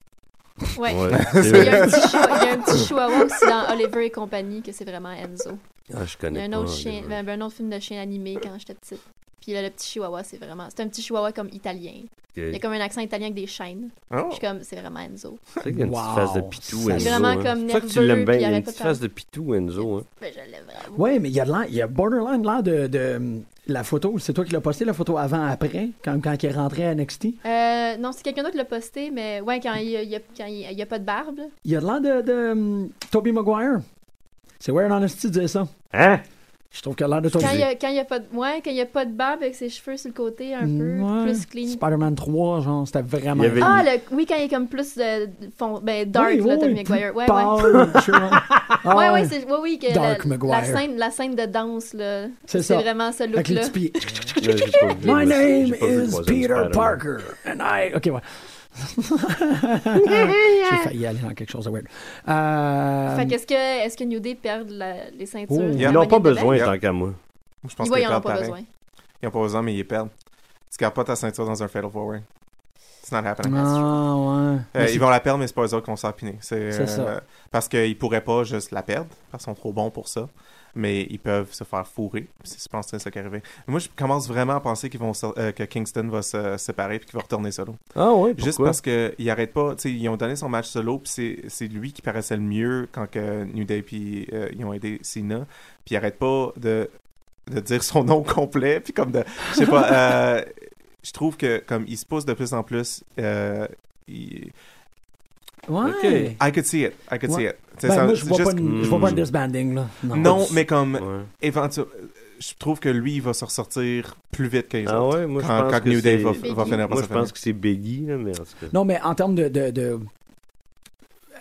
Speaker 4: Ouais.
Speaker 5: c'est
Speaker 4: Il y, a
Speaker 5: vrai.
Speaker 4: un petit chou- il y a un petit chihuahua aussi dans Oliver et compagnie que c'est vraiment Enzo.
Speaker 5: Ah, je
Speaker 4: Il y a
Speaker 5: connais
Speaker 4: un
Speaker 5: pas.
Speaker 4: autre,
Speaker 5: les
Speaker 4: chien,
Speaker 5: gens.
Speaker 4: ben, ben, un autre film de chien animé quand j'étais petite. Puis là, le petit chihuahua, c'est vraiment. C'est un petit chihuahua comme italien. Il y a
Speaker 5: Ok.
Speaker 4: comme un accent italien avec des chaînes.
Speaker 3: Oh.
Speaker 2: Ah.
Speaker 4: Je suis comme, c'est vraiment Enzo.
Speaker 5: C'est vrai qu'il y a une petite
Speaker 2: Wow.
Speaker 5: face de pitou,
Speaker 2: C'est
Speaker 5: Enzo.
Speaker 4: vraiment
Speaker 5: hein.
Speaker 4: comme
Speaker 5: C'est ça que tu
Speaker 4: nerveux,
Speaker 5: l'aimes bien.
Speaker 4: puis
Speaker 5: Il y a
Speaker 4: arrête
Speaker 5: une
Speaker 4: pas de
Speaker 5: petite face de pitou, Enzo. hein.
Speaker 4: Ben, je l'aime vraiment.
Speaker 2: Ouais, mais il y a de l'air- il y a borderline l'air de, de- la photo. C'est toi qui l'as posté, la photo avant-après, quand, quand il est rentré à NXT.
Speaker 4: Euh, non, c'est quelqu'un d'autre qui l'a posté, mais ouais, quand il n'y a, quand il- il y a pas de barbe. là.
Speaker 2: Il y a de l'air de, de, hum, Toby Maguire. C'est Weird Honesty disait ça.
Speaker 5: Hein?
Speaker 2: Je trouve qu'il a l'air de Toby.
Speaker 4: Quand il y a, quand il y a pas de, ouais, quand il y a pas de barbe avec ses cheveux sur le côté, un
Speaker 2: Ouais.
Speaker 4: peu plus clean.
Speaker 2: Spider-Man 3, genre, c'était vraiment.
Speaker 5: Il y avait-
Speaker 4: Ah, le- oui, quand il est comme plus de, de fond, ben, dark,
Speaker 2: Oui,
Speaker 4: là,
Speaker 2: oui,
Speaker 4: Tommy
Speaker 2: oui,
Speaker 4: McGuire. Ouais, ouais.
Speaker 2: pâle, tu vois. Ah
Speaker 4: Ouais, ouais,
Speaker 2: ouais,
Speaker 4: c'est, ouais, oui, que
Speaker 2: Dark
Speaker 4: la,
Speaker 2: Maguire.
Speaker 4: la scène, la scène de danse, là.
Speaker 2: C'est ça.
Speaker 4: vraiment ce
Speaker 2: Avec les
Speaker 4: look-là.
Speaker 2: petits pieds.
Speaker 5: Là, j'ai pas vu,
Speaker 2: My
Speaker 5: moi, j'ai
Speaker 2: name
Speaker 5: pas vu le
Speaker 2: is
Speaker 5: troisième
Speaker 2: Peter
Speaker 5: Spider-Man.
Speaker 2: Parker, and I. Ok, ouais. J'ai failli aller dans quelque chose de weird. Euh,
Speaker 4: Fait qu'est-ce que, est-ce que New Day perd la- les ceintures?
Speaker 2: Oh.
Speaker 4: de
Speaker 3: Ils
Speaker 5: Ils
Speaker 4: la
Speaker 5: n'ont pas
Speaker 4: poignée de
Speaker 5: besoin,
Speaker 3: Québec.
Speaker 5: tant qu'à moi.
Speaker 3: Je
Speaker 4: bec?
Speaker 3: pense
Speaker 4: Ouais,
Speaker 3: qu'ils
Speaker 4: ils en ont
Speaker 3: perdent
Speaker 4: pas
Speaker 3: pareil.
Speaker 4: besoin.
Speaker 3: Ils n'ont pas besoin, mais ils perdent. Tu gardes pas ta ceinture dans un Fatal Four Way. It's not happening.
Speaker 2: Ah, ouais.
Speaker 3: Euh,
Speaker 2: Mais c'est-
Speaker 3: ils vont la perdre, mais c'est pas eux autres qui vont s'apiner. C'est
Speaker 2: C'est ça.
Speaker 3: euh, Parce qu'ils pourraient pas juste la perdre, parce qu'ils sont trop bons pour ça. Mais ils peuvent se faire fourrer. C'est- Je pense que c'est ça qui est arrivé. Moi, je commence vraiment à penser qu'ils vont se- euh, que Kingston va se séparer puis qu'il va retourner solo.
Speaker 5: Ah ouais, pourquoi?
Speaker 3: Juste parce qu'ils arrêtent pas. tu sais, Ils ont donné son match solo, puis c'est- c'est lui qui paraissait le mieux quand que New Day puis euh, ils ont aidé Cena. Puis ils arrêtent pas de, de dire son nom complet, puis comme de. Je sais pas. euh, je trouve que comme il se pousse de plus en plus, euh, il-
Speaker 2: Ouais.
Speaker 5: Ok.
Speaker 3: I could see it. I could
Speaker 2: Ouais.
Speaker 3: see it. T'sais,
Speaker 2: Ben,
Speaker 3: ça-
Speaker 2: moi, je
Speaker 3: c'est
Speaker 2: vois,
Speaker 3: juste-
Speaker 2: pas une- je vois pas une
Speaker 5: Hmm.
Speaker 2: disbanding, là. Non,
Speaker 3: Non, mais comme
Speaker 5: Ouais.
Speaker 3: éventuellement, je trouve que lui, il va se ressortir plus vite que les
Speaker 5: Ah
Speaker 3: autres.
Speaker 5: ouais, moi je
Speaker 3: quand,
Speaker 5: pense
Speaker 3: quand
Speaker 5: que
Speaker 3: New Day va,
Speaker 5: c'est-
Speaker 3: va finir par
Speaker 5: Moi
Speaker 3: se
Speaker 5: je
Speaker 3: finir.
Speaker 5: pense que c'est Biggie, là, mais en tout cas.
Speaker 2: Non, mais en termes de. de, de-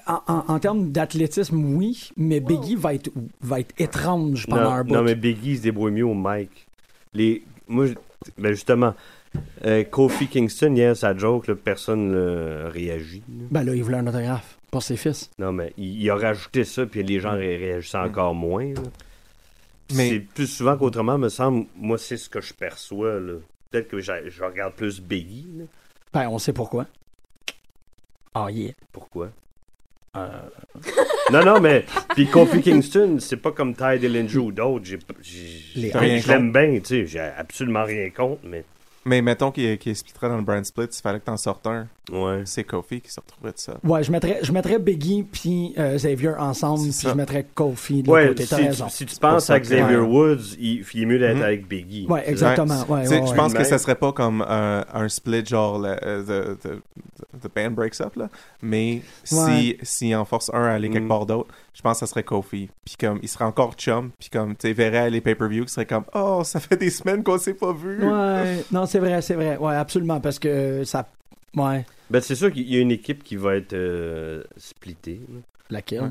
Speaker 2: En, en- en termes d'athlétisme, oui, mais Biggie va être, va être étrange pendant un
Speaker 5: Non,
Speaker 2: bout.
Speaker 5: non, mais Biggie se débrouille mieux au mic. Les, moi, je- ben justement, euh, Kofi Kingston, hier, sa joke, là, personne ne réagit. là.
Speaker 2: Ben là, il voulait un autographe pour ses fils.
Speaker 5: Non, mais il, il a rajouté ça, puis les gens ré- réagissaient encore moins. là. Puis
Speaker 3: Mais-
Speaker 5: C'est plus souvent qu'autrement, me semble, moi, c'est ce que je perçois. là. Peut-être que j'a- je regarde plus Biggie. là.
Speaker 2: Ben, on sait pourquoi. Ah, yeah.
Speaker 5: Pourquoi?
Speaker 2: Euh,
Speaker 5: Non, non, mais. Puis Kofi Kingston, c'est pas comme Ty Dillinger ou d'autres. J'ai, j'ai-
Speaker 2: Les-
Speaker 5: j'ai-
Speaker 3: rien
Speaker 5: je l'aime bien, tu sais. J'ai absolument rien contre, mais.
Speaker 3: Mais mettons qu'il qu'il splitterait dans le brand split, il fallait que t'en sortes un.
Speaker 5: Ouais.
Speaker 3: C'est Kofi qui se retrouverait de ça.
Speaker 2: Ouais, je mettrais, je mettrais Biggie puis euh, Xavier ensemble,
Speaker 3: C'est
Speaker 2: puis
Speaker 3: ça.
Speaker 2: je mettrais Kofi de l'autre
Speaker 5: Ouais,
Speaker 2: côté.
Speaker 5: si
Speaker 2: T'as
Speaker 5: tu,
Speaker 2: raison.
Speaker 5: si tu
Speaker 3: pour
Speaker 5: penses
Speaker 3: ça
Speaker 5: à
Speaker 3: que-
Speaker 5: Xavier
Speaker 2: Ouais.
Speaker 5: Woods, il, il est mieux d'être
Speaker 3: Mhm.
Speaker 5: avec Biggie.
Speaker 2: Ouais, exactement. Ouais,
Speaker 3: Tu sais,
Speaker 2: ouais,
Speaker 3: je
Speaker 2: ouais.
Speaker 3: pense que
Speaker 5: Même.
Speaker 3: ça serait pas comme un, un split genre le- euh, the, the- the band breaks up là, mais si
Speaker 2: Ouais.
Speaker 3: si en force un à aller quelque
Speaker 5: Mm.
Speaker 3: part d'autre, je pense que ça serait Kofi. Puis comme il serait encore chum, puis comme tu sais, verrait les pay-per-view, qui serait comme oh ça fait des semaines qu'on s'est pas vu.
Speaker 2: Ouais, Euh, non, c'est vrai, c'est vrai. Ouais, absolument, parce que ça. Ouais,
Speaker 5: Ben, c'est sûr qu'il y a une équipe qui va être euh, splittée. là.
Speaker 2: laquelle
Speaker 3: Ouais.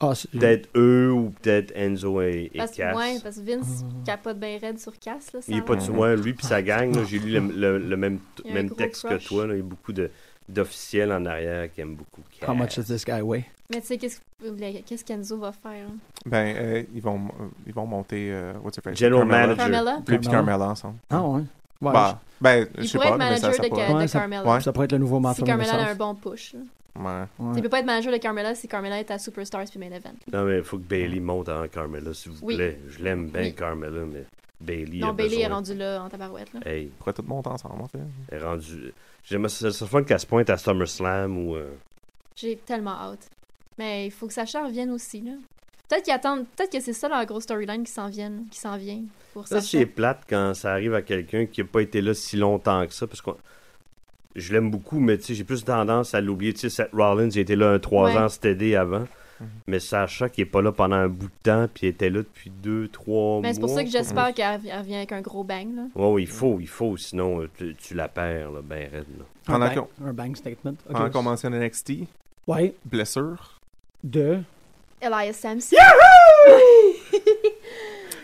Speaker 2: Ah, c'est-
Speaker 5: Peut-être eux ou peut-être Enzo et, et
Speaker 4: Parce,
Speaker 5: Cass.
Speaker 4: ouais, parce que Vince
Speaker 2: Ah.
Speaker 4: capote bien raide sur Cass. Là, ça
Speaker 5: Il est
Speaker 4: a
Speaker 5: pas
Speaker 4: l'air.
Speaker 5: de loin, lui puis sa gang. là, J'ai lu le, le- le même,
Speaker 4: Il y a un
Speaker 5: même
Speaker 4: gros
Speaker 5: texte
Speaker 4: crush.
Speaker 5: que toi. là, Il y a beaucoup de- d'officiels en arrière qui aiment beaucoup Cass.
Speaker 2: How much does this guy weigh?
Speaker 4: Mais tu sais, qu'est-ce que- qu'est-ce qu'Enzo va faire? hein? là?
Speaker 3: Ben, euh, ils, vont, euh, ils vont monter. euh, what's her face?
Speaker 5: General
Speaker 3: Carmella.
Speaker 5: Manager.
Speaker 4: Carmella?
Speaker 3: Lui et Carmella ensemble.
Speaker 2: Ah ouais. Ouais,
Speaker 3: Bah, ben, je
Speaker 4: Il
Speaker 3: sais
Speaker 4: pourrait
Speaker 3: pas,
Speaker 4: être
Speaker 3: mais ça,
Speaker 4: manager
Speaker 3: ça
Speaker 4: de,
Speaker 3: pourrait-
Speaker 4: Ca-
Speaker 2: Ouais,
Speaker 4: de
Speaker 2: ça-
Speaker 4: Carmella.
Speaker 3: ouais.
Speaker 2: je- Ça pourrait être le nouveau
Speaker 4: Si
Speaker 2: mentor de
Speaker 4: Carmella a un
Speaker 2: Renaissance.
Speaker 4: bon push. là.
Speaker 3: Ouais.
Speaker 4: Il
Speaker 2: Ouais.
Speaker 4: peut pas être manager de Carmella si Carmella est à Superstars puis Main Event.
Speaker 5: Non, mais il faut que Bailey monte en Carmella, s'il vous
Speaker 4: Oui.
Speaker 5: plaît. Je l'aime bien,
Speaker 4: Oui.
Speaker 5: Carmella, mais Bailey.
Speaker 4: non,
Speaker 5: a
Speaker 4: Bailey est
Speaker 5: besoin-
Speaker 4: rendu là en tabarouette. Là.
Speaker 5: Hey,
Speaker 3: Ils pourraient tout monter ensemble, en fait.
Speaker 5: elle est rendue. J'aimerais ça, ça serait fun qu'elle se pointe à SummerSlam ou. euh,
Speaker 4: J'ai tellement hâte. Mais il faut que Sacha revienne aussi. là. Peut-être qu'ils attendent, peut-être que c'est ça leur grosse storyline qui s'en vienne, qui s'en vient pour
Speaker 5: Ça,
Speaker 4: Sacha.
Speaker 5: c'est plate quand ça arrive à quelqu'un qui n'a pas été là si longtemps que ça, parce que je l'aime beaucoup, mais tu sais, j'ai plus tendance à l'oublier. Tu sais, Seth Rollins, il était là un 3
Speaker 4: Ouais.
Speaker 5: ans, c'était avant.
Speaker 3: Mhm.
Speaker 5: Mais Sacha, qui est pas là pendant un bout de temps, puis il était là depuis 2, 3 mois.
Speaker 4: Mais Ben, c'est pour ça que j'espère qu'elle rev- elle revient avec un gros bang. Là.
Speaker 5: Ouais, ouais, il faut, il faut, sinon euh, tu, tu la perds, là, ben raide, là.
Speaker 2: Un
Speaker 3: Pendant
Speaker 2: bank,
Speaker 3: qu'on-
Speaker 2: un bank statement. Ok.
Speaker 3: Pendant qu'on mentionne NXT,
Speaker 2: Ouais,
Speaker 3: blessure.
Speaker 2: de.
Speaker 4: Elias Samson.
Speaker 5: Ah,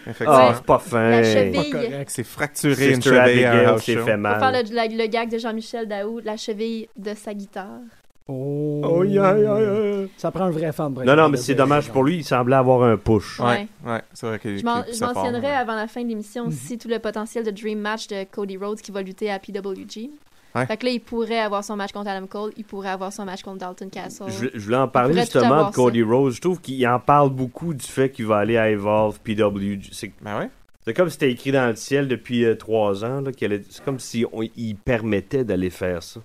Speaker 3: Effectivement.
Speaker 5: c'est pas fin!
Speaker 4: La
Speaker 5: Sister
Speaker 4: cheville.
Speaker 3: Correct, c'est fracturé une cheville à un
Speaker 5: Abigail
Speaker 3: house
Speaker 5: s'est
Speaker 3: show.
Speaker 5: fait
Speaker 4: On va faire
Speaker 5: mal.
Speaker 4: le, la- le gag de Jean-Michel Daou, la cheville de sa guitare.
Speaker 2: Oh.
Speaker 3: Oh, yeah, yeah, yeah.
Speaker 2: Ça prend un vrai fan de
Speaker 5: Non, non, mais c'est dommage pour lui, il semblait avoir un push.
Speaker 3: Ouais, ouais, c'est vrai qu'il
Speaker 4: Je,
Speaker 3: qu'il
Speaker 4: men- je
Speaker 3: poussait fort,
Speaker 4: mentionnerai
Speaker 3: mais-
Speaker 4: avant la fin de l'émission
Speaker 3: Mhm.
Speaker 4: aussi tout le potentiel de Dream Match de Cody Rhodes qui va lutter à PWG.
Speaker 3: Ouais.
Speaker 4: Fait que là, il pourrait avoir son match contre Adam Cole, il pourrait avoir son match contre Dalton Castle.
Speaker 5: Je, je voulais en parler
Speaker 4: pourrait tout
Speaker 5: justement
Speaker 4: avoir,
Speaker 5: de Cody Rose. Je trouve qu'il en parle beaucoup du fait qu'il va aller à Evolve PWG. C'est
Speaker 3: Ben ouais.
Speaker 5: c'est comme si c'était écrit dans le ciel depuis euh, trois ans. là, qu'il allait- C'est comme si on, il permettait d'aller faire ça.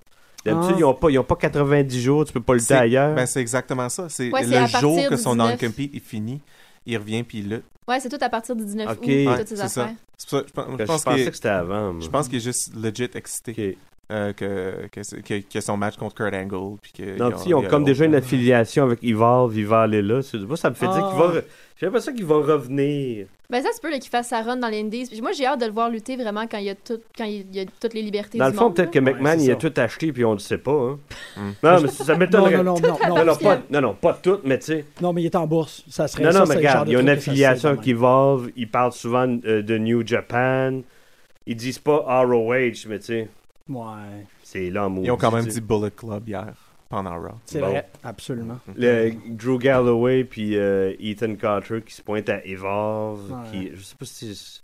Speaker 5: D'habitude,
Speaker 2: Ah.
Speaker 5: ils n'ont pas, ils ont pas 90 jours, tu peux pas le dire ailleurs.
Speaker 3: Ben, c'est exactement ça. C'est
Speaker 4: Ouais, c'est à
Speaker 3: le
Speaker 4: partir
Speaker 3: jour que
Speaker 4: du
Speaker 3: son
Speaker 4: 19.
Speaker 3: non-compete est fini, il revient puis il lutte.
Speaker 4: Ouais, c'est tout à partir du 19
Speaker 5: Ok.
Speaker 4: août,
Speaker 5: Ouais,
Speaker 4: toutes ces
Speaker 3: c'est ça.
Speaker 4: affaires.
Speaker 3: C'est pour ça, je pense-
Speaker 5: je
Speaker 3: je pense
Speaker 5: pensais
Speaker 3: qu'il
Speaker 5: que c'était avant. moi.
Speaker 3: je pense qu'il est juste legit excité
Speaker 5: Ok.
Speaker 3: euh, que, que, c'est- que- que son match contre Kurt Angle. Puis que,
Speaker 5: Donc, ils ont comme déjà une affiliation avec Evolve, il va aller là. C'est- moi, ça me fait dire qu'il va. re- J'ai l'impression qu'il va revenir.
Speaker 4: Ben ça se peut là, qu'il fasse sa run dans l'Indies. Puis Moi, j'ai hâte de le voir lutter vraiment quand il y a, tout- quand il y a toutes les libertés
Speaker 5: Dans le
Speaker 4: du
Speaker 5: fond,
Speaker 4: monde.
Speaker 5: peut-être que
Speaker 2: là.
Speaker 5: McMahon,
Speaker 2: Ouais, c'est
Speaker 5: il a
Speaker 2: ça.
Speaker 5: tout acheté, puis on ne sait pas. hein.
Speaker 3: Mm.
Speaker 5: Non, mais ça
Speaker 2: Non,
Speaker 5: m'étonnerait.
Speaker 2: non, non, non, non,
Speaker 5: Non, non,
Speaker 4: Parce que-
Speaker 5: pas, non, non, pas toutes, mais tu sais.
Speaker 2: Non, mais il est en bourse. Ça serait
Speaker 5: Non,
Speaker 2: ça,
Speaker 5: non,
Speaker 2: c'est
Speaker 5: mais
Speaker 2: le genre
Speaker 5: regarde,
Speaker 2: de
Speaker 5: il y a une
Speaker 2: truc que ça se fait
Speaker 5: affiliation
Speaker 2: demain.
Speaker 5: qui Evolve, ils parlent souvent euh, de New Japan. Ils disent pas ROH, mais tu sais,
Speaker 2: Ouais.
Speaker 5: c'est là en
Speaker 3: Ils ont quand
Speaker 5: maudit,
Speaker 3: même
Speaker 5: tu sais.
Speaker 3: dit Bullet Club hier, pendant Raw.
Speaker 2: C'est
Speaker 5: Bon.
Speaker 2: vrai, absolument.
Speaker 5: Le Drew Galloway puis euh, Ethan Carter qui se pointent à Evolve.
Speaker 2: Ouais.
Speaker 5: Qui, je sais pas si. c'est-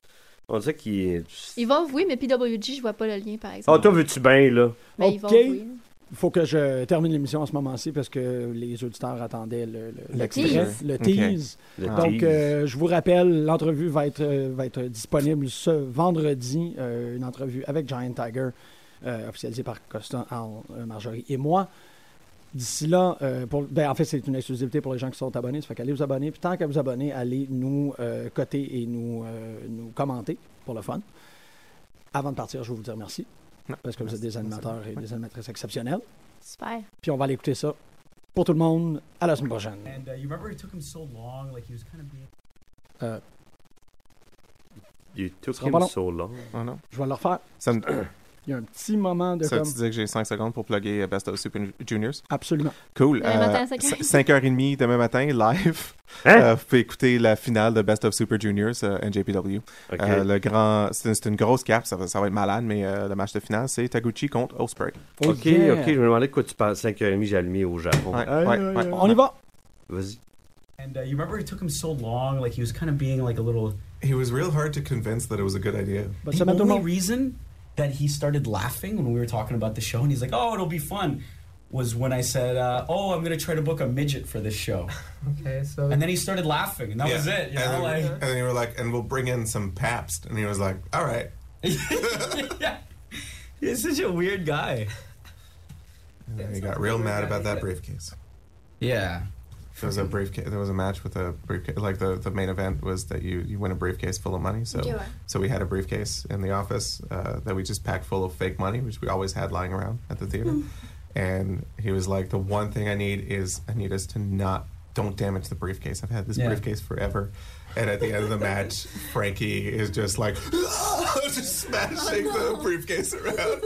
Speaker 5: On dirait qu'il est.
Speaker 4: Ils vont oui, mais PWG, je vois pas le lien par
Speaker 5: Ah,
Speaker 4: exemple. Ben,
Speaker 5: toi, veux-tu bien, là?
Speaker 4: mais ils vont
Speaker 2: Ok.
Speaker 4: oui.
Speaker 2: Il faut que je termine l'émission à ce moment-ci parce que les auditeurs attendaient le, le, le
Speaker 4: tease.
Speaker 2: tease. Le
Speaker 3: Ok.
Speaker 2: tease.
Speaker 5: Le
Speaker 3: Ah.
Speaker 2: Donc,
Speaker 5: tease.
Speaker 2: euh, je vous rappelle, l'entrevue va être, euh, va être disponible ce vendredi, euh, une entrevue avec Giant Tiger, euh, officialisée par Costa, Al, euh, Marjorie et moi. D'ici là, euh, pour, ben, en fait, c'est une exclusivité pour les gens qui sont abonnés. Ça fait qu'allez vous abonner. Puis tant qu'à vous abonner, allez nous euh, coter et nous, euh, nous commenter pour le fun. Avant de partir, je veux vous dire merci,
Speaker 3: Non,
Speaker 2: parce que vous êtes
Speaker 3: Ah, merci,
Speaker 2: des
Speaker 3: merci.
Speaker 2: animateurs et des animatrices exceptionnels.
Speaker 4: Super.
Speaker 2: Puis on va aller écouter ça pour tout le monde. À la semaine prochaine.
Speaker 6: And uh, you remember it took him so long, like he was kind of being.
Speaker 2: Euh,
Speaker 5: You took
Speaker 2: ça sera pas
Speaker 5: him
Speaker 2: long.
Speaker 5: so long.
Speaker 3: Oh non.
Speaker 2: je vais le refaire.
Speaker 3: Ça, me-
Speaker 2: Il y a un petit moment de
Speaker 3: ça
Speaker 2: comme...
Speaker 3: tu disais que j'ai 5 secondes pour plugger euh, Best of Super Juniors.
Speaker 2: Absolument.
Speaker 3: Cool. euh,
Speaker 4: Demain matin à cinq heures.
Speaker 3: 5h30 demain matin, live.
Speaker 5: Hein?
Speaker 3: Euh, vous pouvez écouter la finale de Best of Super Juniors, euh, NJPW.
Speaker 5: Ok.
Speaker 3: Euh, le grand, c'est c'est une grosse cape, ça va, ça va être malade, mais euh, le match de finale, c'est Taguchi contre Osprey.
Speaker 2: Oh
Speaker 5: ok,
Speaker 2: yeah.
Speaker 5: ok, je me demandais de quoi tu parles. 5h30, j'ai allumé au Japon.
Speaker 2: On y va.
Speaker 5: Vas-y.
Speaker 6: And uh, you remember it took him so long, like he was kind of being like a little.
Speaker 1: He was real hard to convince that it was a good idea.
Speaker 2: Bonne
Speaker 6: the
Speaker 2: semaine tout le
Speaker 6: only
Speaker 2: monde.
Speaker 6: reason that he started laughing when we were talking about the show, and he's like, "Oh, it'll be fun," was when I said, uh, "Oh, I'm gonna try to book a midget for this show,"
Speaker 7: Okay, so
Speaker 6: and then he started laughing, and that was it. You know, like,
Speaker 1: and they were like, and we'll bring in some Pabst. And he was like, all right.
Speaker 6: yeah, he's such a weird guy.
Speaker 1: And then he got real mad about that briefcase.
Speaker 6: Yeah,
Speaker 1: There was a briefcase. There was a match with a briefcase. Like the, the main event was that you, you win a briefcase full of money. So
Speaker 4: Yeah.
Speaker 1: so we had a briefcase in the office uh, that we just packed full of fake money, which we always had lying around at the theater. and he was like, "The one thing I need is I need us to not don't damage the briefcase. I've had this
Speaker 6: Yeah.
Speaker 1: briefcase forever." And at the end of the match, Frankie is just like just smashing the briefcase around.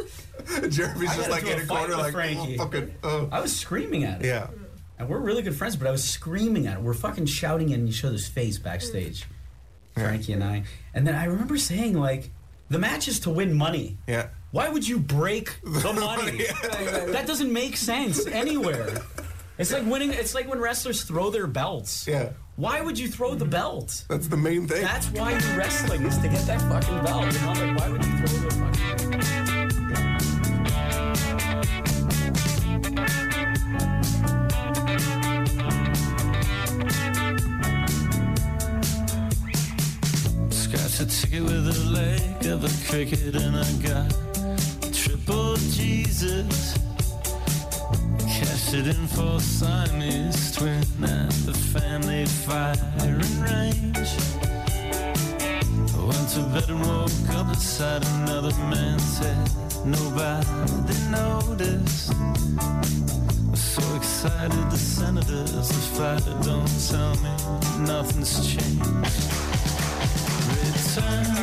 Speaker 1: Jeremy's
Speaker 6: I
Speaker 1: just
Speaker 6: got
Speaker 1: like
Speaker 6: into
Speaker 1: in
Speaker 6: a
Speaker 1: a
Speaker 6: fight
Speaker 1: corner,
Speaker 6: with
Speaker 1: like
Speaker 6: Frankie.
Speaker 1: oh, fucking oh
Speaker 6: I was screaming at him.
Speaker 1: yeah.
Speaker 6: And we're really good friends, but I was screaming at her. We're fucking shouting in each other's face backstage, Frankie and I. And then I remember saying, like, the match is to win money.
Speaker 1: Yeah.
Speaker 6: Why would you break the money? that doesn't make sense anywhere. It's like winning. It's like when wrestlers throw their belts.
Speaker 1: Yeah.
Speaker 6: Why would you throw the belt?
Speaker 1: That's the main thing.
Speaker 6: That's why you're wrestling is to get that fucking belt. You know, like, why would you throw the fucking?
Speaker 7: Scratch a ticket with the leg of a cricket, and I got triple Jesus. Cashed it in for Siamese twin at the family firing range. Went to bed and woke up beside another man, said nobody noticed. So excited, the senators, the fighter, don't tell me nothing's changed. Return